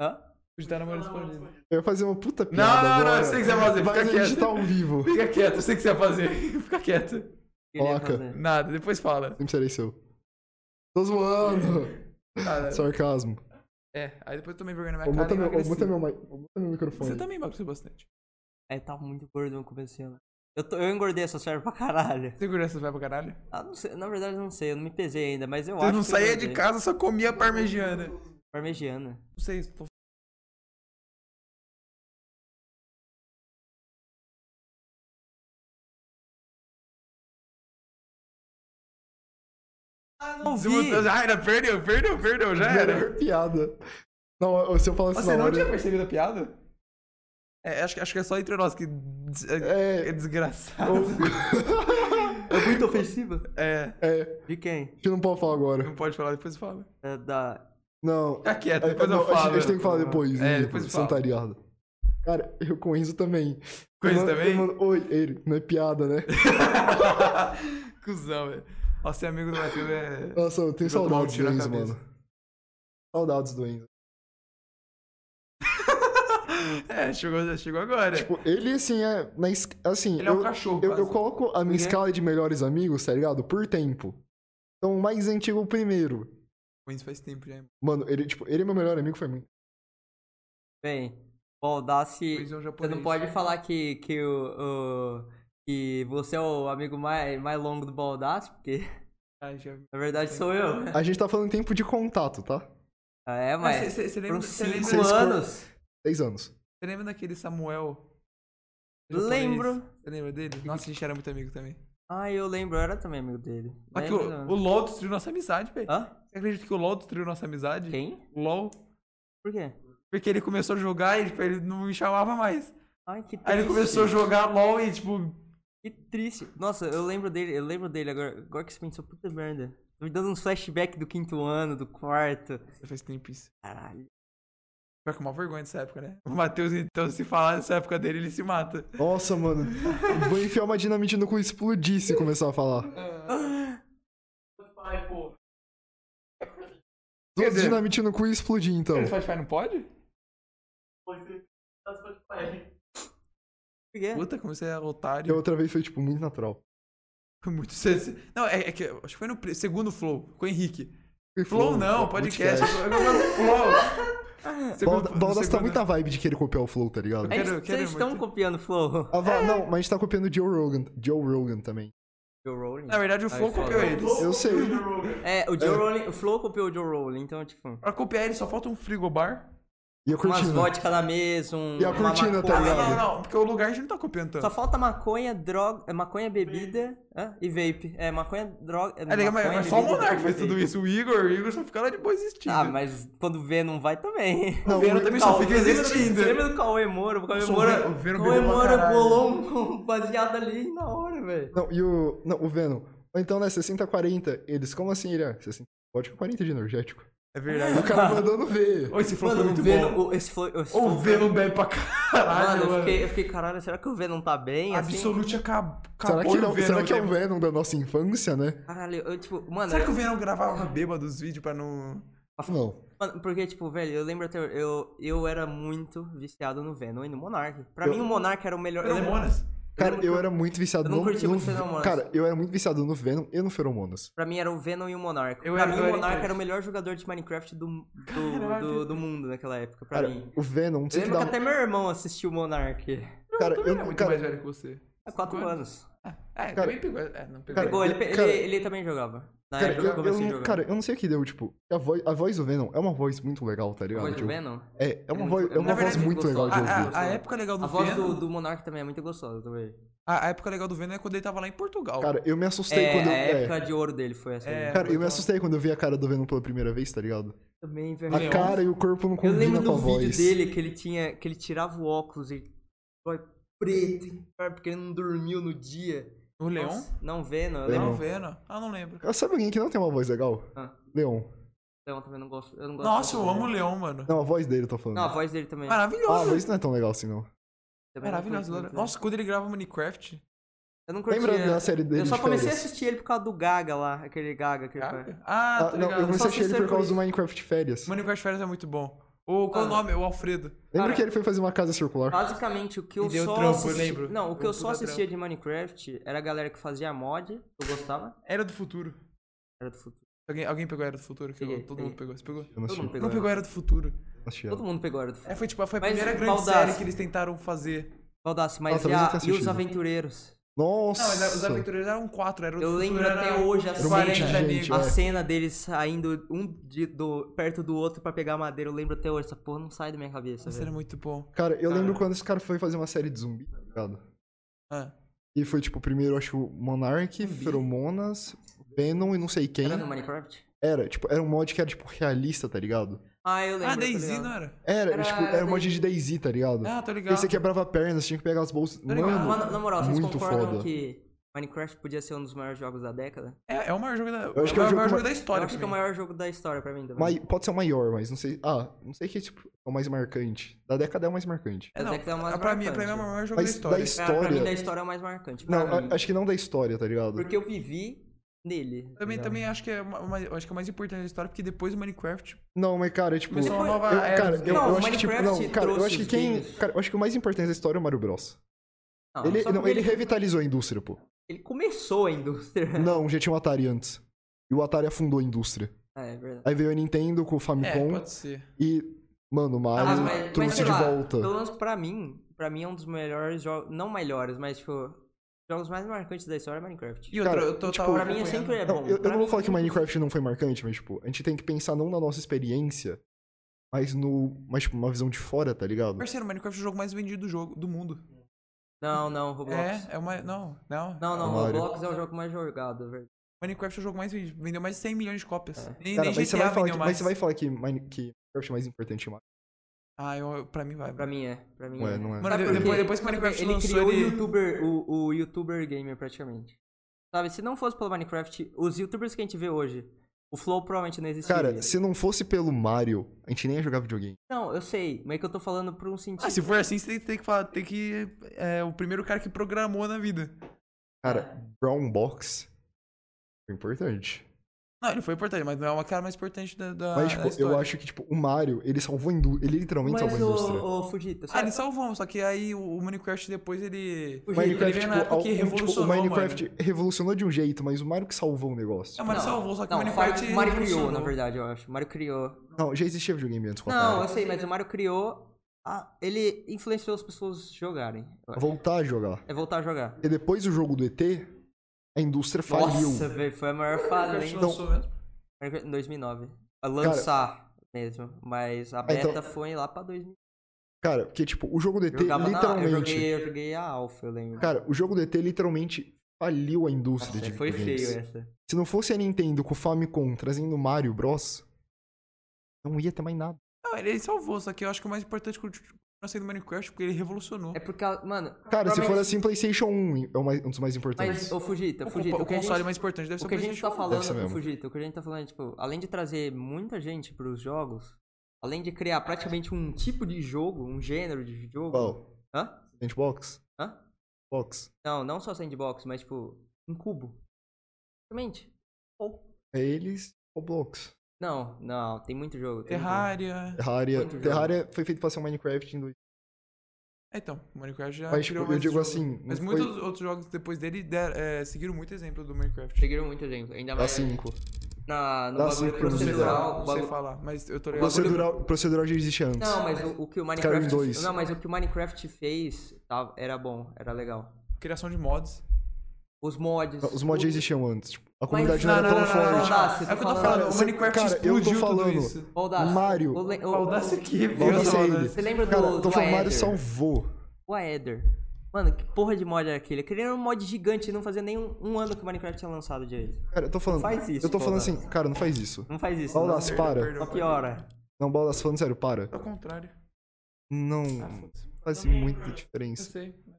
[SPEAKER 3] Hã?
[SPEAKER 2] Hoje tá namorando escondido.
[SPEAKER 1] Eu ia fazer uma puta piada
[SPEAKER 2] Não, não,
[SPEAKER 1] agora.
[SPEAKER 2] não, eu sei o que você vai fazer,
[SPEAKER 1] Mas
[SPEAKER 2] fica
[SPEAKER 1] a gente
[SPEAKER 2] quieto.
[SPEAKER 1] tá ao vivo.
[SPEAKER 2] Fica quieto, eu sei o que você vai fazer. Fica quieto.
[SPEAKER 3] Ele ia
[SPEAKER 1] Coloca.
[SPEAKER 3] fazer.
[SPEAKER 2] Nada, depois fala.
[SPEAKER 1] Sempre serei seu. Tô zoando.
[SPEAKER 2] Nada.
[SPEAKER 1] Sarcasmo.
[SPEAKER 2] É, aí depois eu tomei vergonha na
[SPEAKER 1] Ô,
[SPEAKER 2] minha
[SPEAKER 1] Muta
[SPEAKER 2] cara e
[SPEAKER 1] meu, ô,
[SPEAKER 2] emagreci.
[SPEAKER 1] muta meu, mi- ô, muta meu microfone.
[SPEAKER 2] Você também emagreceu bastante.
[SPEAKER 3] Aí tá muito gordo no começo. né? Eu, tô- eu engordei essa série pra caralho.
[SPEAKER 2] Segurança vai pra caralho?
[SPEAKER 3] Ah, não sei, na verdade eu não sei, eu não me pesei ainda, mas eu acho
[SPEAKER 2] Você não
[SPEAKER 3] que eu
[SPEAKER 2] saía de
[SPEAKER 3] engordei.
[SPEAKER 2] casa, só comia parmegiana. Não
[SPEAKER 3] Parmegiana.
[SPEAKER 2] sei, tô... Ah,
[SPEAKER 3] Não vi.
[SPEAKER 2] Já era, perdeu, perdeu, perdeu, já era.
[SPEAKER 1] Melhor piada. Não, eu- se eu falasse
[SPEAKER 2] É, né? Você
[SPEAKER 1] na
[SPEAKER 2] não
[SPEAKER 1] hora...
[SPEAKER 2] tinha percebido a piada? É, acho, que- acho que é só entre nós que des- é,
[SPEAKER 1] É...
[SPEAKER 2] é desgraçado.
[SPEAKER 1] eu-
[SPEAKER 3] É muito ofensiva.
[SPEAKER 2] É,
[SPEAKER 1] é,
[SPEAKER 3] De quem?
[SPEAKER 1] a gente não pode falar agora.
[SPEAKER 2] não pode falar, depois fala.
[SPEAKER 3] É da.
[SPEAKER 1] Não.
[SPEAKER 2] Fica quieto,
[SPEAKER 1] É,
[SPEAKER 2] depois
[SPEAKER 1] não,
[SPEAKER 2] eu falo.
[SPEAKER 1] A gente tem que falar depois.
[SPEAKER 2] É,
[SPEAKER 1] né,
[SPEAKER 2] depois eu
[SPEAKER 1] Nico?
[SPEAKER 2] falo.
[SPEAKER 1] Santariado. Cara, eu com isso também.
[SPEAKER 2] Com
[SPEAKER 1] Eu
[SPEAKER 2] isso
[SPEAKER 1] mando-
[SPEAKER 2] também?
[SPEAKER 1] eu mando- Oi, ele. Não é piada, né?
[SPEAKER 2] Cusão, velho. Ó, ser amigo do Matheus é.
[SPEAKER 1] Nossa, eu tenho
[SPEAKER 2] Eu vou tomar
[SPEAKER 1] Ah,
[SPEAKER 2] um
[SPEAKER 1] saudades do
[SPEAKER 2] tiro na
[SPEAKER 1] Enzo,
[SPEAKER 2] cabeça.
[SPEAKER 1] mano. Saudades do Enzo.
[SPEAKER 2] É, chegou, chegou agora.
[SPEAKER 1] Tipo, ele, assim, é... Na, es- assim,
[SPEAKER 2] Ele é
[SPEAKER 1] eu,
[SPEAKER 2] um cachorro.
[SPEAKER 1] eu, eu
[SPEAKER 2] quase.
[SPEAKER 1] coloco a minha
[SPEAKER 3] Ele é-
[SPEAKER 1] escala de melhores amigos, tá ligado? Por tempo. Então, o mais antigo é o primeiro.
[SPEAKER 2] Isso faz tempo já.
[SPEAKER 1] Mano, ele, tipo, ele é meu melhor amigo, foi muito.
[SPEAKER 3] Bem, Baldassi.
[SPEAKER 2] Pois é um
[SPEAKER 3] Você
[SPEAKER 2] japonês.
[SPEAKER 3] não pode falar que, que, o, o- que você é o amigo mais, mais longo do Baldassi, porque
[SPEAKER 2] Ah, já-
[SPEAKER 3] na verdade sou eu.
[SPEAKER 1] A gente tá falando em tempo de contato, tá?
[SPEAKER 3] Ah, É,
[SPEAKER 2] Mas você-
[SPEAKER 3] mas.
[SPEAKER 2] você- você
[SPEAKER 3] Foram
[SPEAKER 2] lembra, você lembra,
[SPEAKER 3] cinco
[SPEAKER 1] Vocês cor-
[SPEAKER 3] anos.
[SPEAKER 1] Seis anos.
[SPEAKER 2] você lembra daquele Samuel? japonês?
[SPEAKER 3] Lembro.
[SPEAKER 2] Você lembra dele? Nossa, a gente era muito amigo também.
[SPEAKER 3] Ah, eu lembro, eu era também amigo dele.
[SPEAKER 2] Aqui,
[SPEAKER 3] Lembro,
[SPEAKER 2] o,
[SPEAKER 3] lembro.
[SPEAKER 2] o LOL destruiu nossa amizade, velho.
[SPEAKER 3] Hã?
[SPEAKER 2] Você acredita que o LOL destruiu nossa amizade?
[SPEAKER 3] Quem?
[SPEAKER 2] O LOL.
[SPEAKER 3] Por quê?
[SPEAKER 2] Porque ele começou a jogar e tipo, ele não me chamava mais.
[SPEAKER 3] Ai, que triste.
[SPEAKER 2] Aí ele começou a jogar LOL e tipo.
[SPEAKER 3] Que triste. Nossa, eu lembro dele, eu lembro dele agora. Agora que você pensou, puta merda. Tô me dando uns flashback do quinto ano, do quarto.
[SPEAKER 2] Faz tempo isso.
[SPEAKER 3] Caralho.
[SPEAKER 2] Vai com uma vergonha dessa época, né? O Matheus, então, se falar dessa época dele, ele se mata.
[SPEAKER 1] Nossa, mano. Vou enfiar uma dinamite no cu e explodir se começar a falar.
[SPEAKER 4] Ai, pô.
[SPEAKER 2] Quer dizer-
[SPEAKER 1] dinamite no cu e explodir, então.
[SPEAKER 2] O Spotify não pode?
[SPEAKER 4] Você tá Spotify.
[SPEAKER 3] Por quê?
[SPEAKER 2] Puta, como você é
[SPEAKER 1] E
[SPEAKER 2] otário.
[SPEAKER 1] a outra vez foi, tipo, muito natural.
[SPEAKER 2] Foi muito. você- você- Não, é, é que. Acho que foi no pre- segundo Flow, com o Henrique. Flow não, podcast. Eu- eu- eu- Flow. Segundo-
[SPEAKER 1] Balda- Baldas tá
[SPEAKER 2] segundo-
[SPEAKER 1] muito na vibe de querer copiar o Flow, tá ligado?
[SPEAKER 2] É.
[SPEAKER 3] Gente,
[SPEAKER 2] quero- quero
[SPEAKER 3] Vocês estão
[SPEAKER 2] muito.
[SPEAKER 3] copiando o Flow?
[SPEAKER 1] A va- Não, mas a gente tá copiando o Joe Rogan. Joe Rogan também.
[SPEAKER 3] Joe Rowling?
[SPEAKER 2] Na verdade, o Flow
[SPEAKER 3] foda.
[SPEAKER 2] copiou eles.
[SPEAKER 1] Eu sei.
[SPEAKER 3] É, o Joe
[SPEAKER 1] É.
[SPEAKER 3] Rowling, o Flow copiou o Joe Rowling, então, tipo,
[SPEAKER 2] Pra copiar ele só falta um frigobar.
[SPEAKER 1] E a
[SPEAKER 3] umas
[SPEAKER 1] cortina.
[SPEAKER 3] vodka na mesa, um.
[SPEAKER 1] E a
[SPEAKER 3] uma
[SPEAKER 1] cortina, tá
[SPEAKER 2] Ah,
[SPEAKER 3] maconha.
[SPEAKER 2] não,
[SPEAKER 1] ligado?
[SPEAKER 2] não, não, porque o lugar a gente não tá copiando tanto.
[SPEAKER 3] Só falta maconha, droga. é, Maconha, bebida hã? e vape. É, maconha, droga.
[SPEAKER 2] É, legal, mas,
[SPEAKER 3] maconha,
[SPEAKER 2] mas só o
[SPEAKER 3] bebida,
[SPEAKER 2] Monark
[SPEAKER 3] droga e
[SPEAKER 2] faz tudo
[SPEAKER 3] vape.
[SPEAKER 2] isso. O Igor, o Igor só fica lá de boa existindo.
[SPEAKER 3] Ah, mas quando vê, não vai também.
[SPEAKER 2] o Veno também só
[SPEAKER 3] Cauê-
[SPEAKER 2] fica
[SPEAKER 3] você lembra do-
[SPEAKER 2] existindo.
[SPEAKER 3] Você lembra do Cauê Moura? O Cauê
[SPEAKER 2] Nossa, o
[SPEAKER 3] Moura,
[SPEAKER 2] Veno- o Veno
[SPEAKER 3] Cauê
[SPEAKER 2] bebeu pra
[SPEAKER 3] Moura
[SPEAKER 2] caralho.
[SPEAKER 3] bolou um um baseado ali na hora, velho.
[SPEAKER 1] Não, e o. Não, o Venom. Ou Então, né, 60-40, eles. Como assim, ele é? 60, vodka 40 de energético.
[SPEAKER 2] É verdade.
[SPEAKER 1] O cara mandando ver.
[SPEAKER 2] Ô, esse Flow foi
[SPEAKER 3] Mano, o
[SPEAKER 2] muito
[SPEAKER 3] Venom,
[SPEAKER 2] bom.
[SPEAKER 3] o- esse foi... esse
[SPEAKER 2] Ô, O
[SPEAKER 3] foi- um
[SPEAKER 2] Venom bebe pra caralho,
[SPEAKER 3] Mano,
[SPEAKER 2] mano.
[SPEAKER 3] eu fiquei, eu fiquei, caralho, será que o Venom tá bem? assim?
[SPEAKER 2] Absolute acab-
[SPEAKER 1] Será
[SPEAKER 2] acabou
[SPEAKER 1] que,
[SPEAKER 2] o
[SPEAKER 1] não,
[SPEAKER 2] Venom.
[SPEAKER 1] será que é
[SPEAKER 2] né?
[SPEAKER 1] o Venom da nossa infância, né?
[SPEAKER 3] Caralho, eu, tipo, mano...
[SPEAKER 2] Será que o Venom gravava bêbado os vídeos pra não...
[SPEAKER 1] Não.
[SPEAKER 3] Mano, Porque, tipo, velho, eu lembro até. Eu, eu era muito viciado no Venom e no Monark. Pra
[SPEAKER 1] Eu-
[SPEAKER 3] mim, o Monark era o melhor. Eu lembro,
[SPEAKER 2] Feromonas.
[SPEAKER 1] Cara, eu era muito viciado
[SPEAKER 3] eu não
[SPEAKER 1] no-
[SPEAKER 3] curti
[SPEAKER 1] no
[SPEAKER 3] muito
[SPEAKER 1] Ve-
[SPEAKER 3] Feromonas.
[SPEAKER 1] Cara, eu era muito viciado no Venom e no Feromonas.
[SPEAKER 3] pra mim era o Venom e o Monark.
[SPEAKER 2] Eu
[SPEAKER 3] pra
[SPEAKER 2] era-
[SPEAKER 3] mim,
[SPEAKER 2] eu
[SPEAKER 3] o
[SPEAKER 2] era
[SPEAKER 3] Monark
[SPEAKER 2] importante.
[SPEAKER 3] era o melhor jogador de Minecraft do, do,
[SPEAKER 2] Caralho.
[SPEAKER 3] do, do mundo naquela época, pra
[SPEAKER 1] Cara,
[SPEAKER 3] mim.
[SPEAKER 1] o Venom
[SPEAKER 3] Eu
[SPEAKER 1] sempre
[SPEAKER 3] lembro
[SPEAKER 1] dava.
[SPEAKER 3] que até meu irmão assistiu o Monark.
[SPEAKER 1] Cara,
[SPEAKER 2] Eu também
[SPEAKER 1] eu,
[SPEAKER 2] era muito
[SPEAKER 1] cara,
[SPEAKER 2] mais velho que você.
[SPEAKER 3] Há quatro
[SPEAKER 2] Quatro.
[SPEAKER 3] anos.
[SPEAKER 2] É,
[SPEAKER 1] Cara-
[SPEAKER 2] também pegou. É, não pegou.
[SPEAKER 1] Cara,
[SPEAKER 3] Pô, ele, ele,
[SPEAKER 1] cara-
[SPEAKER 3] ele também jogava. Na
[SPEAKER 1] Cara
[SPEAKER 3] época que
[SPEAKER 1] eu,
[SPEAKER 3] eu
[SPEAKER 1] eu
[SPEAKER 3] comecei a
[SPEAKER 1] não,
[SPEAKER 3] jogar.
[SPEAKER 1] cara, eu não sei o que deu, tipo, a voz, a voz do Venom é uma voz muito legal, tá
[SPEAKER 3] a
[SPEAKER 1] ligado?
[SPEAKER 3] voz do
[SPEAKER 1] Tipo,
[SPEAKER 3] Venom.
[SPEAKER 1] É, é uma
[SPEAKER 3] muito-
[SPEAKER 1] voz, é
[SPEAKER 3] na
[SPEAKER 1] uma voz
[SPEAKER 2] verdade,
[SPEAKER 1] muito legal de
[SPEAKER 2] a,
[SPEAKER 3] gostosa.
[SPEAKER 1] ouvir.
[SPEAKER 2] a- a época legal do
[SPEAKER 3] A voz
[SPEAKER 2] Venom.
[SPEAKER 3] do, do Monark também é muito gostosa também.
[SPEAKER 2] A, a época legal do Venom é quando ele tava lá em Portugal.
[SPEAKER 1] Cara, eu me assustei
[SPEAKER 3] É, então.
[SPEAKER 1] quando eu.
[SPEAKER 3] a
[SPEAKER 1] é.
[SPEAKER 3] época de ouro dele foi essa.
[SPEAKER 2] É,
[SPEAKER 3] aí.
[SPEAKER 1] Cara, eu me
[SPEAKER 2] Portugal.
[SPEAKER 1] assustei quando eu vi a cara do Venom pela primeira vez, tá ligado?
[SPEAKER 3] Também,
[SPEAKER 1] A
[SPEAKER 3] vermelho.
[SPEAKER 2] Leon.
[SPEAKER 1] cara e o corpo não
[SPEAKER 3] Eu
[SPEAKER 1] combinam
[SPEAKER 3] lembro
[SPEAKER 1] com a
[SPEAKER 3] do vídeo
[SPEAKER 1] voz.
[SPEAKER 3] dele que ele tinha. que ele tirava o óculos e foi preto, hein, cara, porque ele não dormiu no dia.
[SPEAKER 2] O Leon?
[SPEAKER 3] Nossa, Não vendo, eu
[SPEAKER 1] Leon.
[SPEAKER 2] Não, o
[SPEAKER 3] lembro.
[SPEAKER 2] Venom. Ah, não lembro.
[SPEAKER 1] Ah, Sabe alguém que não tem uma voz legal?
[SPEAKER 3] Ah.
[SPEAKER 1] Leon.
[SPEAKER 3] Leon também não gosto. Eu não gosto
[SPEAKER 2] Nossa,
[SPEAKER 3] muito
[SPEAKER 2] eu amo o
[SPEAKER 3] dele.
[SPEAKER 2] Leon, mano.
[SPEAKER 1] Não, a voz dele eu tô falando.
[SPEAKER 3] Não, a voz dele também.
[SPEAKER 1] ah, a
[SPEAKER 2] Maravilhoso.
[SPEAKER 1] voz não é tão legal assim, não.
[SPEAKER 3] também não
[SPEAKER 2] Maravilhoso.
[SPEAKER 3] curti muito, né?
[SPEAKER 2] Nossa, quando ele grava Minecraft.
[SPEAKER 3] eu não curti.
[SPEAKER 1] Lembra
[SPEAKER 3] é.
[SPEAKER 1] da série dele
[SPEAKER 3] Eu só
[SPEAKER 1] de
[SPEAKER 3] comecei a
[SPEAKER 1] férias?
[SPEAKER 3] assistir ele por causa do Gaga lá, aquele Gaga que ele faz.
[SPEAKER 1] Ah,
[SPEAKER 2] Ah, tá
[SPEAKER 1] não,
[SPEAKER 2] ligado.
[SPEAKER 1] eu comecei a
[SPEAKER 3] Só
[SPEAKER 1] assistir ele
[SPEAKER 3] assisti
[SPEAKER 1] por causa
[SPEAKER 3] por
[SPEAKER 1] do Minecraft de Férias.
[SPEAKER 2] Minecraft Férias é muito bom. Ou qual o
[SPEAKER 3] Mano.
[SPEAKER 2] nome? O Alfredo.
[SPEAKER 1] Lembra
[SPEAKER 3] Cara-
[SPEAKER 1] que ele foi fazer uma casa circular?
[SPEAKER 3] Basicamente, o que eu
[SPEAKER 2] Me deu
[SPEAKER 3] só
[SPEAKER 2] trampo, eu
[SPEAKER 3] assisti-
[SPEAKER 2] lembro.
[SPEAKER 3] Não, o que
[SPEAKER 2] Eu
[SPEAKER 3] eu só
[SPEAKER 2] puta
[SPEAKER 3] assistia de Minecraft era a galera que fazia mod, que eu gostava,
[SPEAKER 2] Era do Futuro.
[SPEAKER 3] era do futuro.
[SPEAKER 2] Alguém, alguém pegou a Era do Futuro? Que
[SPEAKER 3] Peguei,
[SPEAKER 2] todo
[SPEAKER 3] peguei.
[SPEAKER 2] mundo pegou. Você pegou?
[SPEAKER 1] Eu não
[SPEAKER 3] Todo
[SPEAKER 1] assisti.
[SPEAKER 3] mundo
[SPEAKER 2] Não pegou a Era do Futuro.
[SPEAKER 1] não assisti ela.
[SPEAKER 3] Todo mundo pegou era do
[SPEAKER 2] É,
[SPEAKER 3] futuro.
[SPEAKER 2] foi tipo, foi a
[SPEAKER 3] Mas
[SPEAKER 2] primeira grande
[SPEAKER 3] Baldaço.
[SPEAKER 2] série que eles tentaram fazer.
[SPEAKER 3] Baldaço,
[SPEAKER 1] Ah,
[SPEAKER 3] mas e,
[SPEAKER 1] talvez eu
[SPEAKER 3] a-
[SPEAKER 1] tenha
[SPEAKER 3] e os
[SPEAKER 1] assistido.
[SPEAKER 3] aventureiros?
[SPEAKER 1] Nossa!
[SPEAKER 2] Não, mas
[SPEAKER 3] é-
[SPEAKER 2] os aventureiros eram quatro. Era o do
[SPEAKER 3] Eu lembro
[SPEAKER 2] Futuro,
[SPEAKER 3] até
[SPEAKER 2] era
[SPEAKER 3] hoje a
[SPEAKER 1] Era um monte de
[SPEAKER 3] cena,
[SPEAKER 1] gente,
[SPEAKER 2] negro.
[SPEAKER 1] é.
[SPEAKER 3] a cena deles saindo um de- do, perto do outro pra pegar madeira. Eu lembro até hoje, essa porra não sai da minha cabeça.
[SPEAKER 2] Nossa,
[SPEAKER 3] velho.
[SPEAKER 2] era muito bom.
[SPEAKER 1] Cara, eu
[SPEAKER 2] Cara.
[SPEAKER 1] lembro quando esse cara foi fazer uma série de zumbi, tá ligado?
[SPEAKER 2] Ah,
[SPEAKER 1] E foi, tipo, primeiro, eu acho, Monarch, Feromonas, Venom e não sei quem.
[SPEAKER 3] Era no Minecraft?
[SPEAKER 1] Era, tipo, era um mod que era, tipo, realista, tá ligado?
[SPEAKER 3] Ah, eu lembro.
[SPEAKER 2] ah
[SPEAKER 3] tá
[SPEAKER 2] Daisy
[SPEAKER 3] ligado?
[SPEAKER 2] não era?
[SPEAKER 1] Era,
[SPEAKER 3] Era-
[SPEAKER 1] tipo,
[SPEAKER 3] era
[SPEAKER 1] era um mod de Daisy, tá ligado?
[SPEAKER 2] Ah, tô
[SPEAKER 1] Porque
[SPEAKER 2] ligado.
[SPEAKER 1] você quebrava pernas, tinha que pegar as bolsas.
[SPEAKER 2] ligado.
[SPEAKER 1] Mano,
[SPEAKER 3] Mas, na- na moral, vocês
[SPEAKER 1] muito
[SPEAKER 3] concordam
[SPEAKER 1] foda.
[SPEAKER 3] que Minecraft podia ser um dos maiores jogos da década?
[SPEAKER 2] É, é o maior jogo da,
[SPEAKER 1] Eu acho que
[SPEAKER 2] é
[SPEAKER 1] é
[SPEAKER 2] o
[SPEAKER 1] o jogo
[SPEAKER 2] maior jogo
[SPEAKER 1] ma-
[SPEAKER 2] da história.
[SPEAKER 3] eu acho
[SPEAKER 2] pra
[SPEAKER 3] que é o
[SPEAKER 2] mim.
[SPEAKER 3] maior jogo da história pra mim também. É,
[SPEAKER 1] Mai- pode ser o maior, mas não sei. Ah, não sei que tipo, é o mais marcante. Da década é o mais marcante.
[SPEAKER 2] É,
[SPEAKER 3] Mas
[SPEAKER 2] não,
[SPEAKER 3] é que é o mais
[SPEAKER 2] pra, mim, pra mim é o
[SPEAKER 3] marcante.
[SPEAKER 2] maior jogo da
[SPEAKER 1] Mas da
[SPEAKER 2] história.
[SPEAKER 3] Cara, pra mim,
[SPEAKER 1] história.
[SPEAKER 3] da história é o mais marcante. pra
[SPEAKER 1] Não, a-
[SPEAKER 3] mim.
[SPEAKER 1] acho que não da história, tá ligado?
[SPEAKER 3] Porque eu vivi nele. tá
[SPEAKER 2] Também,
[SPEAKER 3] ligado?
[SPEAKER 2] também acho que é uma- uma- eu acho que é o mais importante da história, porque depois do Minecraft.
[SPEAKER 1] Não, mas cara, tipo.
[SPEAKER 2] Mas é uma
[SPEAKER 1] eu-
[SPEAKER 2] nova era
[SPEAKER 1] cara,
[SPEAKER 2] dos
[SPEAKER 1] eu, eu
[SPEAKER 3] games. ah, Não,
[SPEAKER 1] acho que tipo.
[SPEAKER 3] Minecraft
[SPEAKER 1] Não, cara, eu acho
[SPEAKER 3] trouxe
[SPEAKER 1] que
[SPEAKER 3] os
[SPEAKER 1] quem.
[SPEAKER 3] games.
[SPEAKER 1] Cara, eu acho que o mais importante da história é o Mario Bros.
[SPEAKER 3] Não,
[SPEAKER 1] ele,
[SPEAKER 3] só
[SPEAKER 1] não,
[SPEAKER 3] porque
[SPEAKER 1] ele revitalizou a indústria, pô.
[SPEAKER 3] ele começou a indústria.
[SPEAKER 1] Não, já tinha o Atari antes. E o Atari afundou a indústria.
[SPEAKER 3] É, é verdade.
[SPEAKER 1] Aí veio a Nintendo com o
[SPEAKER 2] É,
[SPEAKER 1] Famicom
[SPEAKER 2] pode ser.
[SPEAKER 1] e. Mano, o Mario trouxe
[SPEAKER 3] Ah, sei
[SPEAKER 1] de
[SPEAKER 3] lá,
[SPEAKER 1] volta.
[SPEAKER 3] Pelo menos pra mim, pra mim é um dos melhores jogos. Não melhores, mas tipo, jogos mais marcantes da história é Minecraft.
[SPEAKER 2] E outra,
[SPEAKER 1] Cara,
[SPEAKER 2] eu tô,
[SPEAKER 1] tipo,
[SPEAKER 2] tava
[SPEAKER 3] Pra mim é
[SPEAKER 2] acompanhando.
[SPEAKER 3] sempre é bom.
[SPEAKER 1] Não, eu, eu
[SPEAKER 3] Pra
[SPEAKER 1] não
[SPEAKER 3] mim
[SPEAKER 1] vou falar que
[SPEAKER 3] sempre-
[SPEAKER 1] Minecraft não foi marcante, mas, tipo, a gente tem que pensar não na nossa experiência, mas no. Mas, tipo, uma visão de fora, tá ligado?
[SPEAKER 2] Parceiro, Minecraft é o jogo mais vendido do jogo do mundo.
[SPEAKER 3] Não, não, Roblox.
[SPEAKER 2] É, é uma. Não, não.
[SPEAKER 3] Não, não,
[SPEAKER 1] Mario.
[SPEAKER 3] Roblox é o jogo mais jogado, velho.
[SPEAKER 2] Minecraft é o jogo mais vendido. Vendeu mais de 100 milhões de cópias. Nem,
[SPEAKER 1] É. Cara,
[SPEAKER 2] nem
[SPEAKER 1] mas, você
[SPEAKER 2] GTA
[SPEAKER 1] vai falar
[SPEAKER 2] vendeu
[SPEAKER 1] que,
[SPEAKER 2] mais.
[SPEAKER 1] mas você vai falar que, Mine- que Minecraft é mais importante que Mario.
[SPEAKER 2] Ah, eu, eu- pra mim vai.
[SPEAKER 3] Pra mim é. Pra mim
[SPEAKER 1] Não é,
[SPEAKER 3] é.
[SPEAKER 1] não é.
[SPEAKER 2] Mano,
[SPEAKER 3] Sabe
[SPEAKER 2] de-
[SPEAKER 3] por
[SPEAKER 2] depois,
[SPEAKER 3] quê?
[SPEAKER 2] depois que o Minecraft
[SPEAKER 3] Ele
[SPEAKER 2] lançou,
[SPEAKER 3] criou o
[SPEAKER 2] ele-
[SPEAKER 3] youtuber, o, o youtuber gamer praticamente. Sabe, se não fosse pelo Minecraft, os youtubers que a gente vê hoje, o Flow provavelmente não existiria.
[SPEAKER 1] Cara, se não fosse pelo Mario, a gente nem ia jogar videogame.
[SPEAKER 3] Não, eu sei, mas é que eu tô falando por um sentido.
[SPEAKER 2] Ah, se for assim, você tem, tem que falar. Tem que. É o primeiro cara que programou na vida.
[SPEAKER 1] Cara,
[SPEAKER 3] É.
[SPEAKER 1] Brown Box foi importante.
[SPEAKER 2] Não, ele foi importante, mas não é uma cara mais importante da.
[SPEAKER 3] Ah,
[SPEAKER 2] da
[SPEAKER 1] mas,
[SPEAKER 2] da
[SPEAKER 1] tipo, eu
[SPEAKER 2] história.
[SPEAKER 1] acho que, tipo, o Mario, ele salvou a indústria. Ele literalmente
[SPEAKER 3] é mas
[SPEAKER 1] salvou a indústria.
[SPEAKER 3] o, o Fujita,
[SPEAKER 2] Ah,
[SPEAKER 3] sabe?
[SPEAKER 2] ele salvou, só que aí o o Minecraft depois ele.
[SPEAKER 3] O
[SPEAKER 2] ele
[SPEAKER 1] Minecraft,
[SPEAKER 2] veio
[SPEAKER 1] tipo,
[SPEAKER 3] é
[SPEAKER 2] na época
[SPEAKER 1] ao-
[SPEAKER 2] que
[SPEAKER 1] um, tipo, o
[SPEAKER 2] revolucionou.
[SPEAKER 1] Minecraft
[SPEAKER 2] Mano.
[SPEAKER 1] revolucionou de um jeito, mas o Mario que salvou o negócio.
[SPEAKER 2] Não, mas ele
[SPEAKER 3] Não,
[SPEAKER 2] salvou, só que
[SPEAKER 3] Não,
[SPEAKER 2] o Minecraft.
[SPEAKER 3] Mario, Mario criou,
[SPEAKER 2] revolucionou.
[SPEAKER 3] na verdade, eu acho. Mario criou.
[SPEAKER 1] Não, já existia videogame antes com o
[SPEAKER 3] Não, eu
[SPEAKER 1] Atari.
[SPEAKER 3] sei, mas o Mario criou. ah, ele influenciou as pessoas a jogarem. eu acho.
[SPEAKER 1] Voltar a jogar.
[SPEAKER 3] É voltar a jogar.
[SPEAKER 1] E depois do jogo do ET, a indústria faliu.
[SPEAKER 3] Nossa, velho, foi a maior falha, hein?
[SPEAKER 2] Minecraft lançou mesmo.
[SPEAKER 3] Minecraft Em 2009. A lançar mesmo. Mas a
[SPEAKER 1] Ah,
[SPEAKER 3] beta
[SPEAKER 1] então-
[SPEAKER 3] foi lá pra 2000.
[SPEAKER 1] Cara, porque, tipo, o jogo do ET
[SPEAKER 3] Eu Jogava na... Eu
[SPEAKER 1] literalmente.
[SPEAKER 3] joguei, eu joguei a Alpha, eu lembro.
[SPEAKER 1] Cara, o jogo do ET literalmente faliu a indústria
[SPEAKER 3] Nossa,
[SPEAKER 1] de
[SPEAKER 3] foi
[SPEAKER 1] videogames.
[SPEAKER 3] feio é. essa.
[SPEAKER 1] Se não fosse a Nintendo com o Famicom trazendo Mario Bros, não ia ter mais nada.
[SPEAKER 2] Não, ele salvou, só que eu acho que o mais importante continua sendo o Minecraft, porque ele revolucionou.
[SPEAKER 3] É porque, a- mano...
[SPEAKER 1] Cara, se for
[SPEAKER 3] provavelmente-
[SPEAKER 1] assim, PlayStation 1 é o mais- um dos mais
[SPEAKER 3] Mas,
[SPEAKER 1] importantes.
[SPEAKER 3] ô Fujita,
[SPEAKER 2] o,
[SPEAKER 3] Fujita,
[SPEAKER 2] o
[SPEAKER 3] que a gente-
[SPEAKER 2] console mais importante deve ser
[SPEAKER 3] O que a gente tá
[SPEAKER 2] PlayStation.
[SPEAKER 1] Deve ser
[SPEAKER 3] falando,
[SPEAKER 1] mesmo.
[SPEAKER 3] Fujita, o que a gente tá falando é, tipo, além de trazer muita gente pros jogos, além de criar praticamente um tipo de jogo, um gênero de jogo.
[SPEAKER 1] Qual?
[SPEAKER 3] Hã?
[SPEAKER 1] Sandbox?
[SPEAKER 3] Hã?
[SPEAKER 1] Box.
[SPEAKER 3] Não, não só sandbox, mas tipo, um cubo. Praticamente.
[SPEAKER 1] É eles, Roblox.
[SPEAKER 3] Não, não, tem muito jogo. Tem muito jogo.
[SPEAKER 2] Terraria.
[SPEAKER 1] Terraria.
[SPEAKER 3] Muito jogo.
[SPEAKER 1] Terraria foi feito pra ser um Minecraft em dois.
[SPEAKER 2] É, então, o Minecraft já.
[SPEAKER 1] Mas, tipo,
[SPEAKER 2] criou
[SPEAKER 1] eu
[SPEAKER 2] mais
[SPEAKER 1] digo
[SPEAKER 2] jogos.
[SPEAKER 1] assim. não
[SPEAKER 2] Mas
[SPEAKER 1] foi
[SPEAKER 2] muitos outros jogos depois dele der- é, seguiram muito exemplo do Minecraft.
[SPEAKER 3] Seguiram muito gente, ainda
[SPEAKER 1] Dá
[SPEAKER 3] mais
[SPEAKER 1] 5.
[SPEAKER 3] na, no
[SPEAKER 1] dá
[SPEAKER 3] bagulho
[SPEAKER 1] cinco pra você.
[SPEAKER 3] procedural.
[SPEAKER 2] não
[SPEAKER 3] o bagulho-
[SPEAKER 2] sei falar, mas eu tô ligado.
[SPEAKER 1] Procedural, procedural já existe antes.
[SPEAKER 3] Não, mas o, o que o
[SPEAKER 1] Skyrim
[SPEAKER 3] Minecraft.
[SPEAKER 1] dois.
[SPEAKER 3] Não, mas o que o Minecraft fez tá, era bom, era legal.
[SPEAKER 2] Criação de mods.
[SPEAKER 3] Os mods.
[SPEAKER 1] Os mods já existiam antes. tipo, a comunidade não
[SPEAKER 2] Não,
[SPEAKER 1] era
[SPEAKER 2] não,
[SPEAKER 1] tão
[SPEAKER 2] não, não, não,
[SPEAKER 1] forte.
[SPEAKER 2] não. É
[SPEAKER 3] Audácia,
[SPEAKER 2] o
[SPEAKER 3] tô
[SPEAKER 2] que eu tô
[SPEAKER 3] falando.
[SPEAKER 2] falando. O
[SPEAKER 1] Você-
[SPEAKER 2] Minecraft
[SPEAKER 1] cara, eu tô
[SPEAKER 2] explodiu tudo
[SPEAKER 1] falando.
[SPEAKER 2] isso.
[SPEAKER 3] O Audace.
[SPEAKER 1] Mario.
[SPEAKER 3] O, le- o,
[SPEAKER 2] Audace que viu,
[SPEAKER 1] Audace
[SPEAKER 2] essa
[SPEAKER 1] é
[SPEAKER 2] Audace.
[SPEAKER 1] ele.
[SPEAKER 3] Você lembra
[SPEAKER 1] Cara,
[SPEAKER 3] do,
[SPEAKER 1] tô um
[SPEAKER 3] do
[SPEAKER 1] falando Mario
[SPEAKER 3] Aether?
[SPEAKER 1] salvou.
[SPEAKER 3] O Aether. Mano, que porra de mod era aquele? Aquele era um mod gigante, não fazia nem um, um ano que o Minecraft tinha lançado direito.
[SPEAKER 1] Cara, eu tô falando.
[SPEAKER 3] faz isso,
[SPEAKER 1] eu tô falando
[SPEAKER 3] Baldass.
[SPEAKER 1] assim, cara, não faz isso.
[SPEAKER 3] Não faz isso.
[SPEAKER 1] Baldass,
[SPEAKER 3] não.
[SPEAKER 1] para.
[SPEAKER 2] Perdão,
[SPEAKER 3] Só piora.
[SPEAKER 1] Não, Baldas, falando sério, para.
[SPEAKER 2] Ao É contrário.
[SPEAKER 1] Não
[SPEAKER 2] Ah, foda-se.
[SPEAKER 1] faz muita
[SPEAKER 2] Eu
[SPEAKER 1] diferença.
[SPEAKER 2] sei. né?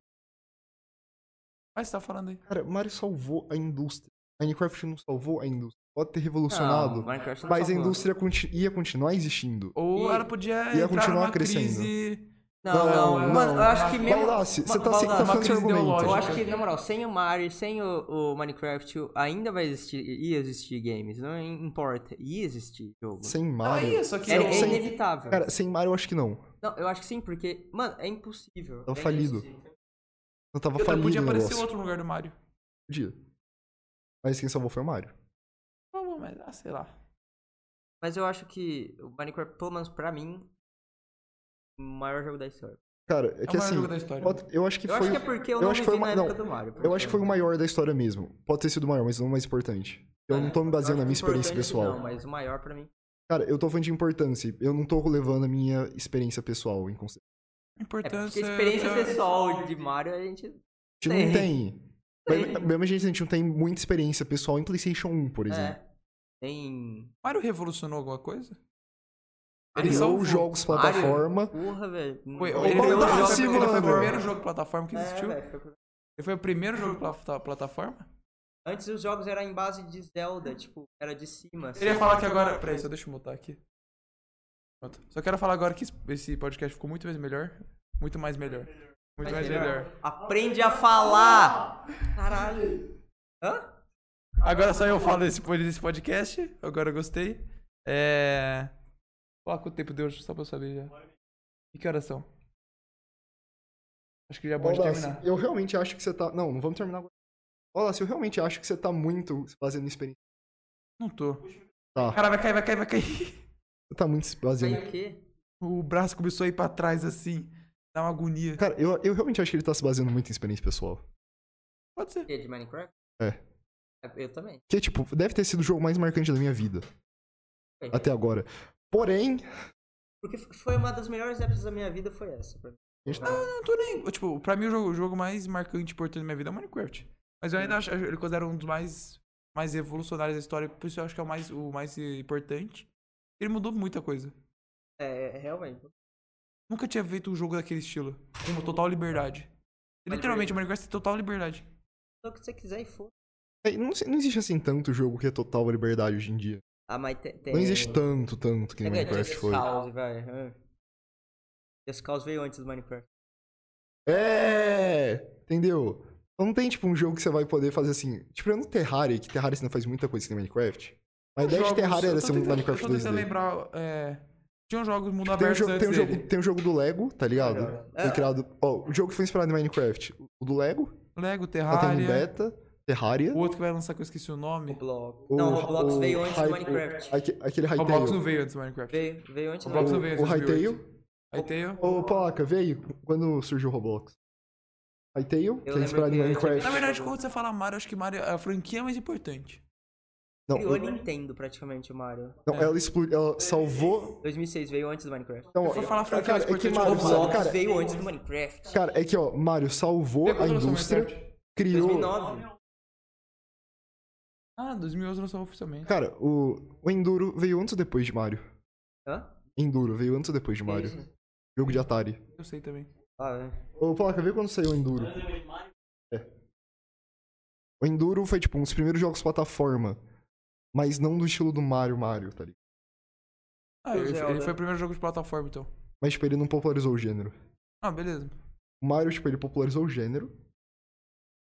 [SPEAKER 2] Mas você tá falando aí.
[SPEAKER 1] Cara, Mario salvou a indústria. Minecraft não salvou a indústria. Pode ter revolucionado,
[SPEAKER 3] Não, Minecraft não
[SPEAKER 1] mas a
[SPEAKER 3] salvou.
[SPEAKER 1] indústria conti- ia continuar existindo.
[SPEAKER 2] Ou
[SPEAKER 3] E-
[SPEAKER 2] ela podia
[SPEAKER 1] Ia
[SPEAKER 2] entrar
[SPEAKER 1] continuar
[SPEAKER 2] numa
[SPEAKER 1] crescendo.
[SPEAKER 2] crise.
[SPEAKER 3] Não,
[SPEAKER 1] Não,
[SPEAKER 3] não,
[SPEAKER 1] não.
[SPEAKER 3] Mano, eu acho que mesmo.
[SPEAKER 1] Baldassi, você
[SPEAKER 3] Ma-
[SPEAKER 1] tá, sem- tá
[SPEAKER 3] Baldassi,
[SPEAKER 1] falando seu
[SPEAKER 2] crise
[SPEAKER 1] argumento.
[SPEAKER 3] Eu
[SPEAKER 2] ideológica.
[SPEAKER 3] acho que, na moral, sem o Mario, sem o, o Minecraft, o- ainda vai existir, ia existir games. Não importa. Ia existir jogo.
[SPEAKER 1] Sem
[SPEAKER 2] Não, é
[SPEAKER 1] Mario.
[SPEAKER 2] isso aqui.
[SPEAKER 3] É,
[SPEAKER 1] Era-
[SPEAKER 2] eu-
[SPEAKER 3] é
[SPEAKER 1] sem-
[SPEAKER 3] inevitável.
[SPEAKER 1] Cara, sem Mario eu acho que não.
[SPEAKER 3] Não, eu acho que sim, porque, mano, é impossível.
[SPEAKER 1] Tava
[SPEAKER 3] É
[SPEAKER 1] falido.
[SPEAKER 3] impossível.
[SPEAKER 1] Eu tava
[SPEAKER 2] eu-
[SPEAKER 1] falido
[SPEAKER 2] podia
[SPEAKER 1] o
[SPEAKER 2] aparecer
[SPEAKER 1] negócio.
[SPEAKER 2] outro lugar do Mario.
[SPEAKER 1] Podia. Mas quem salvou foi o Mario.
[SPEAKER 2] Tá bom, mas ah, sei lá.
[SPEAKER 3] Mas eu acho que o Minecraft, pelo menos pra mim, o maior jogo da história.
[SPEAKER 1] Cara, é
[SPEAKER 2] o
[SPEAKER 1] que
[SPEAKER 2] maior
[SPEAKER 1] assim.
[SPEAKER 2] jogo da história.
[SPEAKER 1] pode- Eu acho que
[SPEAKER 3] Eu
[SPEAKER 1] foi.
[SPEAKER 3] acho que é porque eu,
[SPEAKER 1] eu
[SPEAKER 3] não
[SPEAKER 1] acho que
[SPEAKER 3] vivi
[SPEAKER 1] foi
[SPEAKER 3] na
[SPEAKER 1] uma- não,
[SPEAKER 3] época do Mario.
[SPEAKER 1] Eu acho que foi o maior da história mesmo. Pode ter sido o maior, mas não o mais importante. Eu não tô me baseando
[SPEAKER 2] é
[SPEAKER 1] na minha experiência pessoal.
[SPEAKER 3] Não, mas o maior pra mim.
[SPEAKER 1] Cara, eu tô falando de importância. Eu não tô levando a minha experiência pessoal em consideração.
[SPEAKER 3] É porque
[SPEAKER 2] Importância.
[SPEAKER 3] a experiência
[SPEAKER 2] eu-
[SPEAKER 3] pessoal de Mario, a gente...
[SPEAKER 1] A gente não
[SPEAKER 3] Tem.
[SPEAKER 1] tem. Mas- Mesmo a gente, a gente não tem muita experiência pessoal em PlayStation 1, por exemplo.
[SPEAKER 3] É, tem...
[SPEAKER 2] Mario revolucionou alguma coisa?
[SPEAKER 1] Ele
[SPEAKER 2] salvou.
[SPEAKER 1] Criou jogos plataforma.
[SPEAKER 3] Porra, velho. Não-
[SPEAKER 2] Foi,
[SPEAKER 1] Ô, tá
[SPEAKER 2] ele, foi,
[SPEAKER 1] Baldassio,
[SPEAKER 2] ele foi- ele foi
[SPEAKER 1] mano.
[SPEAKER 2] o primeiro jogo de plataforma que
[SPEAKER 3] É,
[SPEAKER 2] existiu.
[SPEAKER 3] velho, foi pro-
[SPEAKER 2] Ele foi o primeiro jogo de plata- plataforma?
[SPEAKER 3] Antes os jogos eram em base de Zelda, tipo, era de cima. assim.
[SPEAKER 2] Eu ia falar que agora. Peraí, só deixa eu mutar aqui. Pronto. Só quero falar agora que es- esse podcast ficou muito mais melhor. Muito mais melhor. Muito mais, melhor.
[SPEAKER 3] Aprende a falar! Caralho. Hã?
[SPEAKER 2] Agora só eu falo desse, pod- desse podcast. Agora eu gostei. É. Coloca o tempo de hoje só pra eu saber já. E que horas são? Acho que já pode
[SPEAKER 1] Baldass,
[SPEAKER 2] É terminar.
[SPEAKER 1] eu realmente acho que você tá. Não, não vamos terminar agora. Olha, eu realmente acho que você tá muito fazendo experiência.
[SPEAKER 2] Não tô.
[SPEAKER 1] Tá,
[SPEAKER 2] Cara, vai cair, vai cair, vai cair.
[SPEAKER 1] você tá muito se baseando.
[SPEAKER 3] Tem o quê?
[SPEAKER 2] O braço começou a ir pra trás assim. Dá uma agonia.
[SPEAKER 1] Cara, eu, eu realmente acho que ele tá se baseando muito em experiência pessoal.
[SPEAKER 2] Pode ser.
[SPEAKER 3] O quê? De Minecraft?
[SPEAKER 1] É.
[SPEAKER 3] É, Eu também.
[SPEAKER 1] Que, tipo, deve ter sido o jogo mais marcante da minha vida.
[SPEAKER 3] Foi.
[SPEAKER 1] Até agora. Porém,
[SPEAKER 3] É. Porque f- foi uma das melhores épocas da minha vida, foi essa. pra mim.
[SPEAKER 1] a gente tá-
[SPEAKER 2] Eu não tô nem. Tipo, pra mim o jogo, o jogo mais marcante e importante da minha vida é o Minecraft. Mas eu ainda acho. Ele considero um dos mais, mais evolucionários da história, por isso eu acho que é o mais, o mais eh, importante. Ele mudou muita coisa.
[SPEAKER 3] É, é, realmente.
[SPEAKER 2] Nunca tinha feito um jogo daquele estilo. Com uma total liberdade. Literalmente, o Minecraft tem total liberdade.
[SPEAKER 3] Só o que você quiser e foda.
[SPEAKER 1] É, não, se- não existe assim tanto jogo que é total liberdade hoje em dia.
[SPEAKER 3] Ah, mas tem. tem
[SPEAKER 1] Não existe tanto, tanto que
[SPEAKER 3] tem
[SPEAKER 1] nem Minecraft
[SPEAKER 3] Just
[SPEAKER 1] foi.
[SPEAKER 3] Cause, velho. hã? Just Cause veio antes do Minecraft.
[SPEAKER 1] É! Entendeu? Então não tem, tipo, um jogo que você vai poder fazer assim. Tipo, eu no Terraria, que Terraria você não faz muita coisa que nem Minecraft. Mas a ideia de
[SPEAKER 2] Jogos-
[SPEAKER 1] Terraria
[SPEAKER 2] eu
[SPEAKER 1] era
[SPEAKER 2] tô
[SPEAKER 1] ser um
[SPEAKER 2] tentando-
[SPEAKER 1] Minecraft
[SPEAKER 2] Eu tô tentando
[SPEAKER 1] 2D.
[SPEAKER 2] lembrar. É, tinha jogos mundo
[SPEAKER 1] Tem um,
[SPEAKER 2] aberto
[SPEAKER 1] jogo,
[SPEAKER 2] antes
[SPEAKER 1] tem, um
[SPEAKER 2] dele.
[SPEAKER 1] jogo, tem um jogo do Lego, tá ligado? Foi
[SPEAKER 3] É.
[SPEAKER 1] criado. Ó, o jogo que foi inspirado em Minecraft. O do Lego,
[SPEAKER 2] Lego,
[SPEAKER 1] tá tendo um
[SPEAKER 2] Terraria.
[SPEAKER 1] beta, Terraria.
[SPEAKER 2] O outro que vai lançar que eu esqueci o
[SPEAKER 3] O
[SPEAKER 2] nome.
[SPEAKER 3] Blob. não, o Roblox veio antes do
[SPEAKER 1] Hy-
[SPEAKER 3] Minecraft.
[SPEAKER 1] o- aque- aquele
[SPEAKER 2] O Roblox não
[SPEAKER 1] Hytale.
[SPEAKER 2] veio antes do Minecraft.
[SPEAKER 3] Veio, veio antes do
[SPEAKER 2] Roblox
[SPEAKER 3] Minecraft.
[SPEAKER 2] não veio
[SPEAKER 1] O
[SPEAKER 2] antes do
[SPEAKER 1] Hytale.
[SPEAKER 2] Hytale.
[SPEAKER 1] Ô, Placa, veio quando surgiu o Roblox. Hytale, que é
[SPEAKER 3] lembro
[SPEAKER 1] inspirado em
[SPEAKER 3] que eu
[SPEAKER 1] Minecraft.
[SPEAKER 2] Na
[SPEAKER 3] tinha-
[SPEAKER 2] verdade, quando você fala Mario, acho que Mario é a franquia mais importante.
[SPEAKER 1] Não,
[SPEAKER 3] Criou
[SPEAKER 1] eu-
[SPEAKER 3] Nintendo praticamente o Mario.
[SPEAKER 1] não, ela explodiu, ela salvou.
[SPEAKER 3] 2006 veio antes do Minecraft.
[SPEAKER 1] Então,
[SPEAKER 2] Eu vou falar a
[SPEAKER 1] cara,
[SPEAKER 2] franquia mais
[SPEAKER 1] é que
[SPEAKER 2] importante
[SPEAKER 1] Mario,
[SPEAKER 2] do
[SPEAKER 1] sabe,
[SPEAKER 2] mundo.
[SPEAKER 3] Roblox
[SPEAKER 1] cara,
[SPEAKER 3] veio antes do Minecraft.
[SPEAKER 1] cara, é que ó, Mario salvou
[SPEAKER 2] Quando
[SPEAKER 1] a
[SPEAKER 2] lançou o
[SPEAKER 1] indústria,
[SPEAKER 2] Minecraft?
[SPEAKER 1] criou.
[SPEAKER 3] 2009.
[SPEAKER 2] Ah, 2011 lançou oficialmente.
[SPEAKER 1] Cara, o, o Enduro veio antes ou depois de Mario?
[SPEAKER 3] Hã?
[SPEAKER 1] Enduro veio antes ou depois de Mario?
[SPEAKER 3] Isso.
[SPEAKER 1] Jogo de Atari.
[SPEAKER 2] Eu sei também.
[SPEAKER 3] Ah, é.
[SPEAKER 1] Ô, Placa, vê quando saiu o Enduro. É. O Enduro foi, tipo, um dos primeiros jogos plataforma. Mas não do estilo do Mario Mario, tá ligado?
[SPEAKER 2] Ah, ele,
[SPEAKER 3] Zelda.
[SPEAKER 2] ele foi o primeiro jogo de plataforma, então.
[SPEAKER 1] Mas, tipo, ele não popularizou o gênero.
[SPEAKER 2] Ah, beleza.
[SPEAKER 1] O Mario, tipo, ele popularizou o gênero.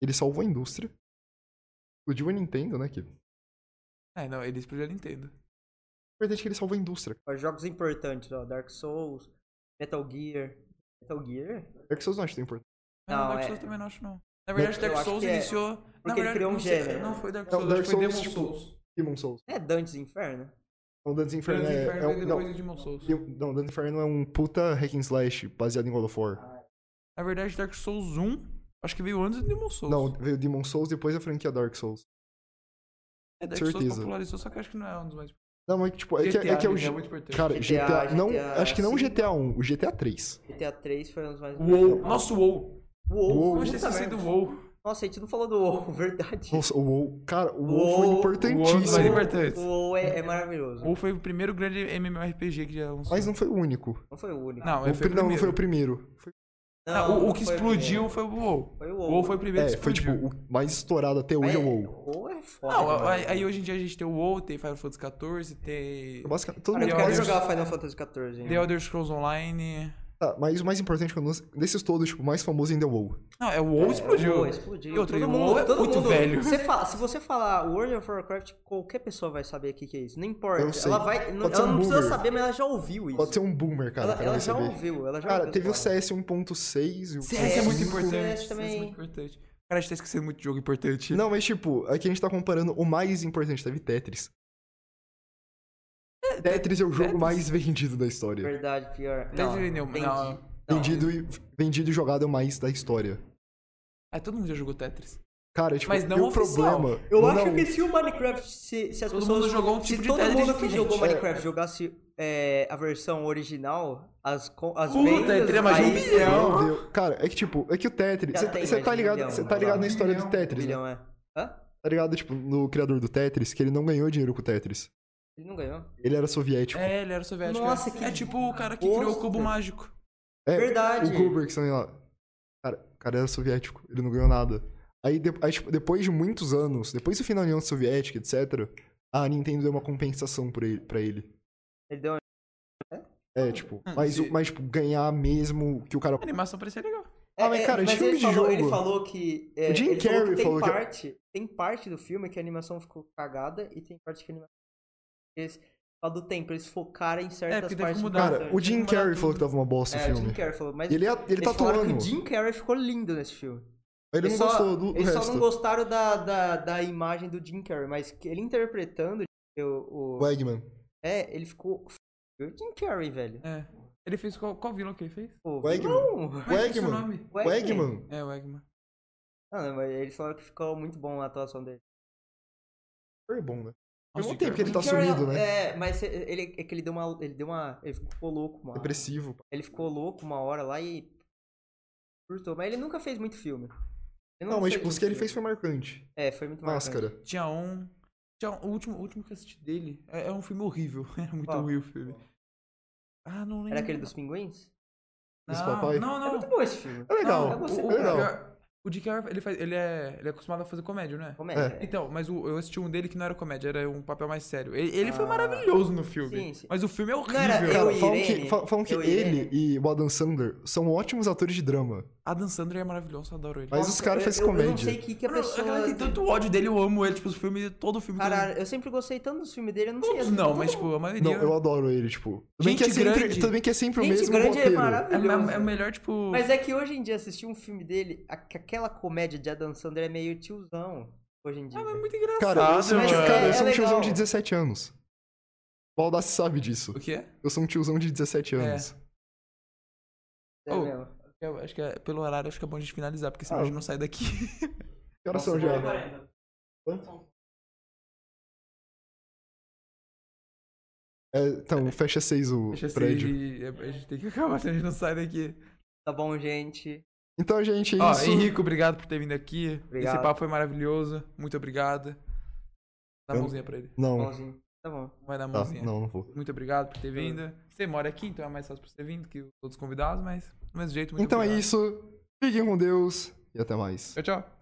[SPEAKER 1] Ele salvou a indústria. Explodiu a Nintendo, né? Que é
[SPEAKER 2] É, não, ele explodiu a Nintendo.
[SPEAKER 1] importante é que ele salvou a indústria.
[SPEAKER 3] Ó, Jogos importantes, ó. Dark Souls, Metal Gear. Metal Gear?
[SPEAKER 1] Dark Souls não acho um tão importante.
[SPEAKER 2] Não,
[SPEAKER 3] Não,
[SPEAKER 2] Dark
[SPEAKER 3] é-
[SPEAKER 2] Souls também não acho, não. Na verdade,
[SPEAKER 3] Eu
[SPEAKER 2] Dark
[SPEAKER 3] acho
[SPEAKER 2] Souls
[SPEAKER 3] que é,
[SPEAKER 2] iniciou. na
[SPEAKER 3] ele
[SPEAKER 2] verdade,
[SPEAKER 3] criou um
[SPEAKER 2] não sei-
[SPEAKER 3] gênero.
[SPEAKER 2] Não foi Dark
[SPEAKER 1] Não,
[SPEAKER 2] Souls,
[SPEAKER 1] Dark
[SPEAKER 2] acho que foi
[SPEAKER 1] Souls,
[SPEAKER 2] Demon
[SPEAKER 1] tipo,
[SPEAKER 2] Souls.
[SPEAKER 1] Demon Souls.
[SPEAKER 3] É Dantes Inferno?
[SPEAKER 1] Não, Dantes Inferno
[SPEAKER 2] Dantes
[SPEAKER 1] é...
[SPEAKER 2] Inferno
[SPEAKER 1] é um-
[SPEAKER 2] veio
[SPEAKER 1] não,
[SPEAKER 2] depois de Demon Souls.
[SPEAKER 1] Dem- não,
[SPEAKER 2] Ah,
[SPEAKER 1] Dantes Inferno é um puta hack and slash baseado em God of War.
[SPEAKER 2] Na verdade, Dark Souls 1 Acho que veio antes do Demon Souls.
[SPEAKER 1] Não, veio Demon Souls depois a franquia Dark Souls.
[SPEAKER 2] é, Dark Souls
[SPEAKER 1] certeza.
[SPEAKER 2] popularizou, só que acho que não é um dos mais.
[SPEAKER 1] Não, mas tipo, é que é, que é o.
[SPEAKER 2] GTA,
[SPEAKER 1] G-
[SPEAKER 2] muito importante.
[SPEAKER 1] Cara,
[SPEAKER 3] GTA,
[SPEAKER 1] GTA. Não,
[SPEAKER 3] GTA,
[SPEAKER 1] acho que não o
[SPEAKER 3] sim.
[SPEAKER 1] GTA 1, o GTA 3.
[SPEAKER 3] GTA 3 foi um dos mais.
[SPEAKER 2] UOL. Nossa, o UOL.
[SPEAKER 3] Uou,
[SPEAKER 1] Uou,
[SPEAKER 2] Como a gente
[SPEAKER 3] puta
[SPEAKER 2] esqueceu do
[SPEAKER 3] merda.
[SPEAKER 2] UOL?
[SPEAKER 3] Nossa, a gente não falou do WoW, verdade.
[SPEAKER 1] Nossa, o WoW. Cara, o WoW foi
[SPEAKER 3] Uou,
[SPEAKER 2] Uou,
[SPEAKER 1] importantíssimo.
[SPEAKER 2] uou. importante.
[SPEAKER 3] O WoW é, é maravilhoso.
[SPEAKER 2] O UOL foi o primeiro grande MMORPG que já lançou.
[SPEAKER 1] Mas não foi o único.
[SPEAKER 3] Não foi o único.
[SPEAKER 2] Não,
[SPEAKER 1] O
[SPEAKER 2] foi
[SPEAKER 1] pri-
[SPEAKER 2] o
[SPEAKER 1] não, não foi o
[SPEAKER 2] primeiro.
[SPEAKER 1] primeiro. Foi-
[SPEAKER 2] Ah, o, o que
[SPEAKER 3] não foi
[SPEAKER 2] explodiu
[SPEAKER 3] primeiro.
[SPEAKER 2] foi o UOL.
[SPEAKER 3] Foi o
[SPEAKER 2] O
[SPEAKER 3] WoW.
[SPEAKER 2] UOL foi o primeiro
[SPEAKER 1] É,
[SPEAKER 2] que
[SPEAKER 1] foi tipo,
[SPEAKER 2] explodiu.
[SPEAKER 1] o mais estourado até hoje é o WoW.
[SPEAKER 3] WoW é foda.
[SPEAKER 2] Não,
[SPEAKER 3] mano.
[SPEAKER 2] aí, aí hoje em dia a gente tem o WoW, tem Final Fantasy XIV, tem.
[SPEAKER 1] Basicamente, todo
[SPEAKER 3] Cara,
[SPEAKER 1] mundo
[SPEAKER 3] eu
[SPEAKER 2] The
[SPEAKER 3] quero
[SPEAKER 1] conhece.
[SPEAKER 2] Elder-
[SPEAKER 3] jogar Final Fantasy XIV,
[SPEAKER 2] The
[SPEAKER 3] hein?
[SPEAKER 2] Elder Scrolls Online.
[SPEAKER 1] Tá, mas o mais importante que eu não- desses todos, tipo, o mais famoso ainda é o WoW.
[SPEAKER 2] Não, é o WoW explodiu.
[SPEAKER 3] O WoW explodiu.
[SPEAKER 2] E outro,
[SPEAKER 3] todo
[SPEAKER 2] o WoW é
[SPEAKER 3] mundo, todo
[SPEAKER 2] muito
[SPEAKER 3] mundo-
[SPEAKER 2] velho.
[SPEAKER 3] Você fala, se você falar World of Warcraft, qualquer pessoa vai saber o que, que é isso. Não importa.
[SPEAKER 1] Eu sei.
[SPEAKER 3] Ela vai. não-
[SPEAKER 1] Pode ser
[SPEAKER 3] ela
[SPEAKER 1] um
[SPEAKER 3] não precisa
[SPEAKER 1] boomer.
[SPEAKER 3] saber, mas ela já ouviu isso.
[SPEAKER 1] Pode ser um boomer, cara.
[SPEAKER 3] ela é um
[SPEAKER 1] pra
[SPEAKER 3] ela já
[SPEAKER 1] saber.
[SPEAKER 3] ouviu, ela já
[SPEAKER 1] Cara,
[SPEAKER 3] ouviu
[SPEAKER 1] teve o
[SPEAKER 3] falar.
[SPEAKER 1] CS 1.6 e o
[SPEAKER 2] CS é muito
[SPEAKER 3] CS
[SPEAKER 2] importante.
[SPEAKER 3] também.
[SPEAKER 2] CS é muito importante. Cara, a gente tá esquecendo muito de jogo importante.
[SPEAKER 1] Não, mas tipo, aqui a gente tá comparando o mais importante, teve Tetris. Tetris é o jogo
[SPEAKER 2] Tetris?
[SPEAKER 1] mais vendido da história.
[SPEAKER 3] Verdade, pior.
[SPEAKER 2] Não,
[SPEAKER 3] Não,
[SPEAKER 2] não,
[SPEAKER 3] vendi.
[SPEAKER 2] não.
[SPEAKER 3] Não,
[SPEAKER 1] Vendido e, vendido e jogado é o mais da história.
[SPEAKER 2] Ah, todo mundo já jogou Tetris.
[SPEAKER 1] Cara, tipo,
[SPEAKER 2] Mas não
[SPEAKER 1] e o
[SPEAKER 2] oficial.
[SPEAKER 1] problema.
[SPEAKER 3] Eu
[SPEAKER 1] não,
[SPEAKER 3] acho que se o Minecraft, se, se as
[SPEAKER 2] Todo
[SPEAKER 3] pessoas.
[SPEAKER 2] mundo jogou um tipo
[SPEAKER 3] se
[SPEAKER 2] de
[SPEAKER 3] todo
[SPEAKER 2] Tetris
[SPEAKER 3] mundo que
[SPEAKER 2] diferente.
[SPEAKER 3] jogou
[SPEAKER 2] É.
[SPEAKER 3] Minecraft jogasse é, a versão original, as, co- as
[SPEAKER 2] Puta,
[SPEAKER 3] vendas.
[SPEAKER 2] teria mais de um
[SPEAKER 3] aí-
[SPEAKER 2] bilhão.
[SPEAKER 1] Meu Deus. Cara, é que tipo, é que o Tetris.
[SPEAKER 3] Já tem
[SPEAKER 1] Você
[SPEAKER 3] mais
[SPEAKER 1] tá
[SPEAKER 3] de um
[SPEAKER 1] ligado,
[SPEAKER 3] milhão,
[SPEAKER 1] cê tá
[SPEAKER 3] vamos
[SPEAKER 1] ligado
[SPEAKER 3] lá.
[SPEAKER 1] na história do
[SPEAKER 2] Um
[SPEAKER 3] Um
[SPEAKER 1] Tetris, né?
[SPEAKER 3] bilhão, é. Hã?
[SPEAKER 1] Tá ligado, tipo, no criador do Tetris, que ele não ganhou dinheiro com o Tetris.
[SPEAKER 3] Ele não ganhou.
[SPEAKER 1] Ele era soviético.
[SPEAKER 2] É, ele era soviético.
[SPEAKER 3] Nossa,
[SPEAKER 2] é.
[SPEAKER 3] que
[SPEAKER 2] É tipo o cara que
[SPEAKER 3] bosta.
[SPEAKER 2] criou o cubo mágico.
[SPEAKER 1] É,
[SPEAKER 3] Verdade.
[SPEAKER 1] O Kubrick, sei lá. Cara, o cara era soviético, ele não ganhou nada. Aí, de- aí, tipo, depois de muitos anos, depois do fim da União Soviética, etc., a Nintendo deu uma compensação pra ele. Pra ele.
[SPEAKER 3] Ele deu um-
[SPEAKER 1] É,
[SPEAKER 3] Ah,
[SPEAKER 1] tipo,
[SPEAKER 2] Hum,
[SPEAKER 1] mas,
[SPEAKER 2] se-
[SPEAKER 1] o- mas tipo, ganhar mesmo o que o cara.
[SPEAKER 2] A animação parecia legal.
[SPEAKER 1] Ah, mas, cara, filme
[SPEAKER 3] É, ele
[SPEAKER 1] de
[SPEAKER 3] falou, Ele
[SPEAKER 1] jogo.
[SPEAKER 3] falou que. é,
[SPEAKER 1] O Jim
[SPEAKER 3] ele falou que
[SPEAKER 1] Carrey
[SPEAKER 3] tem
[SPEAKER 1] falou que-
[SPEAKER 3] parte, Tem parte do filme que a animação ficou cagada e tem parte que a animação. Eles, por causa do tempo, eles focaram em certas
[SPEAKER 2] É, porque teve que
[SPEAKER 3] partes. do
[SPEAKER 2] mudar.
[SPEAKER 1] Cara,
[SPEAKER 3] filme.
[SPEAKER 1] o
[SPEAKER 2] tinha que
[SPEAKER 1] Jim
[SPEAKER 2] mudar
[SPEAKER 1] Carrey
[SPEAKER 2] tudo.
[SPEAKER 1] falou que tava uma bosta
[SPEAKER 3] É,
[SPEAKER 1] o
[SPEAKER 3] o Jim
[SPEAKER 1] filme.
[SPEAKER 3] Carrey falou. Mas
[SPEAKER 1] Ele, ele
[SPEAKER 3] eles
[SPEAKER 1] tá
[SPEAKER 3] falaram
[SPEAKER 1] atuando.
[SPEAKER 3] que o Jim Carrey ficou lindo nesse filme.
[SPEAKER 1] Ele não
[SPEAKER 3] Eles só-
[SPEAKER 1] gostou do do
[SPEAKER 3] Eles só não
[SPEAKER 1] resto.
[SPEAKER 3] gostaram da, da, da imagem do Jim Carrey, mas que ele interpretando o. o-
[SPEAKER 1] O Eggman.
[SPEAKER 3] É, ele ficou. f- O Jim Carrey, velho.
[SPEAKER 2] É. Ele fez qual, qual vilão que ele fez?
[SPEAKER 3] Pô,
[SPEAKER 1] O Eggman.
[SPEAKER 3] não.
[SPEAKER 1] O
[SPEAKER 2] Como é que é seu
[SPEAKER 1] Eggman.
[SPEAKER 2] nome?
[SPEAKER 1] O Eggman.
[SPEAKER 2] É, o Eggman.
[SPEAKER 3] Não, Ah, não, mas eles falaram que ficou muito bom a atuação dele.
[SPEAKER 1] Foi bom, né?
[SPEAKER 2] Nossa,
[SPEAKER 1] Faz um
[SPEAKER 2] o
[SPEAKER 1] tempo que ele tá
[SPEAKER 3] Jim Carrey,
[SPEAKER 1] sumido, né?
[SPEAKER 3] É, mas ele, é que ele deu uma. Ele deu uma. Ele ficou louco, mano.
[SPEAKER 1] Depressivo.
[SPEAKER 3] Ele ficou louco uma hora lá e. Surtou. Mas ele nunca fez muito filme. Ele
[SPEAKER 1] Não, mas
[SPEAKER 3] fez
[SPEAKER 1] tipo, os
[SPEAKER 3] muito
[SPEAKER 1] que ele
[SPEAKER 3] filme.
[SPEAKER 1] fez foi marcante.
[SPEAKER 3] É, foi muito marcante.
[SPEAKER 1] Máscara.
[SPEAKER 2] Tinha um. Tinha um- o, último, o último que eu assisti dele. É, é um filme horrível. É muito
[SPEAKER 3] Qual?
[SPEAKER 2] ruim o filme. Ah, não lembro.
[SPEAKER 3] Era aquele dos pinguins?
[SPEAKER 1] Esse
[SPEAKER 2] não,
[SPEAKER 1] papai?
[SPEAKER 2] Não,
[SPEAKER 3] É
[SPEAKER 2] não.
[SPEAKER 3] muito bom esse filme.
[SPEAKER 1] É legal.
[SPEAKER 3] eu gostei
[SPEAKER 2] o, o,
[SPEAKER 1] é legal.
[SPEAKER 2] pior- o Jim Carrey, ele, faz, ele, é, ele é acostumado a fazer comédia, não é?
[SPEAKER 3] Comédia. é.
[SPEAKER 2] Então, mas o- eu assisti um dele que não era comédia, era um papel mais sério. Ele, ele foi
[SPEAKER 3] Ah.
[SPEAKER 2] maravilhoso no filme.
[SPEAKER 3] Sim, sim.
[SPEAKER 2] Mas o filme é horrível.
[SPEAKER 3] era- eu-
[SPEAKER 1] Cara,
[SPEAKER 3] e
[SPEAKER 1] falam que,
[SPEAKER 3] Irene.
[SPEAKER 1] fa- falam que
[SPEAKER 3] Eu e
[SPEAKER 1] ele e o Adam Sandler são ótimos atores de drama.
[SPEAKER 2] Adam Sandler é maravilhoso, eu adoro ele.
[SPEAKER 1] Mas os caras
[SPEAKER 3] eu-
[SPEAKER 1] fazem
[SPEAKER 3] eu- Eu não
[SPEAKER 1] comédia.
[SPEAKER 3] sei o que, que a
[SPEAKER 2] Mano, a
[SPEAKER 3] pessoa.
[SPEAKER 2] galera tem tanto ódio dele, eu amo ele, tipo, os filmes, todo filme que eu-
[SPEAKER 3] Caralho, eu sempre gostei tanto dos filmes dele, eu não sei.
[SPEAKER 2] Todos
[SPEAKER 3] assim,
[SPEAKER 2] não,
[SPEAKER 3] todo
[SPEAKER 2] mas
[SPEAKER 3] mundo-
[SPEAKER 2] tipo, a maioria.
[SPEAKER 1] Não, eu adoro ele, tipo. Tudo bem, que é
[SPEAKER 2] Gente grande.
[SPEAKER 1] sempre, tudo bem que é sempre o
[SPEAKER 3] Gente
[SPEAKER 1] mesmo
[SPEAKER 3] grande é
[SPEAKER 1] roteiro.
[SPEAKER 2] é,
[SPEAKER 3] maravilhoso.
[SPEAKER 2] ma- é o melhor, tipo.
[SPEAKER 3] Mas é que hoje em dia assistir um filme dele, a- que aquela comédia de Adam Sandler é meio tiozão. Hoje em dia.
[SPEAKER 2] Ah, mas é
[SPEAKER 3] velho.
[SPEAKER 2] muito engraçado.
[SPEAKER 1] Cara, eu sou, um
[SPEAKER 3] mas
[SPEAKER 1] tio-
[SPEAKER 3] é-
[SPEAKER 1] cara, eu
[SPEAKER 3] é
[SPEAKER 1] sou um tiozão
[SPEAKER 3] legal.
[SPEAKER 1] de 17 anos. O Baldassi sabe disso.
[SPEAKER 2] O que é?
[SPEAKER 1] Eu sou um tiozão de 17
[SPEAKER 2] É.
[SPEAKER 1] anos.
[SPEAKER 3] É
[SPEAKER 2] Oh.
[SPEAKER 3] mesmo.
[SPEAKER 2] Eu acho que é- pelo horário, acho que é bom a gente finalizar, porque senão
[SPEAKER 1] Ah.
[SPEAKER 2] a gente não sai daqui.
[SPEAKER 1] Que horas são
[SPEAKER 4] Nossa,
[SPEAKER 1] já?
[SPEAKER 4] 40.
[SPEAKER 1] É, então, fecha seis o
[SPEAKER 2] Deixa assim,
[SPEAKER 1] prédio.
[SPEAKER 2] a gente tem que acabar, senão a gente não sai daqui.
[SPEAKER 3] Tá bom, gente.
[SPEAKER 1] Então, gente, é
[SPEAKER 2] Ó,
[SPEAKER 1] isso.
[SPEAKER 2] Henrico, obrigado por ter vindo aqui.
[SPEAKER 3] Obrigado.
[SPEAKER 2] Esse papo foi maravilhoso. Muito obrigado. Dá a
[SPEAKER 1] Eu-
[SPEAKER 2] mãozinha pra ele.
[SPEAKER 1] Não,
[SPEAKER 3] Bonzinho. Tá bom.
[SPEAKER 2] Vai dar a
[SPEAKER 1] tá,
[SPEAKER 2] mãozinha.
[SPEAKER 1] não, não vou.
[SPEAKER 2] Muito obrigado por ter vindo. Você mora aqui, então é mais fácil pra você ter vindo que os outros convidados, mas do mesmo jeito, muito
[SPEAKER 1] Então é
[SPEAKER 2] obrigado.
[SPEAKER 1] isso. Fiquem com Deus e até mais.
[SPEAKER 2] Tchau, tchau.